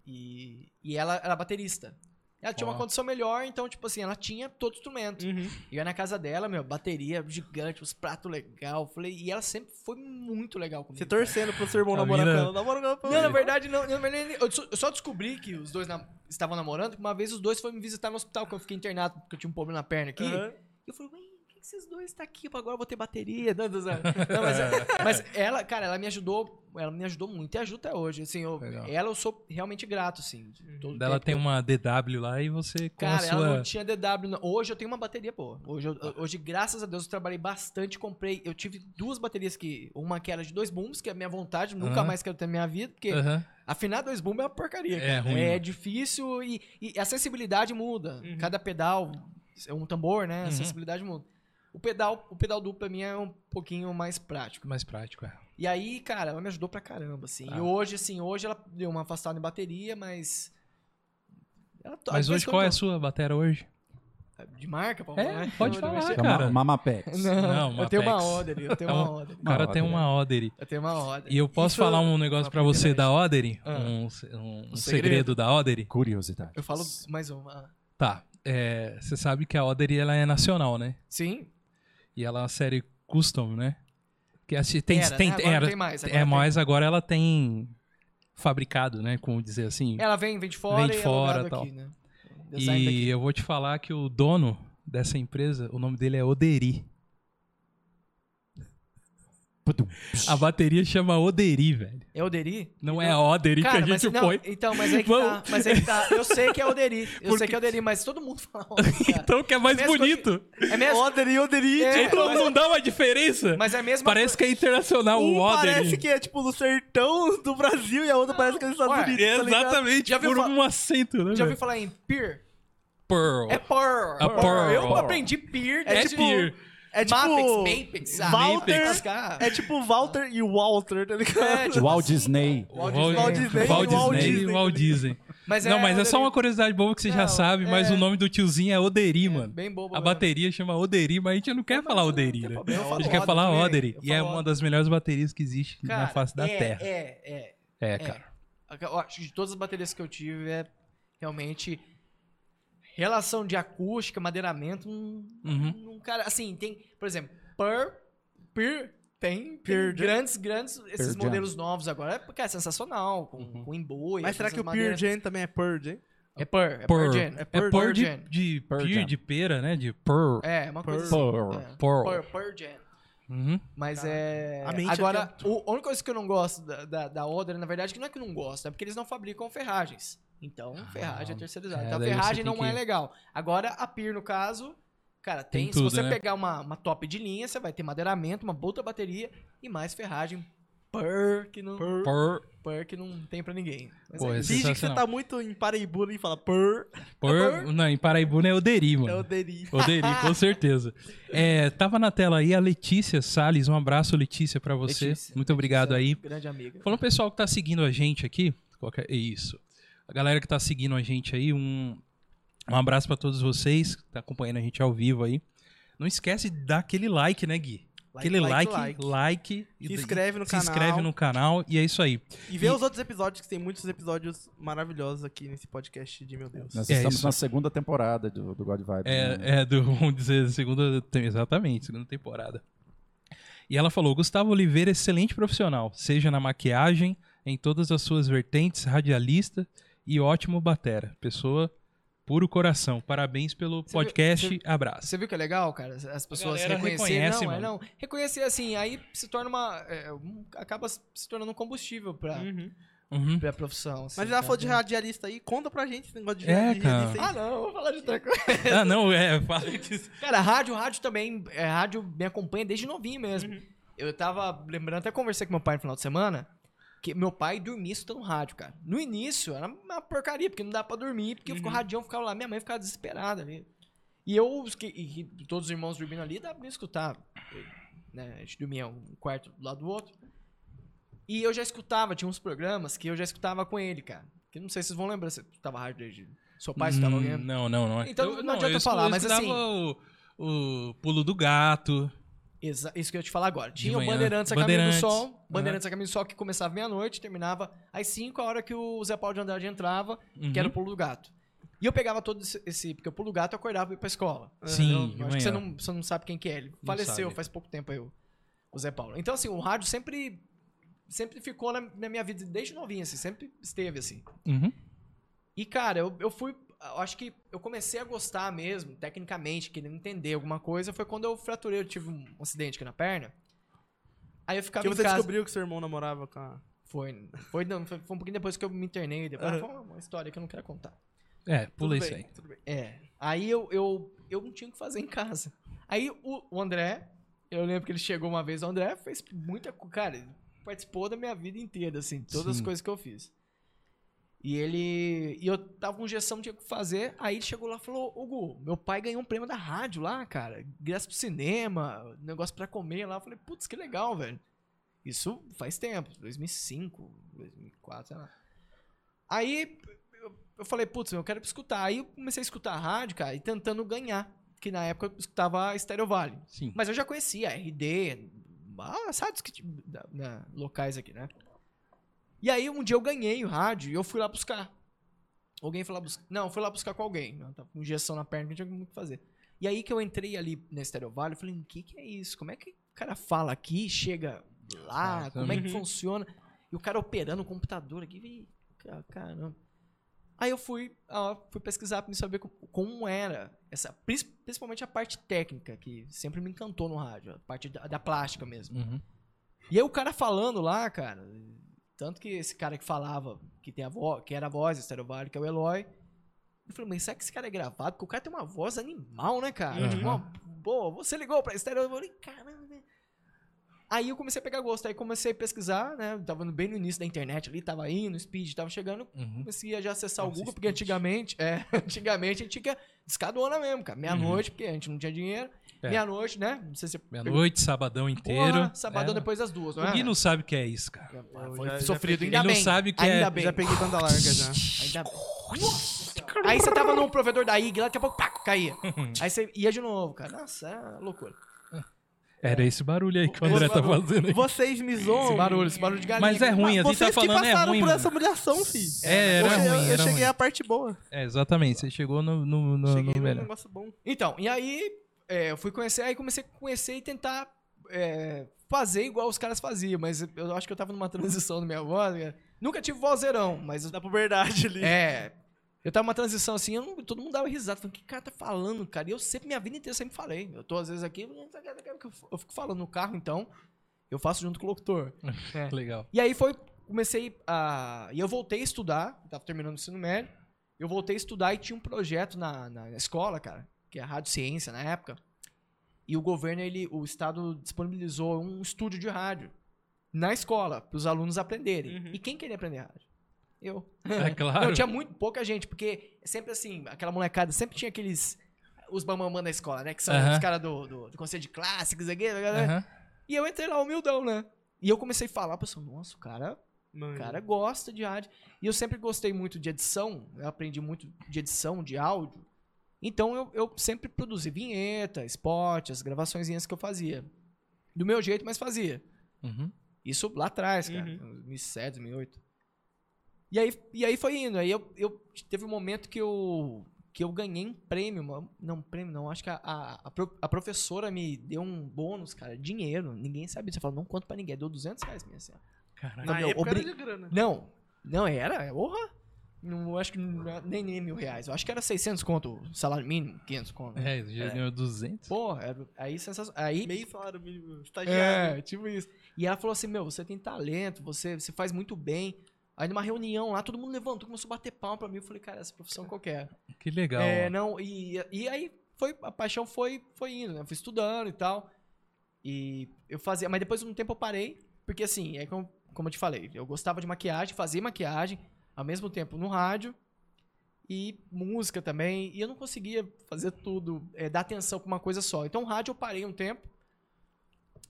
E, e ela era baterista. Ela Ela tinha uma Ó. condição melhor, então, tipo assim, ela tinha todo instrumento. Uhum. E eu ia na casa dela, meu, bateria gigante, os pratos legal. Falei, e ela sempre foi muito legal comigo. Você torcendo pro seu irmão A namorar com mina- ela. Namora com ela. pô. Não, na verdade, não. Eu, eu só- eu só descobri que os dois na- estavam namorando, que uma vez os dois foram me visitar no hospital, que eu fiquei internado, porque eu tinha um problema na perna aqui. Aham. E eu falei, ué, por que que vocês dois estão aqui? Agora eu vou ter bateria. Não, não, não. Não, mas, é- É. mas ela, cara, ela me ajudou, ela me ajudou muito e ajuda até hoje. Assim, eu- Legal. ela eu sou realmente grato, assim. de todo o Ela tempo. tem uma DW lá e você com a Cara, ela sua. Ah. não tinha DW. não. Hoje eu tenho uma bateria boa. Hoje, eu- hoje, graças a Deus, eu trabalhei bastante, comprei. Eu tive duas baterias que. Uma que era de dois booms, que é a minha vontade, nunca Aham. mais quero ter na minha vida, porque Aham. afinar dois booms é uma porcaria. É cara. ruim, É mano. difícil e, e a sensibilidade muda. Uhum. Cada pedal é um tambor, né? Uhum. A sensibilidade muda. O pedal, o pedal duplo pra mim é um pouquinho mais prático. Mais prático, é. E aí, cara, ela me ajudou pra caramba, assim. Ah. E hoje, assim, hoje ela deu uma afastada em bateria, mas. Ela to- Mas de vez hoje em qual é a quando sua batera hoje? eu- De marca, pra falar, É, né? pode Não, falar, deixa- Né? cara. Chama Mamapex. Não, é Não, uma eu tenho uma Pex. Odery, eu tenho É uma Odery. O cara tem Odery. uma Odery. Eu tenho uma Odery. E eu posso Isso falar um negócio uma pra você da Odery? Ah. Um, se- um- um Um segredo. segredo da Odery? Curiosidade. Eu falo mais uma. Tá. é, Você sabe que a Odery ela é nacional, né? Sim? E ela é uma série custom, né? Que assim, tem, era, tem, né? Agora não era- tem mais. agora é, tem. mas agora ela tem fabricado, né? Como dizer assim. Ela vem, vem de fora Vem de e é fora, alugado tal. aqui, né? Design daqui. e eu vou te falar que o dono dessa empresa, o nome dele é Oderi. A bateria chama Oderi, velho. É Oderi? Não é a Oderi Cara, que a mas, gente não, põe. Então, mas aí que Vamos. tá. Mas aí que tá. Eu sei que é Oderi. Eu Porque- sei que é Oderi, mas todo mundo fala Oderi, cara. Então que é mais Mesmo bonito. É mesmo? Oderi, Oderi. É, tipo, Então não dá uma diferença. Mas é mesmo. Parece que é internacional um o Oderi. parece que é, tipo, do sertão do Brasil e a outra parece que é dos Estados Ué, Unidos. tá ligado? Exatamente, Já por ouviu fa- um acento, né? Já velho? ouviu falar em peer? Pearl. É tipo por. É por. Eu aprendi peer. É desde peer. É tipo... Mapex, Mapex. ah, Walter- Mapex, cara. É tipo Walter e Walter, tá ligado? É, tipo, Walt Disney. Walt Walt Disney, Disney. Walt Walt Disney, Disney. Walt Disney. Mas Não, mas é só uma curiosidade boba que você já Não, sabe, mas é- o nome do tiozinho é Oderi, mano. Bem bobo. A mesmo. bateria chama Oderi, mas a gente não quer falar não tem Oderi, né? problema, eu A falo gente quer Oderi falar também, Oderi. eu E é falo uma Oderi. das melhores baterias que existe na Cara, face da é, Terra. É, é. É, é. cara. Eu acho que de todas as baterias que eu tive, é realmente. Relação de acústica, madeiramento. Um, Uhum. um cara. Assim, tem. Por exemplo, Pearl. Pearl. Tem, tem grandes, grandes. Esses Pearl Jam. modelos novos agora. É, cara, é sensacional. Com, Uhum. com emboi. Mas será que o Pure Pearl Jam também é Purge, hein? É Pearl. É Pearl. Pearl Jam. É Pearl por de, Jam. de, Pearl pear, Jam. de pera, né? De purr. É, uma coisa. assim. Pearl. É. Pearl. Pearl, Pearl Jam. Uhum. Mas é. A mente Agora, o- a única coisa que eu não gosto da, da, da Odra, na verdade, que não é que eu não gosto, é porque eles não fabricam ferragens. Então, Ah, ferragem é terceirizada. é, então, a daí você ferragem tem não é que- legal. Agora, a PIR, no caso, cara, tem. Tem se tudo, você né? pegar uma, uma top de linha, você vai ter madeiramento, uma outra bateria e mais ferragem. PIR que não, Purr. PIR que não tem pra ninguém. Mas Pô, é É isso. Finge que você sensacional. tá muito em Paraibuna e fala Pur, Purr. Não, em Paraibuna é Oderi, é mano. Oderi. Oderi, com certeza. É, tava na tela aí a Letícia Salles. Um abraço, Letícia, pra você. Letícia, Muito obrigado Você é aí. uma Grande amiga. Falando o pessoal que tá seguindo a gente aqui, qualquer, é isso. A galera que tá seguindo a gente aí, um, um abraço pra todos vocês que tá acompanhando a gente ao vivo aí. Não esquece de dar aquele like, né, Gui? aquele like, like, e Se daí- inscreve no se canal. inscreve no canal e é isso aí. E vê E- os outros episódios, que tem muitos episódios maravilhosos aqui nesse podcast de Meu Deus. Nós É estamos isso. na segunda temporada do, do God Vibe. né? É, é do, vamos dizer, segunda, tem- exatamente, segunda temporada. E ela falou: Gustavo Oliveira, é excelente profissional, seja na maquiagem, em todas as suas vertentes, radialista e ótimo batera. Pessoa puro coração. Parabéns pelo viu- podcast. você- Abraço. Você viu que é legal, cara? As pessoas galera reconhecerem. reconhece, Não, é, mano. não. Reconhecer assim, aí se torna uma. é, um- acaba se tornando um combustível pra, Uhum. Uhum. pra profissão. assim, Mas já tá? falou de radialista aí, conta pra gente esse negócio de É, radialista cara. aí. Ah, não, eu vou falar de outra coisa. Ah, não, é, fala disso. Cara, rádio, rádio também. É, rádio me acompanha desde novinho mesmo. Eu tava lembrando, até conversei com meu pai no final de semana. Que meu pai dormia escutando rádio, cara. No início era uma porcaria, porque não dá pra dormir, porque eu ficava radião, ficava lá, minha mãe ficava desesperada ali. E eu, os que- e que todos os irmãos dormindo ali, dá pra me escutar. né, a gente dormia um quarto do lado do outro. E eu já escutava, tinha uns programas que eu já escutava com ele, cara. Que não sei se vocês vão lembrar, você escutava rádio desde. Seu pai escutava Hum, alguém. Não, não, não. Então, não adianta eu escu- falar, eu mas escutava O, o pulo do gato. Exa- isso que eu ia te falar agora. De Tinha o manhã. Bandeirantes, a Caminho do Bandeirantes. Sol. Bandeirantes, a Caminho do Sol, que começava meia-noite, terminava às 5, a hora que o Zé Paulo de Andrade entrava, Uhum. que era o Pulo do Gato. E eu pegava todo esse- esse. Porque eu pulo o gato, eu acordava e ia pra escola. Sim, Então, eu de acho que você manhã. não, você não sabe quem que é. Ele faleceu sabe. faz pouco tempo aí, o, o Zé Paulo. Então, assim, o rádio sempre. Sempre ficou na, na minha vida desde novinho, assim, sempre esteve assim. Uhum. E, cara, eu, eu fui. Eu acho que eu comecei a gostar mesmo, tecnicamente, querendo entender alguma coisa, foi quando eu fraturei, eu tive um acidente aqui na perna. Aí eu ficava Porque em você casa. descobriu que seu irmão namorava com a... Foi, foi, não, foi, foi um pouquinho depois que eu me internei. Depois, Aham. Foi uma- uma história que eu não quero contar. É, pula Tudo isso bem, aí. tudo bem. É. Aí eu, eu, eu não tinha o que fazer em casa. Aí o, o André, eu lembro que ele chegou uma vez, o André fez muita. co- Cara, ele participou da minha vida inteira, assim, todas as Sim. coisas que eu fiz. E ele. E eu tava com injeção, não tinha o que fazer. Aí ele chegou lá e falou: Ô Gu, meu pai ganhou um prêmio da rádio lá, cara. Graças pro cinema, negócio pra comer lá. Eu falei: Putz, que legal, velho. Isso faz tempo, 2005, 2004, sei lá. Aí eu, eu falei, putz, eu quero escutar. Aí eu comecei a escutar a rádio, cara, e tentando ganhar. Que na época eu escutava a Stereo Valley. Sim. Mas eu já conhecia RD, ah, sabe os que, ti- da- da- locais aqui, né? E aí um dia eu ganhei o rádio e eu fui lá buscar. Alguém foi lá buscar. Não, eu fui lá buscar com alguém. Né? Eu Tava com injeção na perna, não tinha muito o que fazer. E aí que eu entrei ali na Stereo Valley, eu falei, o que, que é isso? Como é que o cara fala aqui, chega lá, Exato. como é que Uhum. funciona? E o cara operando o computador aqui, vi, ca- caramba. Aí eu fui, ó, fui pesquisar pra me saber como, como era. Essa, pris- principalmente a parte técnica, que sempre me encantou no rádio, a parte da, da plástica mesmo. Uhum. E aí o cara falando lá, cara, tanto que esse cara que falava, que tem a voz, que era a voz, Estéreo Vale, que é o Eloy. Eu falei, mas será que esse cara é gravado? Porque o cara tem uma voz animal, né, cara? Uhum. Tipo, uma boa, você ligou pra Estéreo Eu falei, caramba, né? Aí eu comecei a pegar gosto, aí comecei a pesquisar, né? Eu Tava no- bem no início da internet ali, tava indo, speed, tava chegando Uhum. comecei a já acessar o Nossa, Google, porque antigamente, é, antigamente a gente tinha discadona mesmo, cara. Meia-noite, porque a gente não tinha dinheiro. Uhum. É. Meia-noite, né? Não sei se Meia-noite, sabadão inteiro. Porra, sabadão Era. depois das duas, não O é? Gui não sabe o que é isso, cara. Eu Foi já- já sofrido, peguei- ainda Ele não bem. sabe o que ainda é- Bem. Já peguei banda larga já. Ainda bem. Aí você tava no provedor da IG, lá daqui a pouco pá, caía. Aí você ia de novo, cara. Nossa, é loucura. Era esse barulho aí que o Esse André tá barulho. fazendo aí. Vocês é me zoam. Esse barulho, esse barulho de galinha. Mas é ruim, a gente tá Vocês que falando é passaram ruim. por mano. essa humilhação, fi. É, era eu, ruim, eu era cheguei ruim. à parte boa. É, exatamente, você chegou no, no, no, cheguei no num melhor. negócio bom. Então, e aí é, eu fui conhecer, aí comecei a conhecer e tentar é, fazer igual os caras faziam, mas eu acho que eu tava numa transição da minha voz. né? Nunca tive vozeirão, mas. eu- Da puberdade ali. É. Eu tava numa transição assim, eu não- todo mundo dava risada. Falando, que cara tá falando, cara? E eu sempre, minha vida inteira, sempre falei. Eu tô às vezes aqui, eu fico falando no carro, então. Eu faço junto com o locutor. Legal. E aí foi, comecei a. E eu voltei a estudar, eu tava terminando o ensino médio. Eu voltei a estudar e tinha um projeto na, na escola, cara, que é a Rádio Ciência na época. E o governo, ele, o estado disponibilizou um estúdio de rádio na escola, para os alunos aprenderem. Uhum. E quem queria aprender rádio? Eu. É Uhum. Não, claro. tinha muito pouca gente, porque sempre assim, aquela molecada, sempre tinha aqueles. Os bambambam da escola, né? Que são Aham. os caras do, do, do conselho de clássicos, aqui, galera. Aham. E eu entrei lá, humildão, né? E eu comecei a falar, pessoal, nossa, o cara, o Mano. cara gosta de rádio. E eu sempre gostei muito de edição, eu aprendi muito de edição, de áudio. Então eu, eu sempre produzi vinheta, spot, as gravaçõezinhas que eu fazia. Do meu jeito, mas fazia. Uhum. Isso lá atrás, cara. Uhum. 2007, 2008. E aí, e aí foi indo. Aí eu, eu- teve um momento que eu que eu ganhei um prêmio, uma- não prêmio não, acho que a, a, a pro- a professora me deu um bônus, cara, dinheiro, ninguém sabia, você fala, não conta pra ninguém, deu 200 reais minha assim. ó. Caralho. Na Não, época obri- era de grana. Não, não era, é, porra, não, acho que não era nem, nem mil reais, eu acho que era 600 conto, salário mínimo, 500 conto, né? É, já ganhou 200. porra, era- aí sensacional, aí Meio salário mínimo. Estagiário. é, tipo isso. E ela falou assim: Meu, você tem talento, você, você faz muito bem. Aí numa reunião lá, todo mundo levantou, começou a bater palma pra mim. Eu falei, cara, essa profissão qualquer. Que legal. É, ó. não, e, e aí foi, a paixão foi, foi indo, né? Fui estudando e tal. E eu fazia, mas depois de um tempo eu parei, porque assim, é como, como eu te falei, eu gostava de maquiagem, fazia maquiagem, ao mesmo tempo no rádio e música também, e eu não conseguia fazer tudo, é, dar atenção pra uma coisa só. Então o rádio eu parei um tempo.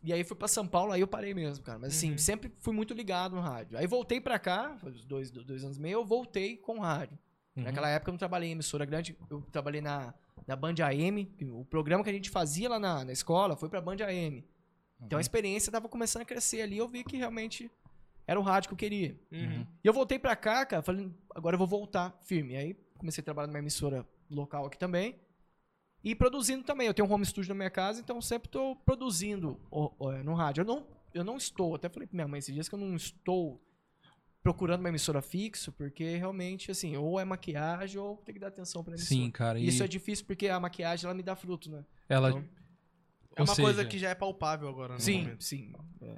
E aí fui pra São Paulo, aí eu parei mesmo, cara. Mas assim, Uhum. sempre fui muito ligado no rádio. Aí voltei pra cá, faz uns dois, dois anos e meio, eu voltei com o rádio. Uhum. Naquela época eu não trabalhei em emissora grande, eu trabalhei na, na Band AM. que O programa que a gente fazia lá na, na escola foi pra Band AM. Uhum. Então a experiência tava começando a crescer ali, eu vi que realmente era o rádio que eu queria. Uhum. E eu voltei pra cá, cara, falei, agora eu vou voltar firme. Aí comecei a trabalhar numa emissora local aqui também. E produzindo também. Eu tenho um home studio na minha casa, então sempre estou produzindo ó, ó, no rádio. Eu não, eu não estou, até falei pra minha mãe esses dias que eu não estou procurando uma emissora fixo, porque realmente, assim, ou é maquiagem ou tem que dar atenção pra emissora. Sim, cara. E Isso é difícil porque a maquiagem ela me dá fruto, né? ela, Então, É Ou uma coisa seja- que já é palpável agora, no sim, momento. sim. É.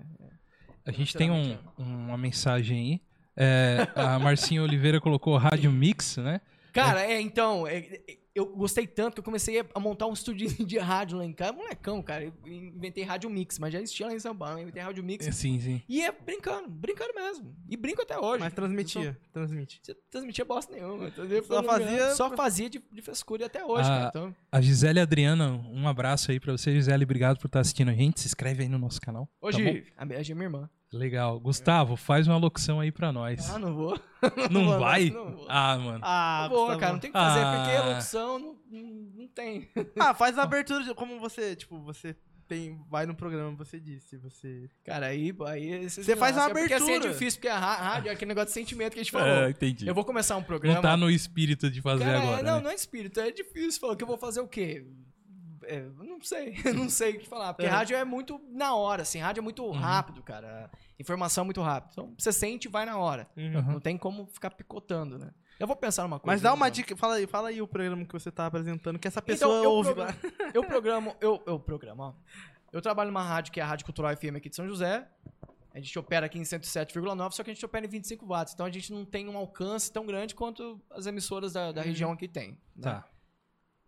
a gente tem um- uma mensagem aí. É, a Marcinha Oliveira colocou rádio mix, né? Cara, é, então, é, é, eu gostei tanto que eu comecei a montar um estúdio de rádio lá em casa. Molecão, cara, eu inventei rádio mix, mas já existia lá em São Paulo, eu inventei rádio mix. Sim, sim. E é brincando, brincando mesmo. E brinco até hoje. Mas transmitia, Então- transmite. Você transmitia bosta nenhuma. entendeu? Só fazia- tá Só fazia de, de frescura e até hoje, Ah, cara. Então, A Gisele Adriana, um abraço aí pra você, Gisele. Obrigado por estar assistindo a gente. Se inscreve aí no nosso canal. tá bom? hoje, a minha é minha irmã. Legal. Gustavo, faz uma locução aí pra nós. Ah, não vou. não mano, vai? não vou. Ah, mano. Ah, não vou, Gustavo. cara. Não tem o que fazer, porque Ah. a locução não, não, não tem. Ah, faz a abertura de como você, tipo, você tem, vai no programa, você disse, você... Cara, aí... aí esses Você faz uma negócios, é porque, assim, abertura. é difícil, porque a ra- rádio é aquele negócio de sentimento que a gente falou. Ah, entendi. Eu vou começar um programa... Não tá no espírito de fazer Cara, é, agora. não, né? não é espírito, é difícil falar que eu vou fazer o quê? É, eu não sei, eu não sei o que falar. Porque É. rádio é muito na hora, assim, rádio é muito Uhum. rápido, cara. Informação é muito rápido. Então você sente e vai na hora. Aham. Não tem como ficar picotando, né? Eu vou pensar numa coisa. Mas dá né, uma mano? dica, fala aí, fala aí o programa que você tá apresentando, que essa Então, pessoa eu ouve programo- lá. Eu programo, eu, eu programo, ó. Eu trabalho numa rádio que é a Rádio Cultural FM aqui de São José. A gente opera aqui em 107,9, só que a gente opera em 25 watts. Então a gente não tem um alcance tão grande quanto as emissoras da, da região aqui têm. né? Uhum. Tá.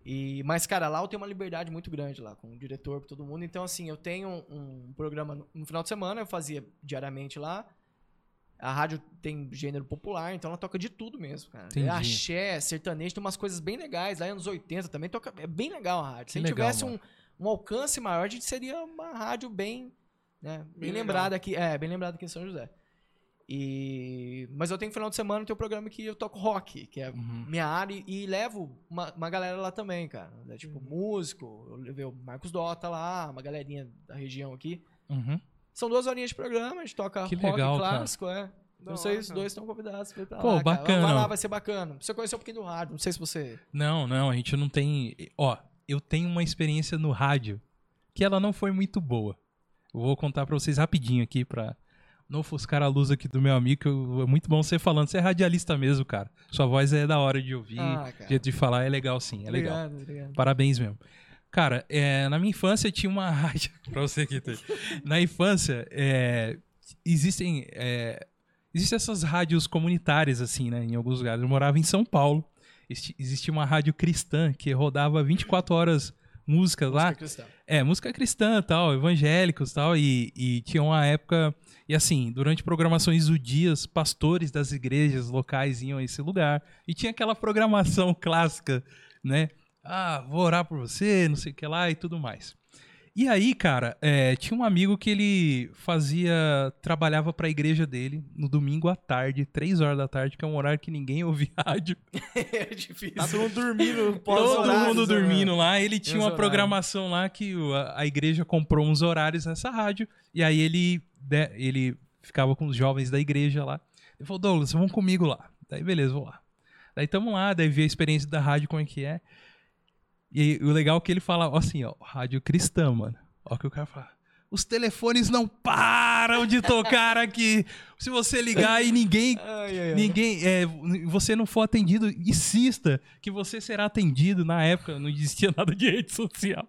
E, mas, cara, lá eu tenho uma liberdade muito grande lá, com o diretor, com todo mundo. Então, assim, eu tenho um, um programa no, no final de semana, eu fazia diariamente lá. A rádio tem gênero popular, então ela toca de tudo mesmo, cara. Entendi. É axé, sertanejo, tem umas coisas bem legais. Lá é anos 80 também toca. É bem legal a rádio. Se a Que gente legal, tivesse um, um alcance maior, a gente seria uma rádio bem, né, bem, legal. lembrada aqui. É, bem lembrada aqui em São José. E... Mas eu tenho final de semana, tem um programa que eu toco rock, que é Uhum. minha área e, e levo uma, uma galera lá também, cara. É tipo, Uhum. músico, eu levei o Marcos Dota lá, uma galerinha da região aqui. Uhum. São duas horinhas de programa, a gente toca Que rock legal, cara. clássico, é. Da Não sei, hora, os cara. dois estão convidados pra ir pra Pô, lá, cara. bacana. Vai lá, vai ser bacana. Você conheceu um pouquinho do rádio, não sei se você... Não, não, a gente não tem. Ó, eu tenho uma experiência no rádio que ela não foi muito boa. Eu vou contar pra vocês rapidinho aqui pra não ofuscar a luz aqui do meu amigo. que eu- É muito bom você falando. Você é radialista mesmo, cara. Sua voz é da hora de ouvir. Ah, cara. jeito de falar é legal, sim. É legal. Obrigado, obrigado. Parabéns mesmo. Cara, é, na minha infância tinha uma rádio. pra você que tem. Na infância, é, existem. é, existem essas rádios comunitárias, assim, né? Em alguns lugares. Eu morava em São Paulo. Esti- Existia uma rádio cristã que rodava 24 horas músicas lá. Música cristã. É, música cristã tal, evangélicos tal, e, e tinha uma época. E assim, durante programações do dia, os pastores das igrejas locais iam a esse lugar. E tinha aquela programação clássica, né? Ah, vou orar por você, não sei o que lá e tudo mais. E aí, cara, é, tinha um amigo que ele fazia. trabalhava pra igreja dele no domingo à tarde, três horas da tarde, que é um horário que ninguém ouve rádio. é difícil. Tá todo mundo dormindo, Todo pós-horários, mundo né, dormindo lá. Ele tinha uma horários. programação lá que o- a, a igreja comprou uns horários nessa rádio. E aí ele, de- ele ficava com os jovens da igreja lá. Ele falou, Douglas, vão comigo lá. Daí, beleza, vou lá. Daí tamo lá, daí vi a experiência da rádio, como é que é. E o legal é que ele fala ó, assim, ó, rádio cristã, mano. Ó o que o cara fala. Os telefones não param de tocar aqui. Se você ligar e ninguém Ai, ai, ai. Ninguém, é, você não for atendido, insista que você será atendido. Na época não existia nada de rede social.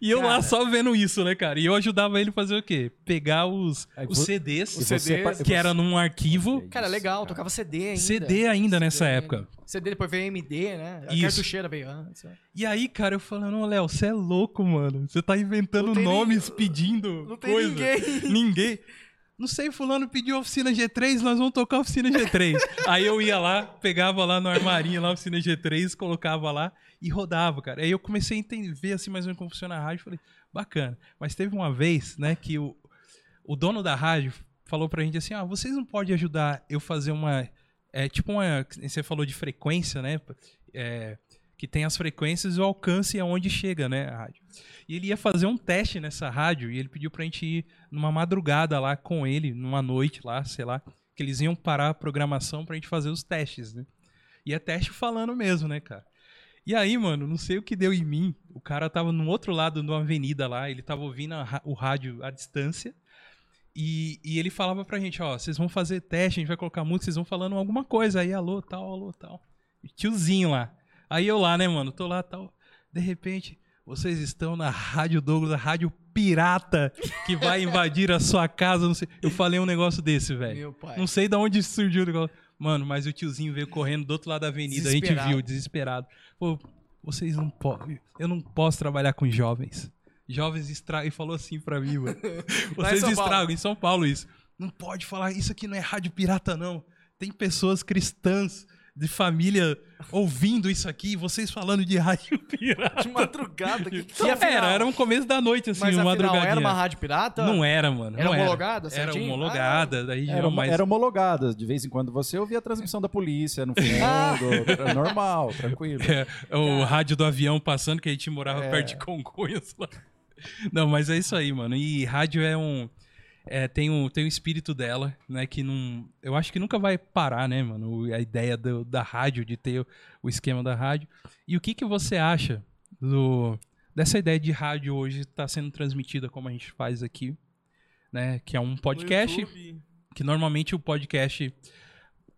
E eu lá Cara. só vendo isso, né, cara? E eu ajudava ele a fazer o quê? Pegar os, Aí os vo- CDs, E você pa- que era num arquivo. Olha Cara, isso, legal, cara. tocava CD ainda. CD ainda nessa CD. época. CD, depois veio MD, né? A Isso. cartucheira veio antes. né? E aí, cara, eu falando, ô Léo, você é louco, mano. Você tá inventando Não tem nomes, pedindo Não tem coisa. ninguém. Ninguém. Não sei, fulano pediu oficina G3, nós vamos tocar oficina G3. aí eu ia lá, pegava lá no armarinho lá a oficina G3, colocava lá e rodava, cara. Aí eu comecei a entender, ver assim mais ou menos como funciona a rádio, falei, bacana. Mas teve uma vez, né, que o, o dono da rádio falou pra gente assim, ah, vocês não podem ajudar eu fazer uma, é, tipo uma, você falou de frequência, né, é, que tem as frequências e o alcance e aonde chega, né, a rádio. E ele ia fazer um teste nessa rádio e ele pediu pra gente ir numa madrugada lá com ele, numa noite lá, sei lá, que eles iam parar a programação pra gente fazer os testes, né? E é teste falando mesmo, né, cara? E aí, mano, não sei o que deu em mim. O cara tava no outro lado de uma avenida lá, ele tava ouvindo a ra- o rádio à distância. E, e ele falava pra gente, ó, vocês vão fazer teste, a gente vai colocar música, vocês vão falando alguma coisa aí, alô, tal, alô, tal. E Tiozinho lá. Aí eu lá, né, mano, tô lá, tal. De repente, vocês estão na Rádio Douglas, a rádio pirata que vai invadir a sua casa, não sei. Eu falei um negócio desse, velho. Meu pai. Não sei de onde surgiu o negócio. Mano, mas o tiozinho veio correndo do outro lado da avenida, a gente Desesperado. viu, desesperado. Pô, vocês não podem. Eu não posso trabalhar com jovens. Jovens estragam. E falou assim pra mim, mano. Lá em Vocês São Paulo. estragam, em São Paulo isso. Não pode falar, isso aqui não é rádio pirata, não. Tem pessoas cristãs de família ouvindo isso aqui, vocês falando de rádio pirata. De madrugada. Que que E tá- afinal? Era, era um começo da noite, assim, Mas uma afinal, madrugadinha. era uma rádio pirata? Não era, mano. Era não homologada, Era certinho? Ah. homologada, da região, Era, mas... era homologada. De vez em quando você ouvia a transmissão da polícia no fundo. Ah! era normal, tranquilo. É Tá. O rádio do avião passando, que a gente É. morava perto de Congonhas lá. Não, mas é isso aí, mano. E rádio é um. é, tem um tem um espírito dela, né? Que não. Eu acho que nunca vai parar, né, mano? o- A ideia do- da rádio, de ter o, o esquema da rádio. E o que, que você acha do, dessa ideia de rádio hoje estar sendo transmitida como a gente faz aqui? Né, que é um podcast No YouTube. é que normalmente o podcast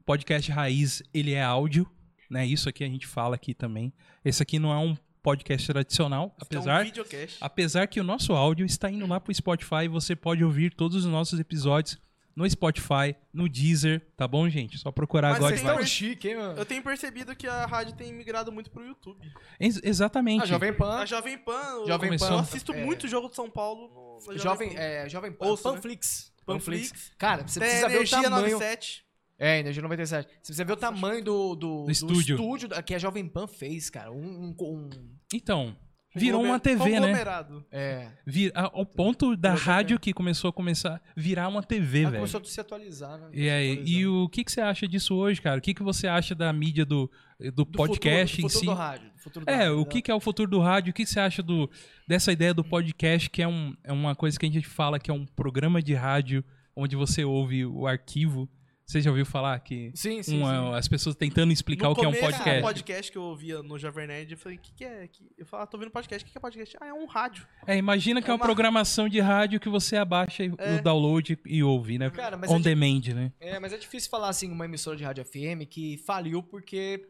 podcast raiz ele é áudio, né? Isso aqui a gente fala aqui também. Esse aqui não é um podcast tradicional, É um apesar videocast. apesar que o nosso áudio está indo lá pro Spotify, você pode ouvir todos os nossos episódios no Spotify, no Deezer, tá bom, gente? Só procurar Mas agora. vocês que vai- estão- Tão Ah, então é chique, hein, Ah, mano? Eu tenho percebido que a rádio tem migrado muito pro YouTube. Ex- Exatamente. A Jovem A Pan. Jovem Pan, eu, Jovem Começou? eu Pan. assisto é, muito jogo de São Paulo no na Jovem, Pan. é, Jovem Pan. Ouço, né? Panflix. Panflix. Cara, você Tem É, precisa ver o Energia tamanho. 97. É, Energia 97. Você precisa ver o tamanho do, do, do estúdio. estúdio da- que a Jovem Pan fez, cara. Um. um, um- Então, virou uma Conglomer- TV, né? Conglomerado. é. Vir- a- ao ponto da Virou TV. rádio que começou a começar virar uma TV, Ah, Ela velho. começou a se atualizar, né? E aí, e o que, que você acha disso hoje, cara? O que, que você acha da mídia do, do, podcast futuro, do futuro em do si? rádio. né? do futuro do É, rádio, o que, que é o futuro do rádio? O que, que você acha do, dessa ideia do podcast, que é, um, é uma coisa que a gente fala que é um programa de rádio onde você ouve o arquivo. Você já ouviu falar que Sim, sim. uma- as pessoas tentando explicar No o que é um começo, podcast? um podcast que eu ouvia no Jovem Nerd, eu falei, o que, que é? Que- Eu falei, ah, tô ouvindo podcast, o que, que é podcast? Ah, é um rádio. É, imagina que é É uma, uma- programação de rádio que você abaixa e- É. o download e ouve, né? sim. Cara, mas On é, di- demand, né? é, mas é difícil falar assim, uma emissora de rádio FM que faliu porque.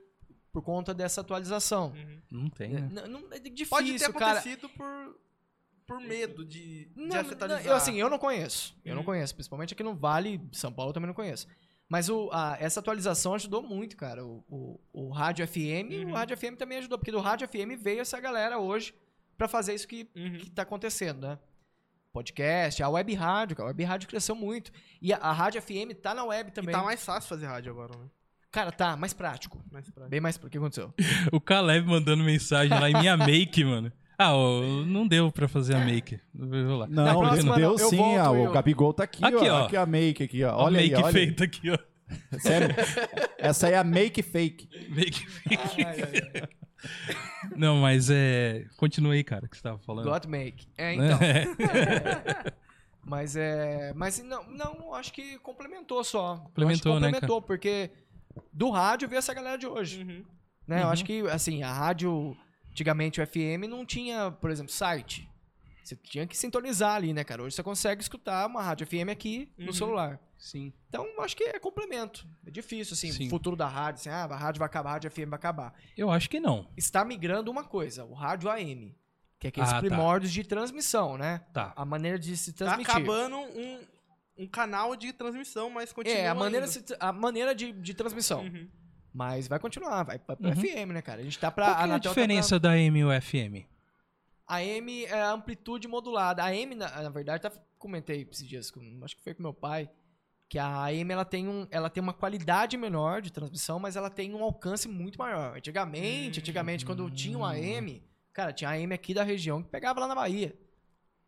Por conta dessa atualização. Uhum. Não tem, É, né? n- não- é difícil, Hum. Pode ter cara. acontecido por, por medo de, de Não, não, acertalizar. eu, assim, eu não conheço. Eu não Uhum. conheço. Principalmente aqui no Vale, São Paulo eu também não conheço. Mas o, a- essa atualização ajudou muito, cara. O, o, o Rádio FM, Uhum. o Rádio FM também ajudou. Porque do Rádio FM veio essa galera hoje pra fazer isso que, Uhum. que tá acontecendo, né? Podcast, a web rádio, cara. A web rádio cresceu muito. E a, a Rádio FM tá na web E também. tá mais fácil fazer rádio agora, né? Cara, tá mais prático. Mais pra... Bem mais. O que aconteceu? O Caleb mandando mensagem lá em minha make, mano. Ah, ô, não deu pra fazer a make. Vou lá. Não, Na deu- próxima, deu não. Eu sim. volto, ah, Will. o Gabigol tá aqui, Aqui, ó, ó. Aqui a make aqui, ó. Olha Olha a aí, make olha aí. feita aqui, ó. Sério. Essa aí é a make fake. Make feita. Ai, ai, ai. Não, mas é. Continua aí, cara, que você tava falando. Got make. É, então. É. Mas é. Mas não, não, acho que complementou só. Complementou, Acho que né, Complementou, porque do rádio veio essa galera de hoje. Uhum. Né? Uhum. Eu acho que, assim, a rádio, antigamente o FM não tinha, por exemplo, site. Você tinha que sintonizar ali, né, cara? Hoje você consegue escutar uma rádio FM aqui Uhum. no celular. Sim. Então, eu acho que é complemento. É difícil, assim, Sim. o futuro da rádio, assim, ah, a rádio vai acabar, a rádio FM vai acabar. Eu acho que não. Está migrando uma coisa, o rádio AM, que é aqueles Ah, tá. primórdios de transmissão, né? Tá. A maneira de se Tá transmitir. acabando um, um canal de transmissão, mas continua É, a maneira, ainda. se- a maneira de, de transmissão. Uhum. Mas vai continuar, vai pra, pra Uhum. FM, né, cara? A gente tá pra. Qual que é a Anatel tá pra- diferença da AM e o FM? A AM é a amplitude modulada. A AM, na, na verdade, até comentei esses dias, com- acho que foi com meu pai, que a AM ela tem, um, ela tem uma qualidade menor de transmissão, mas ela tem um alcance muito maior. Antigamente, antigamente, Uhum. quando tinha um AM, cara, tinha AM aqui da região que pegava lá na Bahia.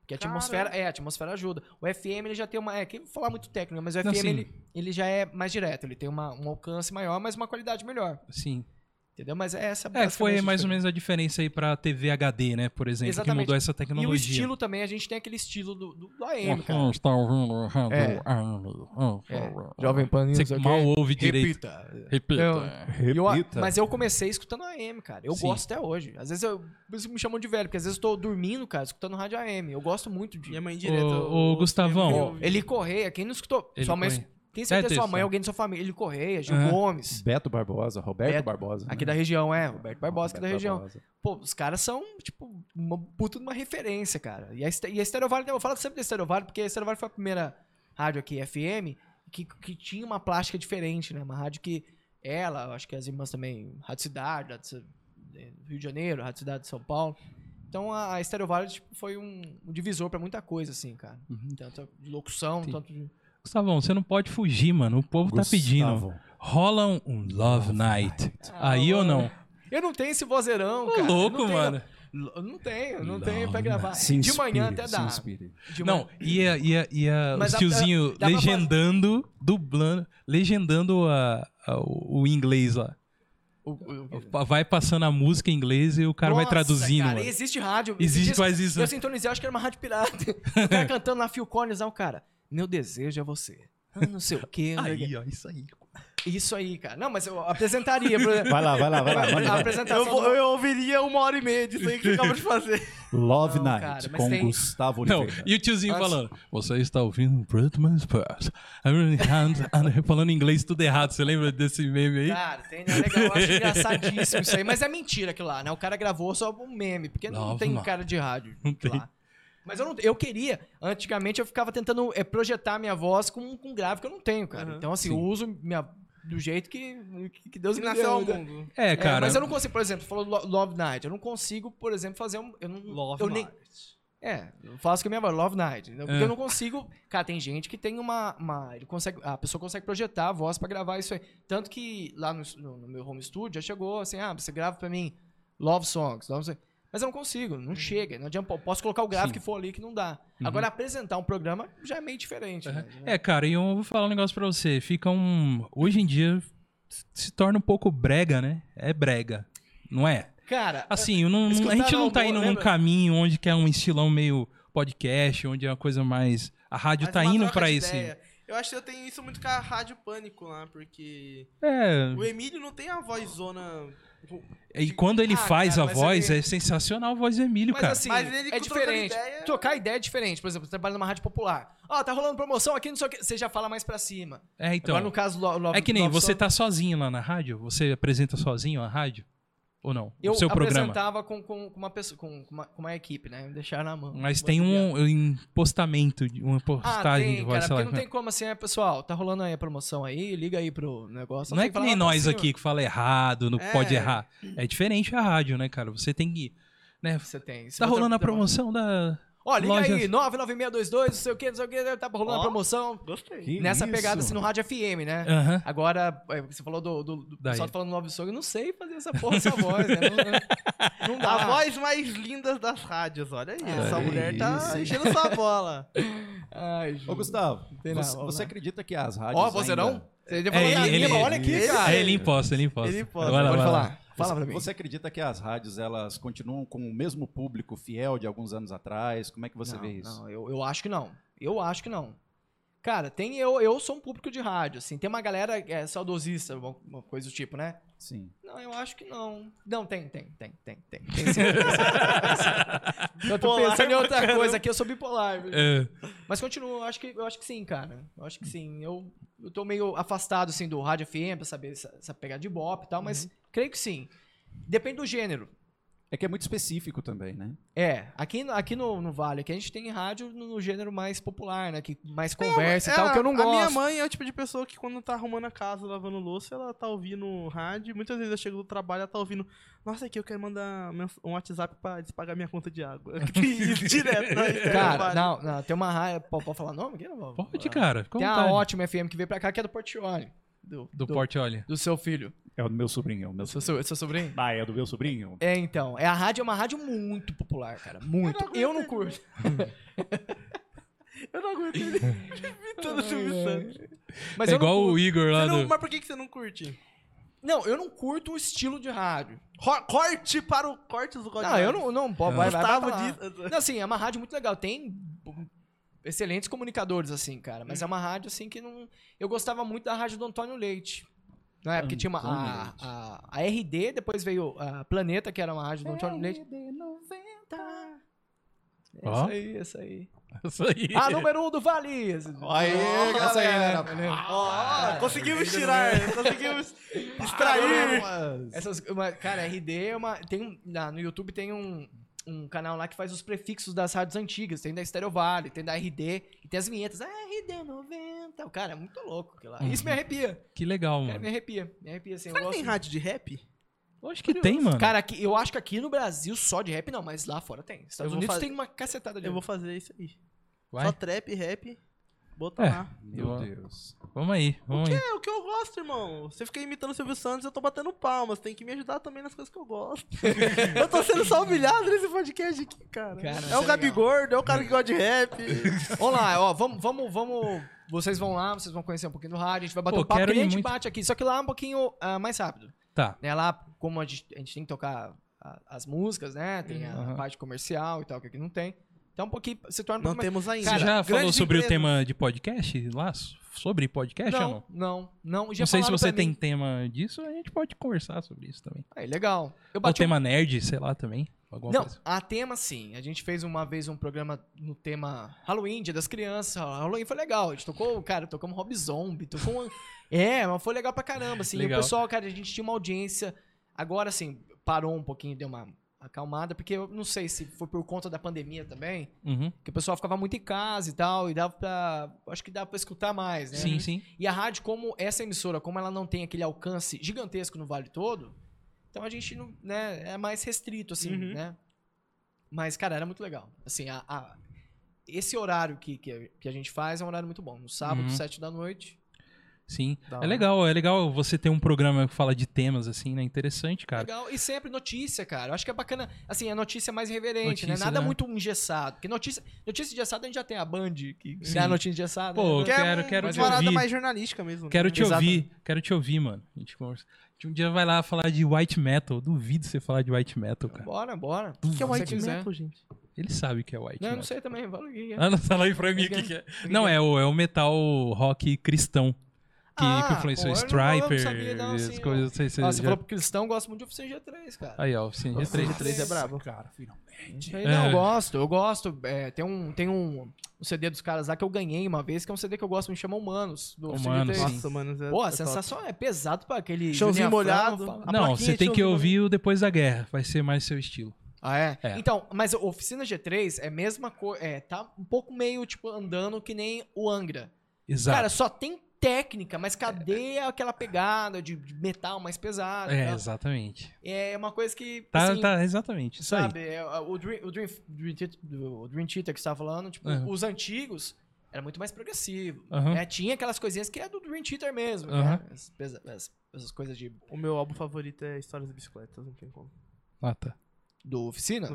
Porque a atmosfera, é, a atmosfera ajuda. O FM ele já tem uma. É, que eu vou falar muito técnico, mas o Não, FM sim. ele, ele já é mais direto, ele tem uma, um alcance maior, mas uma qualidade melhor. Sim. Entendeu? Mas é essa É, foi basicamente a mais ou diferença. menos a diferença aí pra TV HD, né, por exemplo, que Exatamente. mudou essa E tecnologia. o estilo também, a gente tem aquele estilo do, do, do AM, cara. está ouvindo rádio É. Jovem Pan News, Você ok? mal ouve direito. Repita. Repita. E eu- Repita. mas eu comecei escutando AM, cara. Eu Sim. gosto até hoje. Às vezes eu, por isso que me chamam de velho, porque às vezes eu tô dormindo, cara, escutando rádio AM. Eu gosto muito de. é Minha mãe direto. um Ô, ô, Gustavão, ó, Ele Correia, quem não escutou? Ele sua mãe. Correia. Tem certeza Deve ter que sua mãe, só. alguém da sua família. Ele Correia, Gil Aham. Gomes. Beto Barbosa, Roberto Beto, Barbosa. Aqui da né? região, é. Roberto Barbosa, aqui da Roberto região. Barbosa. Pô, os caras são, tipo, uma puta de uma referência, cara. E a, Este- e a Estéreo Vale, eu falo sempre da Estéreo Vale, porque a Estéreo Vale foi a primeira rádio aqui, FM, que, que tinha uma plástica diferente, né? Uma rádio que ela, eu acho que as irmãs também, Rádio Cidade, Rádio Ci- eh, Rio de Janeiro, Rádio Cidade de São Paulo. Então a, a Estéreo Vale tipo, foi um, um divisor pra muita coisa, assim, cara. Tanto de locução, Uhum. Sim. tanto de... Gustavão, você não pode fugir, mano. O povo tá pedindo. Gustavo. Rola um, um Love Night. Aí ou não? Eu não tenho esse vozeirão, Ô, cara. louco, Ah, Não tenho- mano. Eu não tenho, não Não, tenho pra não. gravar. Ah, né. Se de manhã inspire, até se dá. inspire. De Não, ia, ia, ia Mas os dá- tiozinho dá pra fazer- legendando, dublando, legendando a, a- o o inglês lá. O- o- o- Vai passando a música em inglês e o cara vai É. Nossa, traduzindo. cara, é mano. Existe rádio. Existe Existe quase isso. Eu né? sintonizei, acho que era uma rádio pirata. O cara cantando na Phil Collins, lá o cara. Meu desejo é você. Ah, Não sei o quê. não sei o quê. Aí, ó, isso aí. Isso aí, cara. Não, mas eu apresentaria. Por exemplo, Vai lá, vai lá, vai lá. manda a lá. Eu, apresentação. vou- do- eu ouviria uma hora e meia disso aí que você acabou de fazer. Love Não, Night cara, mas com tem- Gustavo Não, Oliveira. e o tiozinho Antes- falando, você está ouvindo Britney Spears, Iron Hands, and-" falando em inglês tudo errado, você lembra desse meme aí? Cara, tem, né, legal, eu acho engraçadíssimo isso aí. Mas é mentira aquilo lá, né? O cara gravou só um meme, porque não, Não, tem mano. cara de rádio Não aquilo tem. lá. Mas eu, não, eu queria, antigamente eu ficava tentando eh, projetar minha voz com, com grave que eu não tenho, cara. Aham. Então, assim, eu uso minha, do jeito que, que Deus Que me nasceu deu. ao né? mundo. É, É, cara, mas eu não consigo, por exemplo, falou Lo- Love Night. Eu não consigo, por exemplo, fazer um. Eu não, eu nem, É, eu faço com a minha voz, Love Night. entendeu? Porque É. eu não consigo. Cara, tem gente que tem uma. uma- ele consegue, a pessoa consegue projetar a voz pra gravar isso aí. Tanto que lá no, no- no meu home studio já chegou assim: ah, você grava pra mim Love Songs. Love Songs. Mas eu não consigo, não chega. Não adianta. eu Posso colocar o grave Uhum. Sim. que for ali que não dá. Uhum. Agora, apresentar um programa já é meio diferente. né? é, cara, e eu vou falar um negócio pra você, fica um, hoje em dia se torna um pouco brega, né? É brega, não é? Cara, Assim, eu não- não- a gente Escutaram não tá algum- indo num lembra? caminho onde que é um estilão meio podcast, onde é uma coisa mais, a rádio Mas tá uma indo troca pra de esse... ideia. Eu acho que eu tenho isso muito com a Rádio Pânico lá, porque É, o Emílio não tem a voz zona. e quando ele Ah, faz cara, a mas voz, ele- é sensacional a voz do Emílio, Mas cara. assim, Mas ele é trocando diferente. ideia- Trocar ideia é diferente. Por exemplo, você trabalha numa rádio popular. Ó, tá rolando promoção aqui, não sei o que. Você já fala mais pra cima. é, então... Agora, no caso, Lo- Love É que nem Love você Song, tá sozinho lá na rádio? Você apresenta sozinho a rádio? Ou não? Eu o tá seu programa. apresentava com, com, com uma pessoa, com, com uma, com uma equipe, né? Me Deixaram na mão. Mas Uma tem equipe. um, um postamento, de- uma Ah, postagem tem, de cara, voz, porque sei lá. né? não tem como assim, é, pessoal, tá rolando aí a promoção aí, liga aí pro negócio. Não Você é "Ah, tá tem que falar nem lá pra nós cima. aqui que fala errado, não É. pode errar. É diferente a rádio, né, cara? Você tem que. Né? Você tem. Você Tá vai rolando a tra- promoção da. Ó, liga Lojas- aí, 99622, não sei o que, não sei o que, tá rolando a Ó. promoção. Gostei. Que Nessa isso? pegada, assim, no rádio FM, né? Aham. Agora, é, você falou do, do, do Daí. pessoal tá falando do Love Song, eu não sei fazer essa porra dessa voz, né? Não, não dá. A voz mais linda das rádios, olha aí. Ah, essa olha mulher tá isso, hein? enchendo sua bola. Ai, Ô, Ju. Gustavo, Tem lá, você, vamos você lá. acredita que as rádios Ó, ainda- vozeirão? Você já É, falou ele- na ele- língua, olha aqui, ele- cara. É, ele imposta, ele imposta. Ele imposta, Vai lá, Pode vai lá. falar. Fala pra mim. Você acredita que as rádios elas continuam com o mesmo público fiel de alguns anos atrás? Como é que você não, vê isso? Não, eu, eu acho que não. Eu acho que não. Cara, tem eu, eu sou um público de rádio, assim, tem uma galera é, saudosista, uma, uma coisa do tipo, né? Sim. Não, eu acho que não. Não, tem, tem, tem, tem, tem. tem, sim, tem, sim, tem sim. Eu tô Bipolar pensando em pra outra caramba. coisa aqui, eu sou bipolar. viu? É, Mas continua, eu acho que, eu acho que sim, cara. Eu acho que sim. Eu, eu tô meio afastado, assim, do rádio FM pra saber essa, essa pegada de bop e tal, mas creio que sim. Depende do gênero. É que é muito específico também, né? É, aqui, no- aqui no, no Vale, aqui a gente tem rádio no, no gênero mais popular, né? Que mais conversa e tal, Ela- que eu não É, A gosto. minha mãe é o tipo de pessoa que quando tá arrumando a casa, lavando louça, ela tá ouvindo rádio. Muitas vezes eu chego do trabalho, ela tá ouvindo. Nossa, aqui eu quero mandar mens- um WhatsApp pra despagar minha conta de água. Direto. na internet, Cara, é vale. não, não, tem uma rádio. Pode, pode falar nome aqui? Não, Pode, cara. Fica à Tem a vontade. ótima FM que veio pra cá, que é do Portioli. Do, Do do- porte, olha. do seu filho. É o do meu sobrinho. é o meu Do seu, sobrinho. seu, seu sobrinho? Ah, é do meu sobrinho? É, então. É a rádio, é uma rádio muito popular, cara. Muito. Eu não curto. Eu não aguento ele imitando o Silvio Santos. Mas é eu não igual curto. o Igor Você lá não- do. Mas por que que você não curte? Não, eu não curto o estilo de rádio. Ro- Corte para o... Cortes do código. Não, eu não. não pô, vai, vai, vai Gustavo pra lá. diz... Não, assim, é uma rádio muito legal. Tem excelentes comunicadores, assim, cara. Mas é uma rádio, assim, que não. Eu gostava muito da rádio do Antônio Leite. Na época que tinha uma, a, a, a RD, depois veio a Planeta, que era uma rádio do Antônio Leite. Tá. É Ó. Isso aí, é isso aí. Isso aí. A número um do Vale! Aê, Essa aí, né? galera. Ah, Ó, conseguimos tirar, é. conseguimos extrair. Trair. Essas, uma- cara, RD é uma. Tem um, na- no YouTube tem um, um canal lá que faz os prefixos das rádios antigas. Tem da Stereo Vale, tem da RD, e tem as vinhetas. Ah, RD 90. Cara, é muito louco aquilo lá. Isso me arrepia. Que legal, Cara, me mano. arrepia. Me arrepia, assim. eu Será que gosto. tem rádio de rap? Acho que tem, mano. Cara, aqui, eu acho que aqui no Brasil só de rap não, mas lá fora tem. Estados vou Unidos fazer- tem uma cacetada de Eu vou fazer isso aí. Vai. Só trap, rap, botar É. lá. Meu Deus. Vamos aí, vamos aí. É o que eu gosto, irmão. Você fica imitando o Silvio Santos, eu tô batendo palmas. Tem que me ajudar também nas coisas que eu gosto. eu tô sendo só humilhado nesse podcast aqui, cara. Cara, isso é é o Gabi legal. Gordo, é o cara que gosta de rap. Vamos lá, ó, vamos, vamos, vamos. Vocês vão lá, vocês vão conhecer um pouquinho do rádio, a gente vai bater Pô, um papo quero que nem ir a gente muito. bate aqui, só que lá é um pouquinho ah, mais rápido. Tá. Né? Lá, como a gente, a gente tem que tocar a- as músicas, né? Tem a Aham. parte comercial e tal, que aqui não tem. Então um pouquinho se torna um Não pouco mais. temos ainda. Você já falou Grandes sobre o empresas. tema de podcast lá? Sobre podcast ou não? Não, não, não. Já não sei se falaram você pra tem mim. tema disso, a gente pode conversar sobre isso também. Aí, legal. Eu Ou bati um tema nerd, sei lá, também. Alguma Não, coisa. a tema sim. A gente fez uma vez um programa no tema Halloween, Dia das Crianças. Halloween foi legal. A gente tocou, cara, tocamos Rob Zombie, tocou uma... É, mas foi legal pra caramba, assim. E Legal. o pessoal, cara, a gente tinha uma audiência. Agora, assim, parou um pouquinho, deu uma acalmada, porque eu não sei se foi por conta da pandemia também, Uhum. que o pessoal ficava muito em casa e tal, e dava pra... Acho que dava pra escutar mais, né? Sim, sim. E a rádio, como essa emissora, como ela não tem aquele alcance gigantesco no Vale todo, então a gente não, né, é mais restrito, assim, Uhum. né? Mas, cara, era muito legal. Assim, a, a- esse horário que, que, que a gente faz é um horário muito bom. No sábado, Uhum. sete da noite. Sim. Da É hora. legal, é legal você ter um programa que fala de temas, assim, né? Interessante, cara. Legal. E sempre notícia, cara. Eu acho que é bacana. Assim, a notícia é mais reverente, né? Notícia, Nada né? muito engessado. Porque notícia, notícia engessada a gente já tem a Band, que Sim. dá a notícia engessada. Pô, né? eu quero, quero uma te parada ouvir. mais jornalística mesmo. Quero te Exato. ouvir, quero te ouvir, mano. A gente conversa. Um dia vai lá falar de white metal. Duvido você falar de white metal, cara. Bora, bora. que é Se você white quiser. metal, gente. Ele sabe que é white Não, metal. eu não sei também. Fala o que que é. Ah, não, fala aí pra mim o que, que é. Não, é o, é o metal rock cristão. Que, que Ah, influenciou pô, eu não- eu não Striper, sabia, não, as assim, coisas. Sei, Ah, você já... falou pro cristão, eu gosto muito de Oficina G3, cara. Aí, ó, o CG3. G3 é brabo. Cara, finalmente. Aí, Não, É. eu gosto, eu gosto. É, tem um, tem um, um CD dos caras lá que eu ganhei uma vez, que é um CD que eu gosto, me chama Humanos. Do Oficina Humanos, G3. sim. Nossa, mano. é- Pô, é a sensação é pesado pra aquele. Chãozinho Juninho Afrão, molhado. fala- A Não, plaquinha você tem de que ouvido, ouvir o Depois da Guerra. Vai ser mais seu estilo. Ah, é? É. Então, mas o Oficina G3 é a mesma coisa. É, tá um pouco meio, tipo, andando que nem o Angra. Exato. Cara, só tem técnica, mas cadê aquela pegada de, de metal mais pesado? é, tá? exatamente. é uma coisa que. Tá, assim, tá, exatamente. Isso aí. Sabe, é, a- o Dream, o Dream, Dream Theater, o Dream Theater que você tava falando, tipo, Aham. os antigos era muito mais progressivo. Aham. né? Tinha aquelas coisinhas que é do Dream Theater mesmo. Aham. né? As pesa- as- essas coisas de, O meu álbum favorito é Histórias de Bicicletas, não tem como. Ah, tá. do Oficina.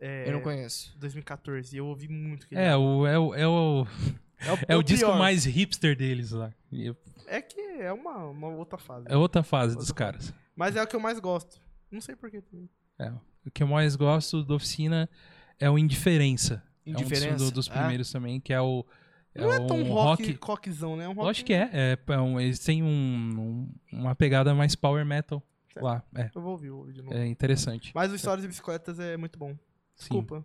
É, Eu não conheço. 2014, eu ouvi muito. aquele É, o, é, o, é, o, é o disco pior. mais hipster deles lá. E eu- É que é uma, uma outra fase. É outra fase dos Outra caras. Mas é o que eu mais gosto. Não sei porquê também. O que eu mais gosto da oficina é o Indiferença. É um Indiferença, dos, dos é? primeiros também, que é o. Não é tão um rock, rockzão, né? É um rock. Lógico que é. é, é um- eles têm um- um- uma pegada mais power metal Certo. lá. É, Eu vou ouvir o vídeo de novo. é interessante. Mas o Histórias de Bicicletas é muito bom. Desculpa. Sim.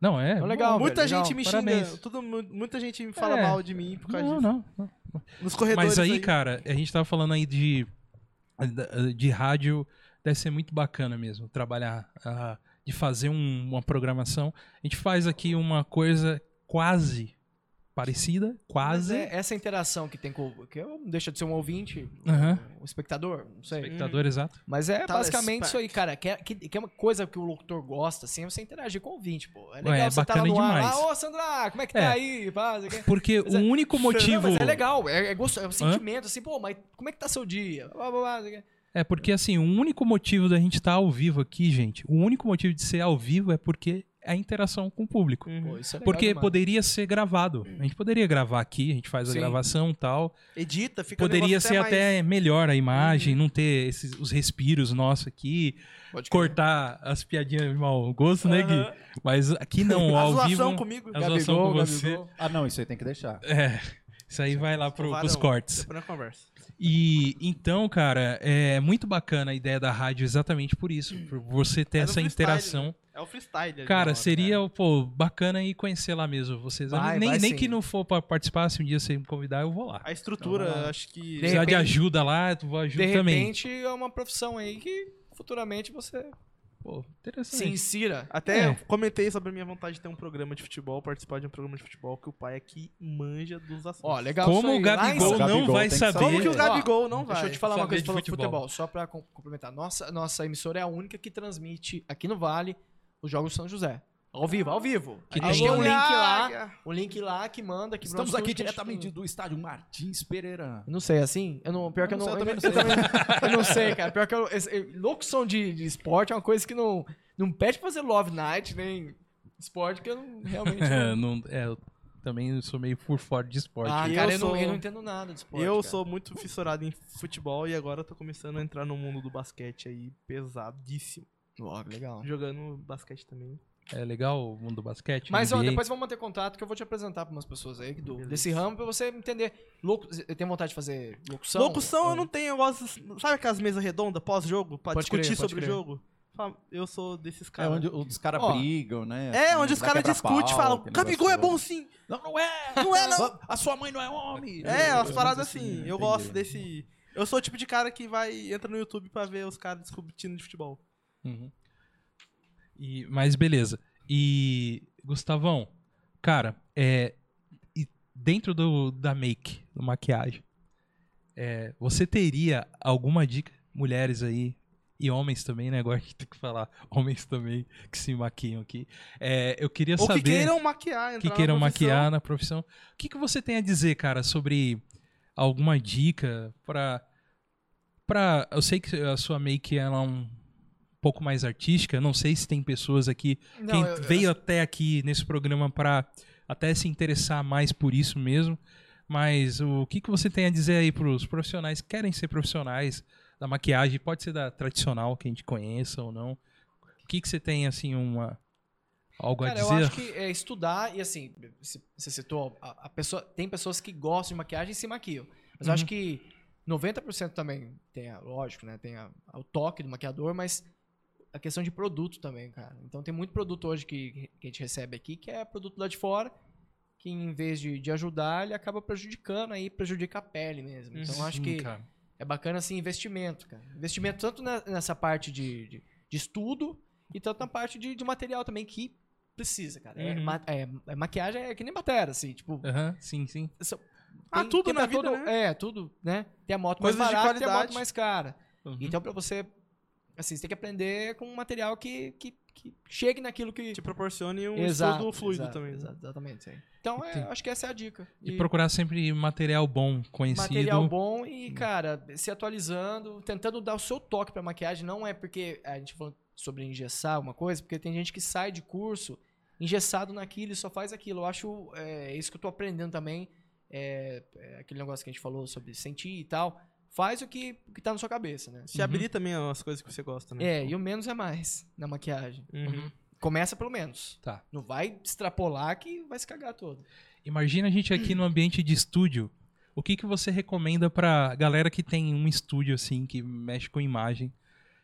Não, é. Então, legal, muita velho, gente legal. me Parabéns. xinga. Todo, mu- muita gente me fala É. mal de mim por causa Não, disso. não, não. Nos corredores. Mas aí, cara, a gente tava falando aí de, de rádio. Deve ser muito bacana mesmo trabalhar, ah, de fazer um- uma programação. A gente faz aqui uma coisa quase parecida, Mas quase. é essa interação que tem com. o- Que eu não deixa de ser um ouvinte, Aham. um espectador, não sei. Espectador, exato. Mas é Tá, basicamente mas- isso aí, cara. Que é, que, que é uma coisa que o locutor gosta, assim, é você interagir com o ouvinte, pô. É Ué, legal, é você tá lá bacana no ar. demais. Ah, ô Sandra, como é que É. tá aí? Pá, não sei o quê. Porque Mas o único motivo. Não, mas é legal, é, é gosto, é um Hã? sentimento, assim, pô, mas como é que tá seu dia? Blá, blá, blá, não sei o quê. É, tá porque assim, o único motivo da gente estar ao vivo aqui, gente, o único motivo de ser ao vivo é porque a interação com o público. Uhum. Pô, isso é legal Hum. Porque demais. poderia ser gravado. A gente poderia gravar aqui, a gente faz a Sim. gravação e tal. Edita, fica um poderia negócio ser mais- até melhor a imagem, não ter esses, os respiros nossos aqui, Pode crer. cortar as piadinhas de mau gosto, né, Aham. Gui? Mas aqui não, A ao zoação vivo. comigo. a zoação com você. Ah, não, isso aí tem que deixar. É. Isso aí vai lá pro, pros Varão. cortes. Depois nós conversa. E então, cara, é muito bacana a ideia da rádio exatamente por isso. Por você ter É no essa freestyle, interação. É o freestyle. ali na Cara, hora, né? seria, pô, bacana ir conhecer lá mesmo. Vocês Vai, nem, vai nem sim. que não for pra participar, se um dia você me convidar, eu vou lá. A estrutura, Então, vamos lá. acho que. Precisar de repente- ajuda lá, eu vou De ajudar também. repente é uma profissão aí que futuramente você Pô, se interessante. insira. Até É. eu comentei sobre a minha vontade de ter um programa de futebol, participar de um programa de futebol, que o pai aqui manja dos assuntos. Ó, legal Como o isso aí. Lá em Gabigol não São- Gabigol vai tem que saber. saber. Como que o Ó, Gabigol não vai? Deixa eu te falar uma saber coisa de falando de futebol. futebol, só pra com- complementar. Nossa, nossa emissora é a única que transmite aqui no Vale os Jogos São José. Ao vivo, ao vivo. Que a gente tem- tem um link lá, Olha! um link lá que manda. Que Estamos nós- aqui que a gente- diretamente do estádio Martins Pereira. Não sei, assim? Eu não, pior que eu não, Eu eu, não sei, eu também- eu não sei, cara. Pior que eu, esse- eh, locução de, de esporte é uma coisa que não, não pede pra fazer Love Night, nem esporte, que eu não, realmente É, não... não- é, eu também sou meio por fora de esporte. Ah, Eu cara, eu, sou- não, eu não entendo nada de esporte, Eu cara. sou muito fissurado em futebol e agora eu tô começando a entrar no mundo do basquete aí pesadíssimo. Ó, que legal. Jogando basquete também. É legal o mundo do basquete. Mas, ó, NBA. depois vamos manter contato que eu vou te apresentar pra umas pessoas aí do, Beleza. desse ramo pra você entender. Louco, tem vontade de fazer locução? Locução Ou- eu não tenho, eu gosto. Sabe aquelas mesas redondas pós-jogo? Pra Pode discutir crer, pode sobre crer. o jogo? Fala, Eu sou desses É caras. onde os caras Ó. brigam, né? É, Assim, onde os dá caras quebra-pau, discutem e falam, aquele Gabigol é um negócio bom sim! todo. Não, não é! Não é, não! A sua mãe não é homem! É, umas Coisas paradas assim. né? Eu Entendi. gosto desse. Eu sou o tipo de cara que vai. entra no YouTube pra ver os caras discutindo de futebol. Uhum. E, mas beleza. E, Gustavão, cara, é, e dentro do, da make, da maquiagem, é, você teria alguma dica, mulheres aí, e homens também, né? Agora a gente tem que falar, homens também que se maquiam aqui. É, eu queria Ou saber que queiram maquiar, entrar que na queiram profissão. maquiar na profissão. O que, que você tem a dizer, cara, sobre alguma dica pra. para eu sei que a sua make ela é um pouco mais artística, não sei se tem pessoas aqui Não, quem eu- eu- veio até aqui nesse programa pra até se interessar mais por isso mesmo. Mas o que, que você tem a dizer aí pros profissionais que querem ser profissionais da maquiagem, pode ser da tradicional, que a gente conheça ou não. O que, que você tem, assim, uma. Algo Cara, a eu dizer? acho que é estudar e assim, se- você citou, a, a pessoa, tem pessoas que gostam de maquiagem e se maquiam. Mas eu acho Uhum. que 90% também tem, a, lógico, né? Tem a- o toque do maquiador, mas a questão de produto também, cara. Então tem muito produto hoje que, que a gente recebe aqui que é produto lá de fora, que em vez de, de ajudar, ele acaba prejudicando aí, prejudica a pele mesmo. Então eu acho Sim, que cara. é bacana assim, investimento, cara. Investimento tanto na- nessa parte de, de, de estudo e tanto na parte de, de material também que precisa, cara. É Uhum. ma- É, é maquiagem é que nem matéria, assim, tipo. Aham, sim, sim. Ah, tudo tem na pra vida, todo- É, tudo, né? Tem a moto Coisas mais de barata, tem a moto qualidade. mais cara. Uhum. Então pra você, assim, você tem que aprender com um material que, que, que chegue naquilo que... Te proporcione um estudo fluido exato, também. né? exato, exatamente. é. Então é, Entendi. acho que essa é a dica. E procurar sempre material bom, conhecido. material bom e, cara, se atualizando, tentando dar o seu toque pra maquiagem. Não é porque a gente falou sobre engessar uma coisa, porque tem gente que sai de curso engessado naquilo e só faz aquilo. Eu acho é, isso que eu tô aprendendo também. É, é aquele negócio que a gente falou sobre sentir e tal. Faz o que, o que tá na sua cabeça, né? Uhum. Te habilita também as coisas que você gosta, né? É, e o menos é mais na maquiagem. Uhum. Começa pelo menos. Tá. Não vai extrapolar que vai se cagar todo. Imagina a gente aqui no ambiente de estúdio. O que, que você recomenda pra galera que tem um estúdio assim, que mexe com imagem?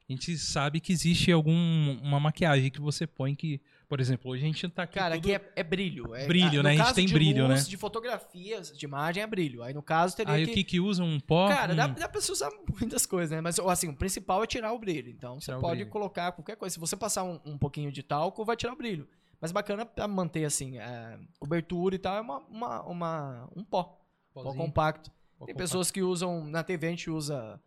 A gente sabe que existe algum uma maquiagem que você põe que, por exemplo, hoje a gente tá aqui. Cara, tudo- aqui é, é brilho. é- Brilho, ah, no né? A gente caso tem de brilho, luz, né? De fotografias, de imagem é brilho. Aí no caso teria Aí que. o que que usa um pó? Cara, um... dá, dá pra se usar muitas coisas, né? Mas assim, o principal é tirar o brilho. Então Tirar o você pode brilho. colocar qualquer coisa. Se você passar um, um pouquinho de talco, vai tirar o brilho. Mas bacana pra manter assim, é, cobertura e tal, é uma, uma, uma- um pó. Pó Pozinho, compacto. pó Tem compacto. pessoas que usam. Na TV a gente usa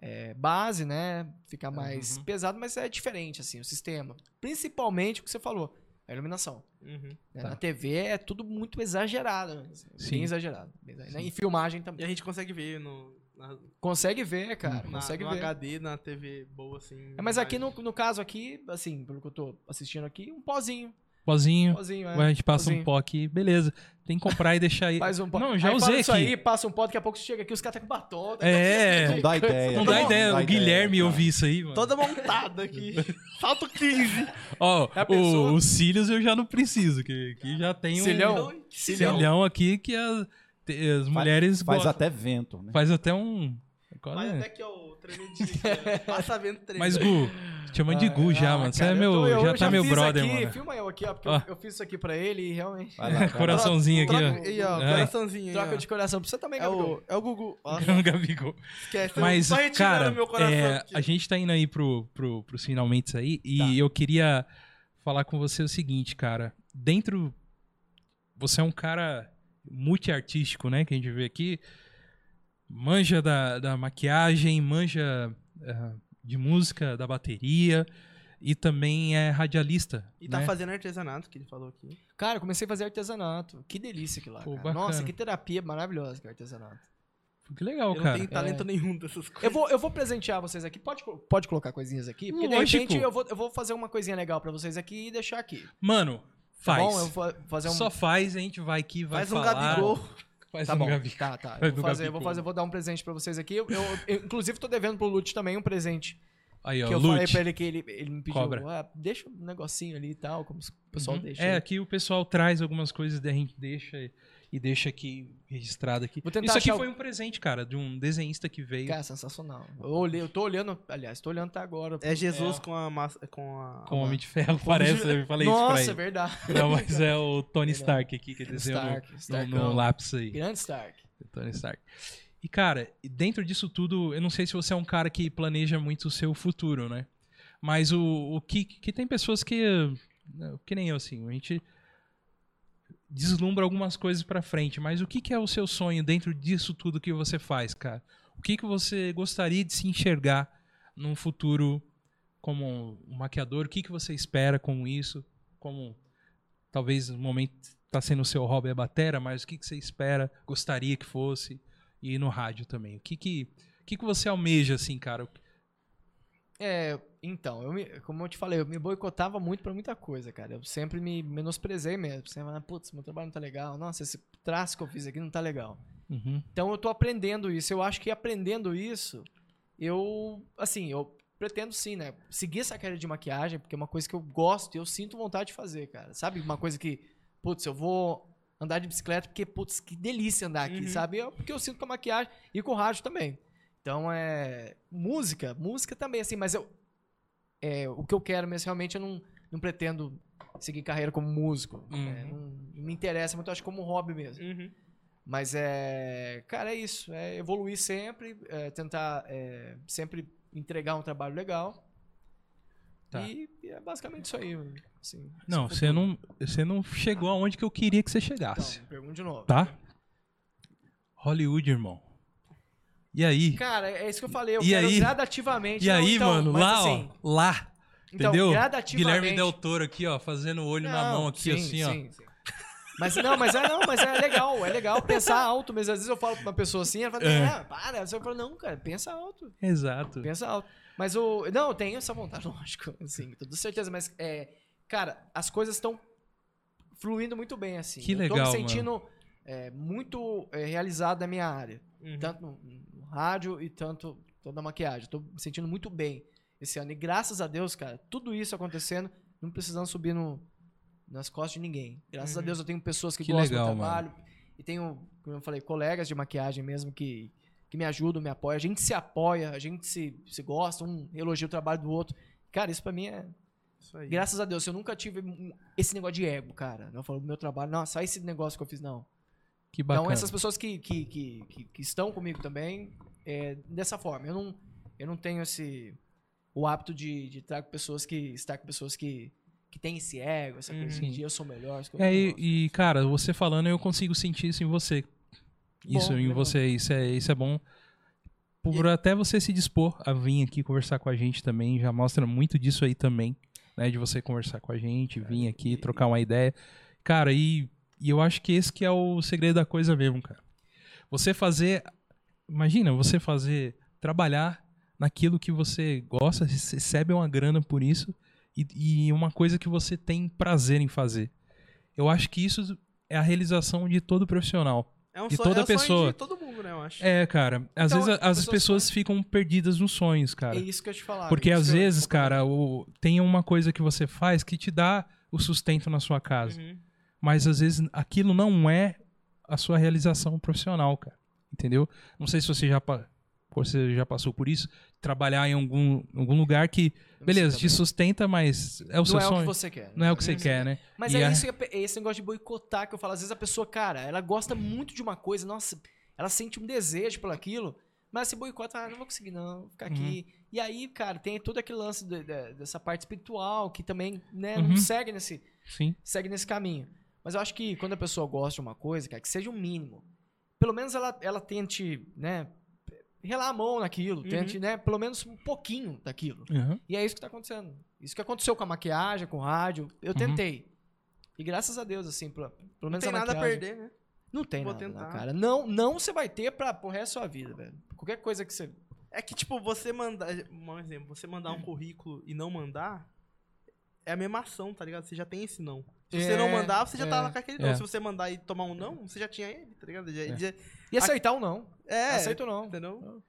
é, base, né? Fica mais Uhum. pesado, mas é diferente, assim, o sistema. Principalmente o que você falou, a iluminação. Uhum. né? Tá. Na TV é tudo muito exagerado. né? Sim. Bem exagerado. bem exagerado. Sim. E filmagem E a também. Uhum. gente consegue ver no, na, Consegue ver, cara. na- consegue no ver. HD, na TV boa, assim. É, mas aqui, imagem. no, no caso aqui, assim, pelo que eu tô assistindo aqui, um pozinho. Pozinho, Sozinho, a gente passa um Pozinho. pó aqui, beleza. Tem que comprar e deixar aí. Faz um pó. Não, já aí fala usei disso aqui. aí, passa um pó, daqui a pouco chega aqui, os caras tá com batom. tá É. com- Não dá ideia. Não dá ideia, o Guilherme cara. ouvir isso aí, mano. Toda montada aqui. Salto 15. Ó, Já o- pensou? é os cílios eu já não preciso, que, que já tem um Cilhão? Então, cilhão aqui que as, te- as mulheres Faz gostam. até vento, né? Faz até um... Qual Mas é? até que, ó, o tremendinho. né? Passa vento tremendo. Mas Gu, te chamando de Gu Ah, já, mano. Você é cara, meu, eu tô- eu já tá meu fiz brother, aqui, mano. Filma eu aqui, ó, porque Ó. eu, eu fiz isso aqui pra ele e realmente. Vai lá, cara. Coraçãozinho aqui, ó. E ó, Ai. coraçãozinho. aí, ó. Troca de coração pra você também, né, É Gabigol. o, é o Gugu. Ó, Gabigol. esquece. Mas, Só retirando cara, meu coração é, aqui. Tá. a gente tá indo aí pro, pro, pros finalmente aí. E eu queria falar com você o seguinte, cara. Dentro. Você é um cara multiartístico, né? Que a gente vê aqui. Manja da, da maquiagem, manja eh, de música, da bateria. E também é radialista. E tá né? fazendo artesanato, que ele falou aqui. Cara, eu comecei a fazer artesanato. Que delícia que lá. Pô, cara. bacana. Nossa, que terapia maravilhosa que é artesanato. Que legal, Eu não cara. é. tenho talento nenhum dessas coisas. Eu vou, eu vou presentear vocês aqui. Pode, co- pode colocar coisinhas aqui? Porque Lógico. de repente eu vou, eu vou fazer uma coisinha legal pra vocês aqui e deixar aqui. Tá Mano, faz. bom? Eu vou fazer um. Só faz, a gente vai aqui, vai Faz um falar. Gabigol. Faz Tá um bom. Gabigol. Tá, tá. Vai Eu do vou fazer, eu Gabigol. vou fazer, vou dar um presente pra vocês aqui. Eu, eu- eu, inclusive, tô devendo pro Lute também um presente. Aí, ó, que eu falei é Lute. pra ele que ele, ele me pediu. Cobra. "Ah, deixa um negocinho ali e tal, como o pessoal Uhum. deixa. né? É, aqui o pessoal traz algumas coisas daí a gente deixa e- e deixa aqui registrado aqui. Vou tentar Isso aqui achar o- foi um presente, cara, de um desenhista que veio Cara, sensacional. Eu, olhei, eu tô olhando, aliás, tô olhando até agora. É Jesus com a massa. Com a. com o Homem de Ferro, parece, eu falei Nossa, isso é pra verdade. ele. Não, mas é o Tony Verdade. Stark aqui que desenhou no- Stark, no, Stark. no lápis aí. Grande Stark. o Tony Stark. E, cara, dentro disso tudo, eu não sei se você é um cara que planeja muito o seu futuro, né? Mas o, o que, que tem pessoas que. eh, Que nem eu, assim, a gente deslumbra algumas coisas pra frente, mas o que, que é o seu sonho dentro disso tudo que você faz, cara? O que, que você gostaria de se enxergar num futuro como um maquiador? O que, que você espera com isso? Como talvez no momento tá sendo o seu hobby a batera, mas o que, que você espera, gostaria que fosse? E no rádio também. O que que, o que, que você almeja, assim, cara? É, então, eu me- como eu te falei, eu me boicotava muito pra muita coisa, cara. Eu sempre me menosprezei mesmo. Sempre falava, putz, meu trabalho não tá legal. Nossa, esse traço que eu fiz aqui não tá legal. Uhum. Então eu tô aprendendo isso. Eu acho que aprendendo isso, eu, assim, eu pretendo sim, né? Seguir essa carreira de maquiagem, porque é uma coisa que eu gosto e eu sinto vontade de fazer, cara. Sabe? Uma coisa que, putz, eu vou andar de bicicleta porque, putz, que delícia andar aqui, Uhum. sabe? É porque eu sinto com a maquiagem e com o rádio também. Então é. Música, música também, assim, mas eu. é, o que eu quero mesmo, realmente, eu não, não pretendo seguir carreira como músico. né? Uhum. Não- não me interessa muito, eu acho como hobby mesmo. Uhum. Mas é. Cara, é isso. É evoluir sempre, é tentar é, sempre entregar um trabalho legal. Tá. E, e é basicamente isso aí. Assim, Não, Esse você futuro. não, você não chegou aonde que eu queria que você chegasse, Então, pergunta de novo. tá? Hollywood, irmão. E aí? Cara, é isso que eu falei. Eu E quero aí? gradativamente. e não, aí, então, mano? mas Lá, assim, ó. Lá. Então, entendeu? gradativamente. Guilherme Del Toro aqui, ó, fazendo o olho na Não, mão aqui, sim, assim, ó. sim, sim. Mas não, mas é não, mas é legal, é legal pensar alto, mas às vezes eu falo pra uma pessoa assim, ela fala, É. ah, para. Eu falo, não, cara, pensa alto. Exato. Pensa alto. Mas o. Não, eu tenho essa vontade, lógico. Assim, com toda certeza. Mas, é, cara, as coisas estão fluindo muito bem, assim. Que Eu legal, tô me sentindo é, muito é, realizado na minha área. Uhum. Tanto no, no rádio e tanto tanto na maquiagem. Tô me sentindo muito bem esse ano. E graças a Deus, cara, tudo isso acontecendo, não precisando subir no, nas costas de ninguém. Graças a Uhum. Deus eu tenho pessoas que, Que gostam legal, do meu trabalho. E tenho, como eu falei, colegas de maquiagem mesmo que, que me ajudam, me apoiam. A gente se apoia, a gente se, se gosta, um elogia o trabalho do outro. Cara, isso pra mim é. Isso aí. Graças a Deus, eu nunca tive um- esse negócio de ego, cara. Não falo, meu trabalho, não, sai esse negócio que eu fiz, não. Que bacana. Então, essas pessoas que, que, que, que, que estão comigo também, é dessa forma. Eu não, eu não tenho esse. o hábito de, de estar com pessoas que. estar com pessoas que. que têm esse ego, essa Uhum. coisa de eu sou melhor. essa coisa É, que eu e, gosto. e, cara, você falando, eu consigo sentir isso em você. Isso Bom, em legal. você, isso é, isso é bom. Por até você se dispor a vir aqui conversar com a gente também, já mostra muito disso aí também, né? De você conversar com a gente, vir aqui, trocar uma ideia. Cara, e, e eu acho que esse que é o segredo da coisa mesmo, cara. Você fazer. Imagina, você fazer. Trabalhar naquilo que você gosta, recebe uma grana por isso e, e uma coisa que você tem prazer em fazer. Eu acho que isso é a realização de todo profissional. É um De sonho- toda é o sonho pessoa. de todo mundo, né, eu acho. É, cara. Às Então, vezes as as pessoas pessoas ficam perdidas nos sonhos, cara. É isso que eu te falar. Porque é isso às que eu- vezes, cara, o- tem uma coisa que você faz que te dá o sustento na sua casa. Uhum. Mas às vezes aquilo não é a sua realização profissional, cara. Entendeu? Não sei se você já, pa- você já passou por isso. Trabalhar em algum, algum lugar que, beleza, te sustenta, mas é o seu não é o sonho. que você quer. Não é o que você quer, né? Mas E é a- isso, é esse negócio de boicotar que eu falo. Às vezes a pessoa, cara, ela gosta muito de uma coisa, nossa, ela sente um desejo por aquilo, mas se boicota, ah, não vou conseguir não, vou ficar aqui. Uhum. E aí, cara, tem todo aquele lance de- de- dessa parte espiritual que também, né, Uhum. não segue nesse, Sim. segue nesse caminho. Mas eu acho que quando a pessoa gosta de uma coisa, cara, que seja o mínimo. Pelo menos ela, ela tente, né, relar a mão naquilo, Uhum. tente, né, pelo menos um pouquinho daquilo. Uhum. E é isso que tá acontecendo. Isso que aconteceu com a maquiagem, com o rádio. Eu Uhum. tentei. E graças a Deus, assim, pelo, pelo Não menos tem a nada a maquiagem- perder, né? Não tem Vou nada, não, tentar. cara. Não, não você vai ter pra pro resto da sua vida, velho. Qualquer coisa que você... É que, tipo, você mandar. Um exemplo, você mandar um currículo e não mandar é a mesma ação, tá ligado? Você já tem esse não. Se você É, não mandar, você já é, tava com aquele não. é. Se você mandar e tomar um não, você já tinha ele, tá ligado? Já, já- E aceitar ou não. é, Aceito ou não. entendeu?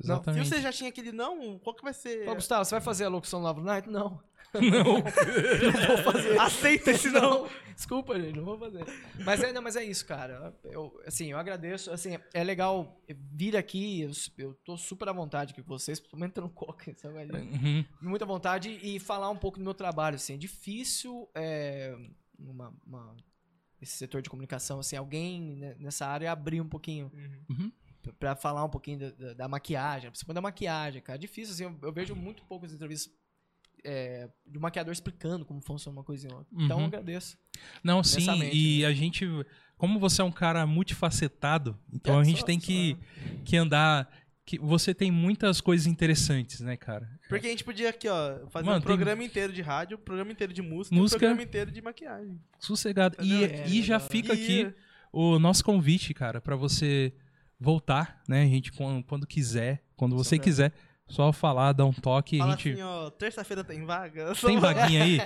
Se Exatamente. você já tinha aquele não, qual que vai ser? Fala, Gustavo, você vai fazer a locução do Love Night? Não. Aceita esse não. Desculpa, gente, não vou fazer. Mas é, não, mas é isso, cara. Eu, assim, eu agradeço. Assim, é legal vir aqui. Eu, eu tô super à vontade aqui com vocês, principalmente tendo coca. então, Sabe? Uhum. muita vontade e falar um pouco do meu trabalho, assim, é difícil é, uma, uma- esse setor de comunicação, assim, alguém ne- nessa área abrir um pouquinho Uhum. pra- pra falar um pouquinho da, da, da maquiagem, principalmente da maquiagem, cara, é difícil, assim, eu, eu Uhum. vejo muito poucas entrevistas é, de um maquiador explicando como funciona uma coisa e outra, então Uhum. eu agradeço. Não, sim, Imensamente, né? e a gente. Como você é um cara multifacetado, então a É, gente só- tem só- que, que andar. Que você tem muitas coisas interessantes, né, cara? Porque a gente podia aqui, ó, fazer Mano, um tem- programa inteiro de rádio, um programa inteiro de música, Música. um programa inteiro de maquiagem. Sossegado. E, é, Entendeu? e já fica aqui o nosso convite, cara, pra você voltar, né? A gente, quando, quando quiser, quando você quiser, só falar, dar um toque. Fala a gente assim, ó, terça-feira tem vaga. tem vaguinha aí,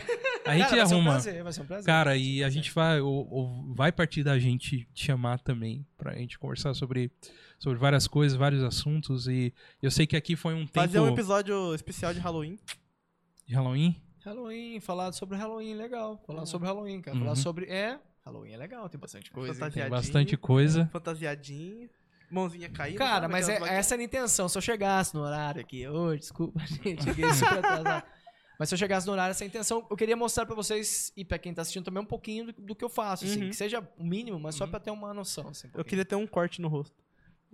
a gente Cara, vai ser um arruma. prazer, vai ser um prazer. Cara, e a gente vai, ou, ou vai partir da gente te chamar também, pra gente conversar sobre, sobre várias coisas, vários assuntos. E eu sei que aqui foi um tempo Fazer um episódio especial de Halloween. de Halloween. Halloween, falar sobre Halloween, legal, falar sobre Halloween, cara, Uhum. falar sobre, é, Halloween é legal, tem bastante coisa. hein? Tem Fantasiadinho. bastante né? coisa. Fantasiadinho. Mãozinha caindo. Cara, sabe mas é, aquelas essa era a intenção. Se eu chegasse no horário aqui, ô, desculpa, gente, cheguei super atrasado. Mas se eu chegasse no horário, essa é a intenção. Eu queria mostrar pra vocês e pra quem tá assistindo também um pouquinho do, do que eu faço, assim, Uhum. que seja o mínimo, mas só pra ter uma noção. Assim, um Eu pouquinho. queria ter um corte no rosto.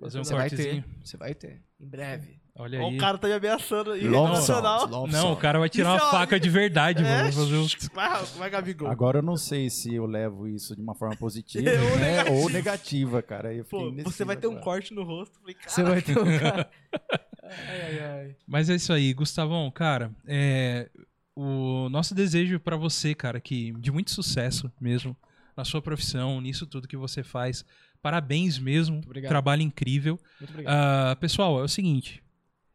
Fazer um Você vai cortezinho. ter, você vai ter, em breve. Olha Ó, aí. o cara tá me ameaçando. E Long emocional. sound, long Não, o sound. cara vai tirar Isso uma é faca de verdade, É, mano. Fazer um... Vai, vai, Gabigol. Agora eu não sei se eu levo isso de uma forma positiva Ou né, negativa. ou negativa, cara. Eu fiquei Pô, indeciso você vai ter um agora. corte no rosto. Falei, cara, Você vai ter um cara. Ai, ai, ai. Mas é isso aí, Gustavão, cara, é, o nosso desejo pra você, cara, que de muito sucesso mesmo na sua profissão, nisso tudo que você faz. Parabéns mesmo, obrigado. trabalho incrível. Muito obrigado. Ah, pessoal, é o seguinte,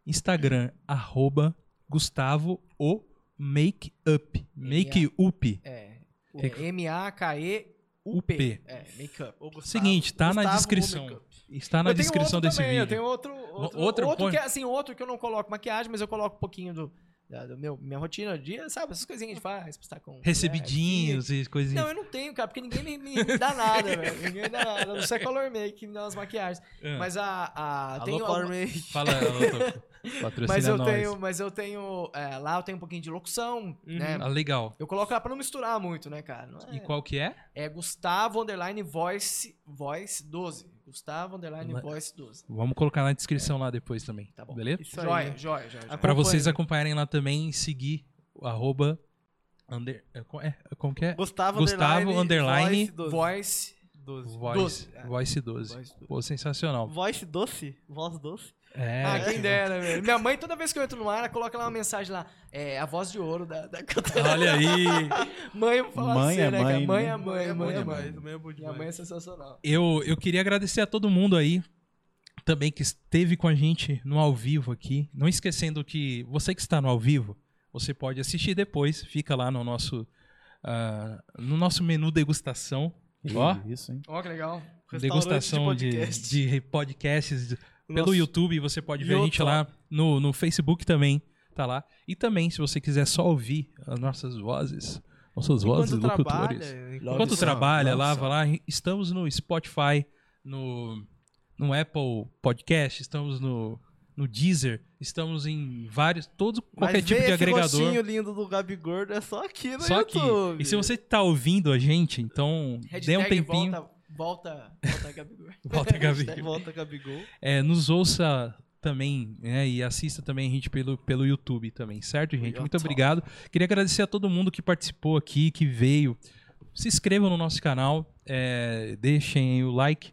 Instagram arroba Gustavo o Make Up, Make Up. é. é M-A-K-E-U-P. UP. É, make-up. ô, Gustavo, Seguinte, tá na Gustavo descrição. Womack Up. Está na Eu tenho descrição outro desse também, vídeo. Eu tenho outro, outro, outro outro, põe? que é assim, outro que eu não coloco maquiagem, mas eu coloco um pouquinho do, da do meu minha rotina do dia, sabe? Essas coisinhas de faz, pra estar com é, Recebidinhos assim. e aqui. coisinhas. Não, eu não tenho, cara, porque ninguém me, me- me dá nada, velho. Ninguém me dá nada. Não sei color make que me dá umas maquiagens. Ah, Mas a a Alô, tem Power alguma- Man. Fala, Otto. patrocina mas eu nós. tenho, mas eu tenho, é, lá eu tenho um pouquinho de locução, Uhum. né? Ah, legal. Eu coloco lá pra não misturar muito, né, cara? Não E é- qual que é? É Gustavo Underline Voice, voice 12. Gustavo Underline Lá- Voice 12. Vamos colocar na descrição lá depois também. Tá bom. Beleza? Isso aí. Joia, joia, joia. joia. Pra vocês acompanharem lá também, seguir o arroba under, é, co- é, como que é? Gustavo, Gustavo, underline, Voice doce. Voice. Voice, doce. doze. É. Voice 12. Voice Pô, sensacional. Voice doce? Voz doce? É, Ah, quem dera, velho. Minha mãe, toda vez que eu entro no ar, ela coloca lá uma mensagem lá. É a voz de ouro da, da cantora. olha aí. Mãe, eu vou falar Mãe assim, é né, mãe, cara? Mãe né? é mãe, mãe é mãe. Também é bom Minha demais. mãe é sensacional. Eu, eu queria agradecer a todo mundo aí também que esteve com a gente no ao vivo aqui. Não esquecendo que você que está no ao vivo, Você pode assistir depois, fica lá no nosso, ah, no nosso menu degustação. Ó, Isso, hein? Ó, que legal. é Restaurante degustação de, podcast. de podcasts pelo Nossa. YouTube, você pode E ver a gente outro lá no, no Facebook também, tá lá. E também, se você quiser só ouvir as nossas vozes, nossas vozes Enquanto locutores. trabalha, né? Enquanto Love trabalha, song, love lava lá, estamos no Spotify, no, no Apple Podcast, estamos no, no Deezer, estamos em vários, todo qualquer Mas tipo vê de esse agregador. rostinho lindo do Gabi Gordo é só aqui no Só que, YouTube. e se você tá ouvindo a gente, então dê um tempinho, volta, Volta, volta, volta Gabigol. Gabi. Né? Volta, Gabigol. É, nos ouça também, né, e assista também a gente pelo, pelo YouTube também, certo, gente? Muito obrigado. Queria agradecer a todo mundo que participou aqui, que veio. Se inscrevam no nosso canal, é, deixem o like.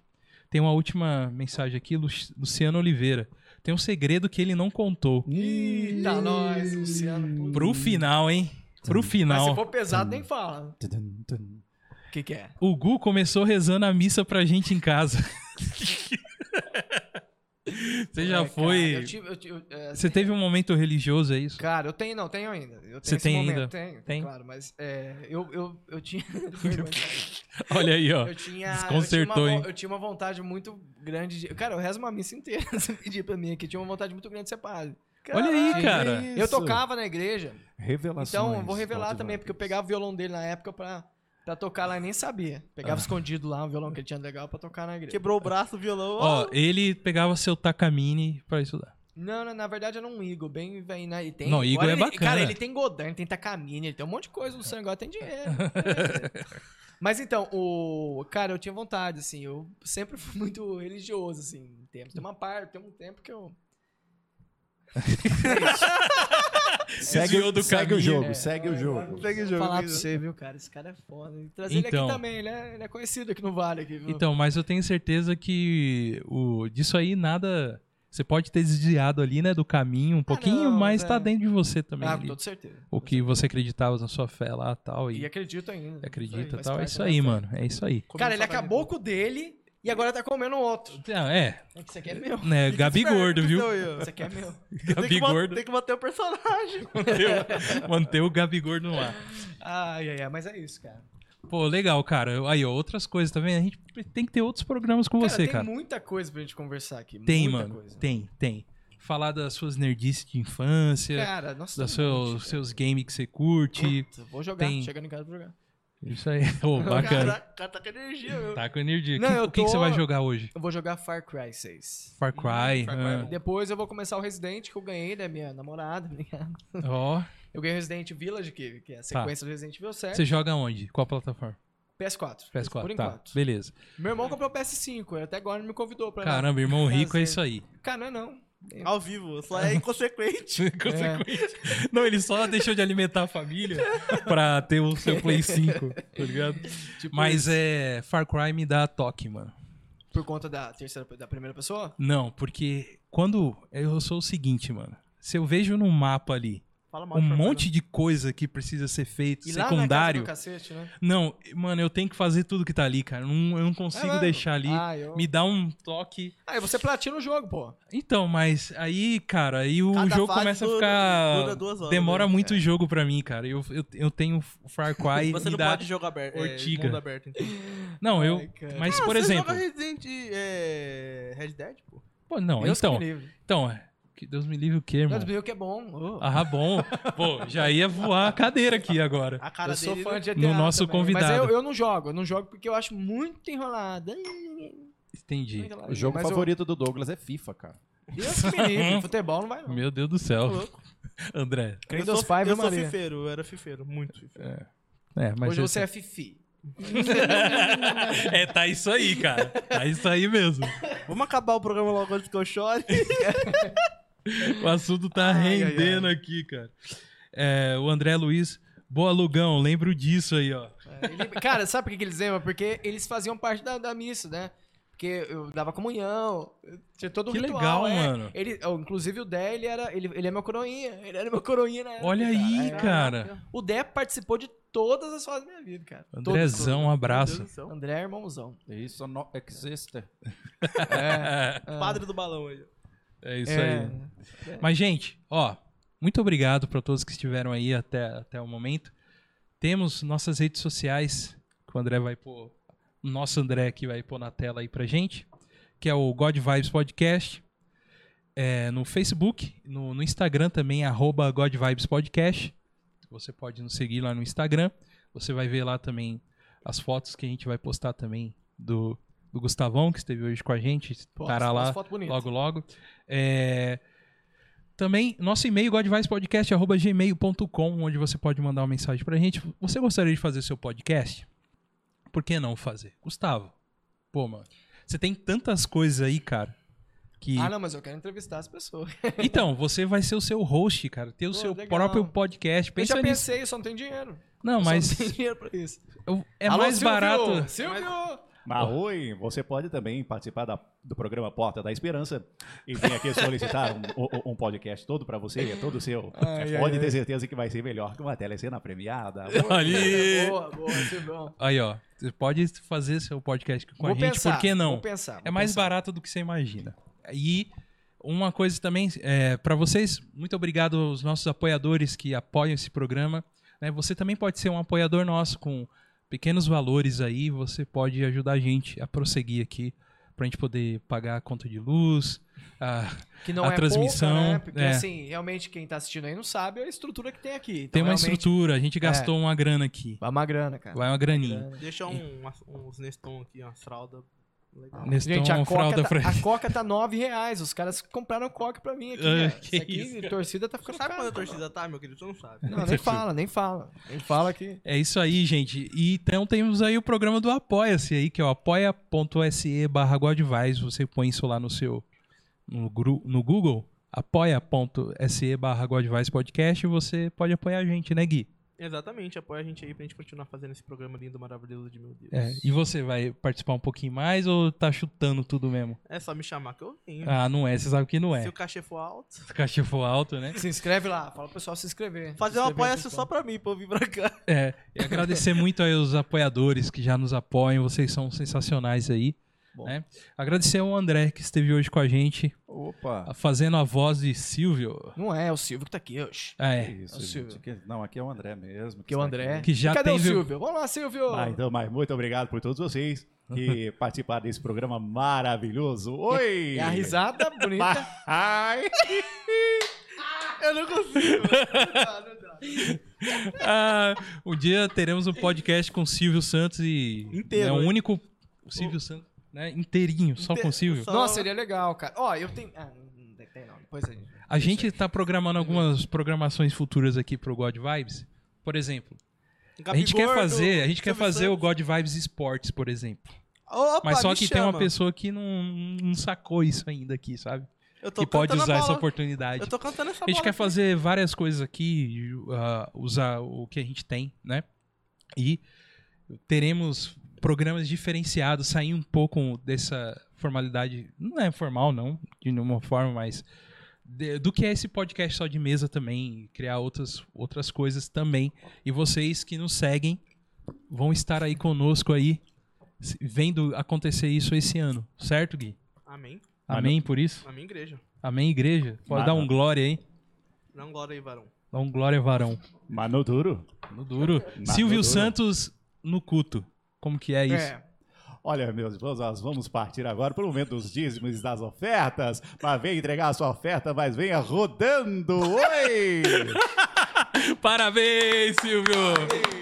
Tem uma última mensagem aqui, Lu- Luciano Oliveira. Tem um segredo que ele não contou. Eita, nós, Luciano. puta. Pro final, hein? Pro Hum. Mas se final. for pesado, nem fala. O que que é? O Gu começou rezando a missa pra gente em casa. Você já É, cara, foi. eu tive- eu tive- eu- é, Você teve um momento religioso, é isso? Cara, eu tenho, não, tenho ainda. Eu tenho Você esse tem momento, ainda? Tenho, Tem? claro, mas é, eu, eu, eu tinha. Perdoa, cara. Olha aí, ó. eu tinha. Desconcertou, eu tinha, uma, hein? vo- eu tinha uma vontade muito grande de. Cara, eu rezo uma missa inteira se pedir pra mim aqui. Eu tinha uma vontade muito grande de ser padre. Olha aí, cara. Eu tocava na igreja, Revelações. então eu vou revelar Pode também, vai. porque eu pegava o violão dele na época pra, pra tocar lá e nem sabia. Pegava escondido lá um violão que ele tinha legal pra tocar na igreja. Quebrou o braço, o violão. Ah, ó. Ó, ele pegava seu Takamine pra estudar. Não, não, na verdade era um Eagle, bem velho. Né? Ele tem, Não, Eagle agora é ele- bacana. Cara, ele tem Godin, ele tem Takamine, ele tem um monte de coisa no sangue, agora tem dinheiro. Mas então, o. Cara, eu tinha vontade, assim, eu sempre fui muito religioso, assim, em tempos. Tem uma parte, tem um tempo que eu. Segue, Desviou do segue caminho. o jogo, É. segue o jogo. Segue o Vou jogo. falar pra Guido. você, viu, cara? Esse cara é foda. E Trazer ele Então. aqui também, ele é, ele é conhecido aqui no Vale, aqui, viu? Então, mas eu tenho certeza que o disso aí nada. Você pode ter desviado ali, né, do caminho um pouquinho, Ah, não, mas tá velho. dentro de você também. ah, com ali. toda certeza. O que você acreditava na sua fé lá tal, E e, acredito ainda. acredita Faz tal. É parte isso da aí, minha fé. mano. É isso aí. Cara, ele acabou com o dele e agora tá comendo outro. Então, é, Isso aqui é meu. né, Gabi Gordo, viu? Então, eu- Isso aqui é meu. Tem que, Gabi man- Gordo. tem que manter o personagem. Manter o Gabi Gordo no ar. Ai, ai, ai, mas é isso, cara. Pô, legal, cara. Aí, ó, outras coisas, tá vendo? A gente tem que ter outros programas com você, tem cara. muita coisa pra gente conversar aqui. Tem, muita mano. Coisa. Tem, tem. Falar das suas nerdices de infância, Cara, nossa. dos tem um monte, seus, seus games que você curte. cara. Vou jogar, tem- chegando em casa vou jogar. Isso aí. Ô, bacana. Caraca, tá com energia, meu. Tá com energia. Não, Que- eu O que, que tô- você vai jogar hoje? Eu vou jogar Far Cry 6. Far Cry. ah. Depois eu vou começar o Resident que eu ganhei da minha namorada. minha- Ó, Eu ganhei o Resident Village, que, que é a sequência do Resident Evil 7. Tá. você joga onde? Qual plataforma? PS4. PS4. É? Por tá, enquanto. beleza. Meu irmão comprou o PS5, ele até agora não me convidou pra. Caramba, irmão rico é Prazer. isso aí. Cara, não é não. Ao vivo, só é inconsequente. Consequente. É. Não, ele só deixou de alimentar a família pra ter o seu Play 5, tá ligado? Tipo, Mas é. Far Cry me dá toque, mano. Por conta da terceira da primeira pessoa? Não, porque quando. Eu sou o seguinte, mano. Se eu vejo no mapa ali Fala mal um de Far Cry. monte de coisa que precisa ser feito, E lá na casa secundário. do cacete, né? Não, mano, eu tenho que fazer tudo que tá ali, cara. Eu não, eu não consigo mano. deixar ali. Ah, eu... Me dá um toque. ah, e você platina o jogo, pô. Então, mas aí, cara, aí o Cada jogo fase começa a dura- ficar. dura duas horas, Demora né? muito o jogo pra mim, cara. Eu, eu, eu tenho o Far Cry. Você me não dá... pode jogar aberto. ortiga. É, mundo aberto, então. Não, eu. Ai, cara. Mas, Ah, por você exemplo. joga Resident é, Red Dead, pô. Pô, não, Deus que então. me livre. Então, é. que Deus me livre o quê, irmão? Deus me livre que é bom. Oh. Ah, bom. Pô, já ia voar a cadeira aqui agora. A cara eu sou dele fã de GTA no nosso também, convidado. Mas né? eu, eu não jogo, eu não jogo porque eu acho muito enrolado. Ai, Entendi. enrolado. O jogo Mas favorito do Douglas é FIFA, cara. Eu, Deus que me livre, futebol não vai não. Meu Deus do céu. André. Creio em eu Deus sou, Pai, eu viu, sou Maria? fifeiro, eu era fifeiro, muito fifeiro. É, mas Hoje eu- você é fifi. né, é, tá isso aí, cara. Tá isso aí mesmo. Vamos acabar o programa logo antes que eu chore. O assunto tá Ai, ai, rendendo aqui, cara. É, o André Luiz. Boa, Lugão. Lembro disso aí, ó. É, ele- Cara, sabe por que que eles lembram? Porque eles faziam parte da, da missa, né? Porque eu dava comunhão, eu tinha todo um Que ritual, legal, é. mano. Ele, ó, inclusive o Dé, ele era, ele, ele é meu coroinha, ele era meu coroinha na época, Olha aí, É. cara. O Dé participou de todas as fases da minha vida, cara. Todas, Andrezão, um Meu abraço. Deus do todas. céu. André é irmãozão. Isso não existe. É, Padre do balão aí. é isso É. aí. Mas, gente, ó. Muito obrigado para todos que estiveram aí até, até o momento. Temos nossas redes sociais, que o André vai pôr. O nosso André que vai pôr na tela aí pra gente, que é o God Vibes Podcast. É, no Facebook, no, no Instagram também, arroba God Vibes Podcast. Você pode nos seguir lá no Instagram. Você vai ver lá também as fotos que a gente vai postar também do, do Gustavão, que esteve hoje com a gente. Estará lá foto bonita. logo, logo. É, Também, nosso e-mail, godvicepodcast.gmail.com, onde você pode mandar uma mensagem pra gente. Você gostaria de fazer seu podcast? Por que não fazer? Gustavo, pô, mano, você tem tantas coisas aí, cara, que... Ah, não, mas eu quero entrevistar as pessoas. Então, você vai ser o seu host, cara, ter o Pô, seu legal. próprio podcast. Pensa eu já nisso. pensei, eu só não tenho dinheiro. Não, Eu só não tenho mas dinheiro pra isso. eu- é Alô, mais Silvio! barato... Silvio! Marroi, você pode também participar da- do programa Porta da Esperança e vir aqui solicitar um, um- um podcast todo pra você, é todo seu. Ai, pode ai, ter ai. certeza que vai ser melhor que uma telecena premiada. Ali. Boa, boa, Silvio. Aí, ó, você pode fazer seu podcast com a Vou gente, pensar, por que não? Vou pensar. É vou mais pensar. barato do que você imagina. E uma coisa também, é, para vocês, muito obrigado aos nossos apoiadores que apoiam esse programa. né? Você também pode ser um apoiador nosso com pequenos valores aí. Você pode ajudar a gente a prosseguir aqui para a gente poder pagar a conta de luz. Ah, a- Que não A é transmissão, pouca, né? Porque é. assim, realmente quem tá assistindo aí não sabe a estrutura que tem aqui. Então, tem uma realmente, estrutura, a gente gastou uma grana aqui. Vai uma grana, cara. Vai uma graninha. grana. Deixa um, uns Neston aqui, uma fralda. Legal. Neston, Gente, a fralda coca, tá, pra... a coca tá 9 reais. Os caras compraram coca pra mim aqui. Ah, cara. que Isso aqui, isso, cara. torcida tá Você ficando sabe cara. quando a torcida tá, meu querido? Você não sabe. Não, nem fala, nem fala. Nem fala que... É isso aí, gente. E então temos aí o programa do Apoia-se aí, que é o apoia.se barra Godvice. Você põe isso lá no seu no, gru- no Google, apoia.se barra Godvice Podcast e você pode apoiar a gente, né, Gui? Exatamente, apoia a gente aí pra gente continuar fazendo esse programa lindo, maravilhoso de meu Deus. É, e você vai participar um pouquinho mais ou tá chutando tudo mesmo? É só me chamar que eu venho. Ah, não é, você sabe que não é. Se o cachê for alto. Se o cachê for alto, né? Se inscreve lá. Fala pro pessoal se inscrever. Fazer Se um inscrever, apoia-se só pessoal. pra mim, pra eu vir pra cá. É, e agradecer muito aí os apoiadores que já nos apoiam, vocês são sensacionais aí. Bom. Né? Agradecer ao André que esteve hoje com a gente, Opa! fazendo a voz de Silvio. Não é, é o Silvio que tá aqui hoje. Ah, que É, Isso, é o gente. Silvio. Que- Não, aqui é o André mesmo. Que é o está aqui. André. que já Cadê tem o viu- Silvio? Vamos lá, Silvio! Ah, então, mas muito obrigado por todos vocês que participaram desse programa maravilhoso. Oi! É a risada bonita. Ma- Ai! Eu não consigo. Ah, um dia teremos um podcast com o Silvio Santos e Inteiro, é o hein? único o Silvio Santos, né, inteirinho, só Inte- com o Silvio. só- Nossa, seria legal, cara. Ó, eu tenho... Ah, não tem não. Depois aí. A gente tá programando algumas programações futuras aqui pro God Vibes. Por exemplo, a gente quer fazer, a gente quer fazer o God Vibes Esportes, por exemplo. Opa, Mas só me que tem chama. uma pessoa que não, não sacou isso ainda aqui, sabe? Eu tô Que pode cantando a usar essa bola. oportunidade. Eu tô cantando essa A gente bola quer aqui. fazer várias coisas aqui, ah, usar o que a gente tem, né? E teremos programas diferenciados, sair um pouco dessa formalidade, não é formal não, de nenhuma forma, mas de- do que é esse podcast só de mesa também, criar outras, outras coisas também. E vocês que nos seguem vão estar aí conosco aí, se- vendo acontecer isso esse ano, certo, Gui? Amém. Amém por isso? Na minha igreja. Amém, igreja? Pode dar um Amém. glória aí. Não glória aí, varão. Dá um glória, varão. Mas no duro. No duro. Mas Silvio no duro. Santos no culto. Como que é isso? Olha, meus irmãos, nós vamos partir agora para o momento dos dízimos e das ofertas. Mas venha entregar a sua oferta, mas venha rodando. Oi! Parabéns, Silvio!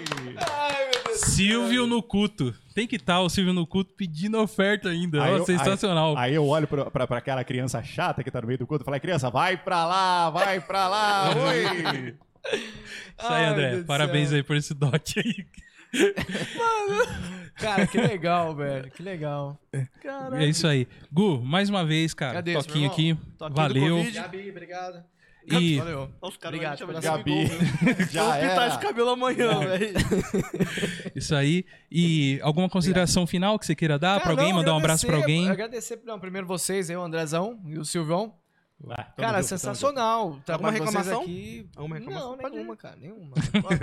Silvio no culto. Tem que estar o Silvio no culto pedindo oferta ainda. Aí Ó, eu- sensacional. Aí eu olho para aquela criança chata que tá no meio do culto e falo, criança, vai pra lá, vai pra lá, oi! Isso aí, Ai, meu André. Deus do Parabéns céu. aí por esse dote aí. Cara, que legal, velho. Que legal. Caraca. É isso aí. Gu, mais uma vez, cara. Cadê esse, toquinho meu aqui. irmão? Toquinho do Valeu. Covid. Gabi, obrigado. E Valeu. Olha os caras Obrigado me chamam de pela Gabigol, velho. Então, Vou Já tá pintar era. esse cabelo amanhã, velho. isso aí. E alguma consideração final que você queira dar pra Cara, alguém? não, Mandar um abraço pra agradecer- alguém? Agradecer, não, primeiro vocês, eu, o Andrezão e o Silvão. Vai, tamo cara, junto, tamo sensacional. Alguma reclamação? Aqui. Alguma reclamação? Não, Pode ir. nenhuma, cara, nenhuma.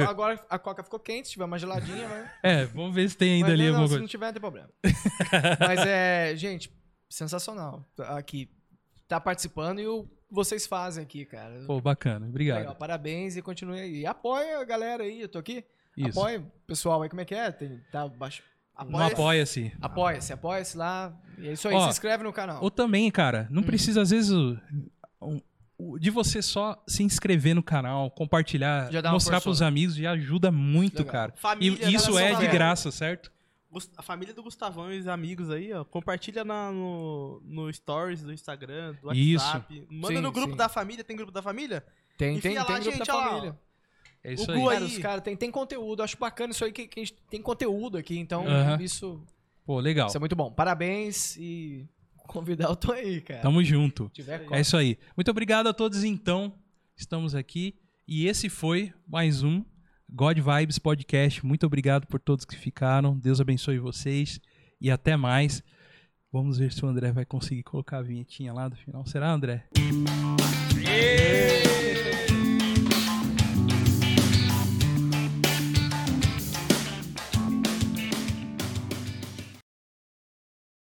Agora a coca ficou quente, se tiver uma geladinha, vai. É, vamos ver se tem ainda Mas ali não, alguma não, se não coisa. tiver, não tem problema. Mas é, gente, sensacional. Tá Aqui, tá participando e o vocês fazem aqui, cara. Pô, bacana. assim, Legal, Obrigado. parabéns e continue aí. Apoia a galera aí, eu tô aqui. Isso. Apoia o pessoal aí, como é que é? Tem, tá baixo. Não apoia-se. Apoia-se, apoia-se lá. E é isso aí, Ó, se inscreve no canal. Ou também, cara, Hum. não precisa, às vezes, o- o- o- de você só se inscrever no canal, compartilhar, Já dá uma mostrar pros forçona. amigos, já ajuda muito, Legal. cara. E Família, isso galera, é só de vai. graça, certo? Gus- A família do Gustavão e os amigos aí, ó. Compartilha na- no, no Stories do Instagram, do Isso. WhatsApp. Manda Sim, no grupo sim. da família. Tem grupo da família? Tem, enfia tem, lá, tem grupo gente, da olha lá, família. É O isso Gu aí. aí. Cara, os caras tem, tem conteúdo, acho bacana isso aí que, que a gente tem conteúdo aqui, então Aham. isso, Pô, legal. isso é muito bom. Parabéns e convidar eu tô aí, cara. Tamo junto. Se tiver É isso aí. Muito obrigado a todos, então. Estamos aqui. E esse foi mais um God Vibes Podcast. Muito obrigado por todos que ficaram. Deus abençoe vocês. E até mais. Vamos ver se o André vai conseguir colocar a vinhetinha lá do final. Será, André? Yeah!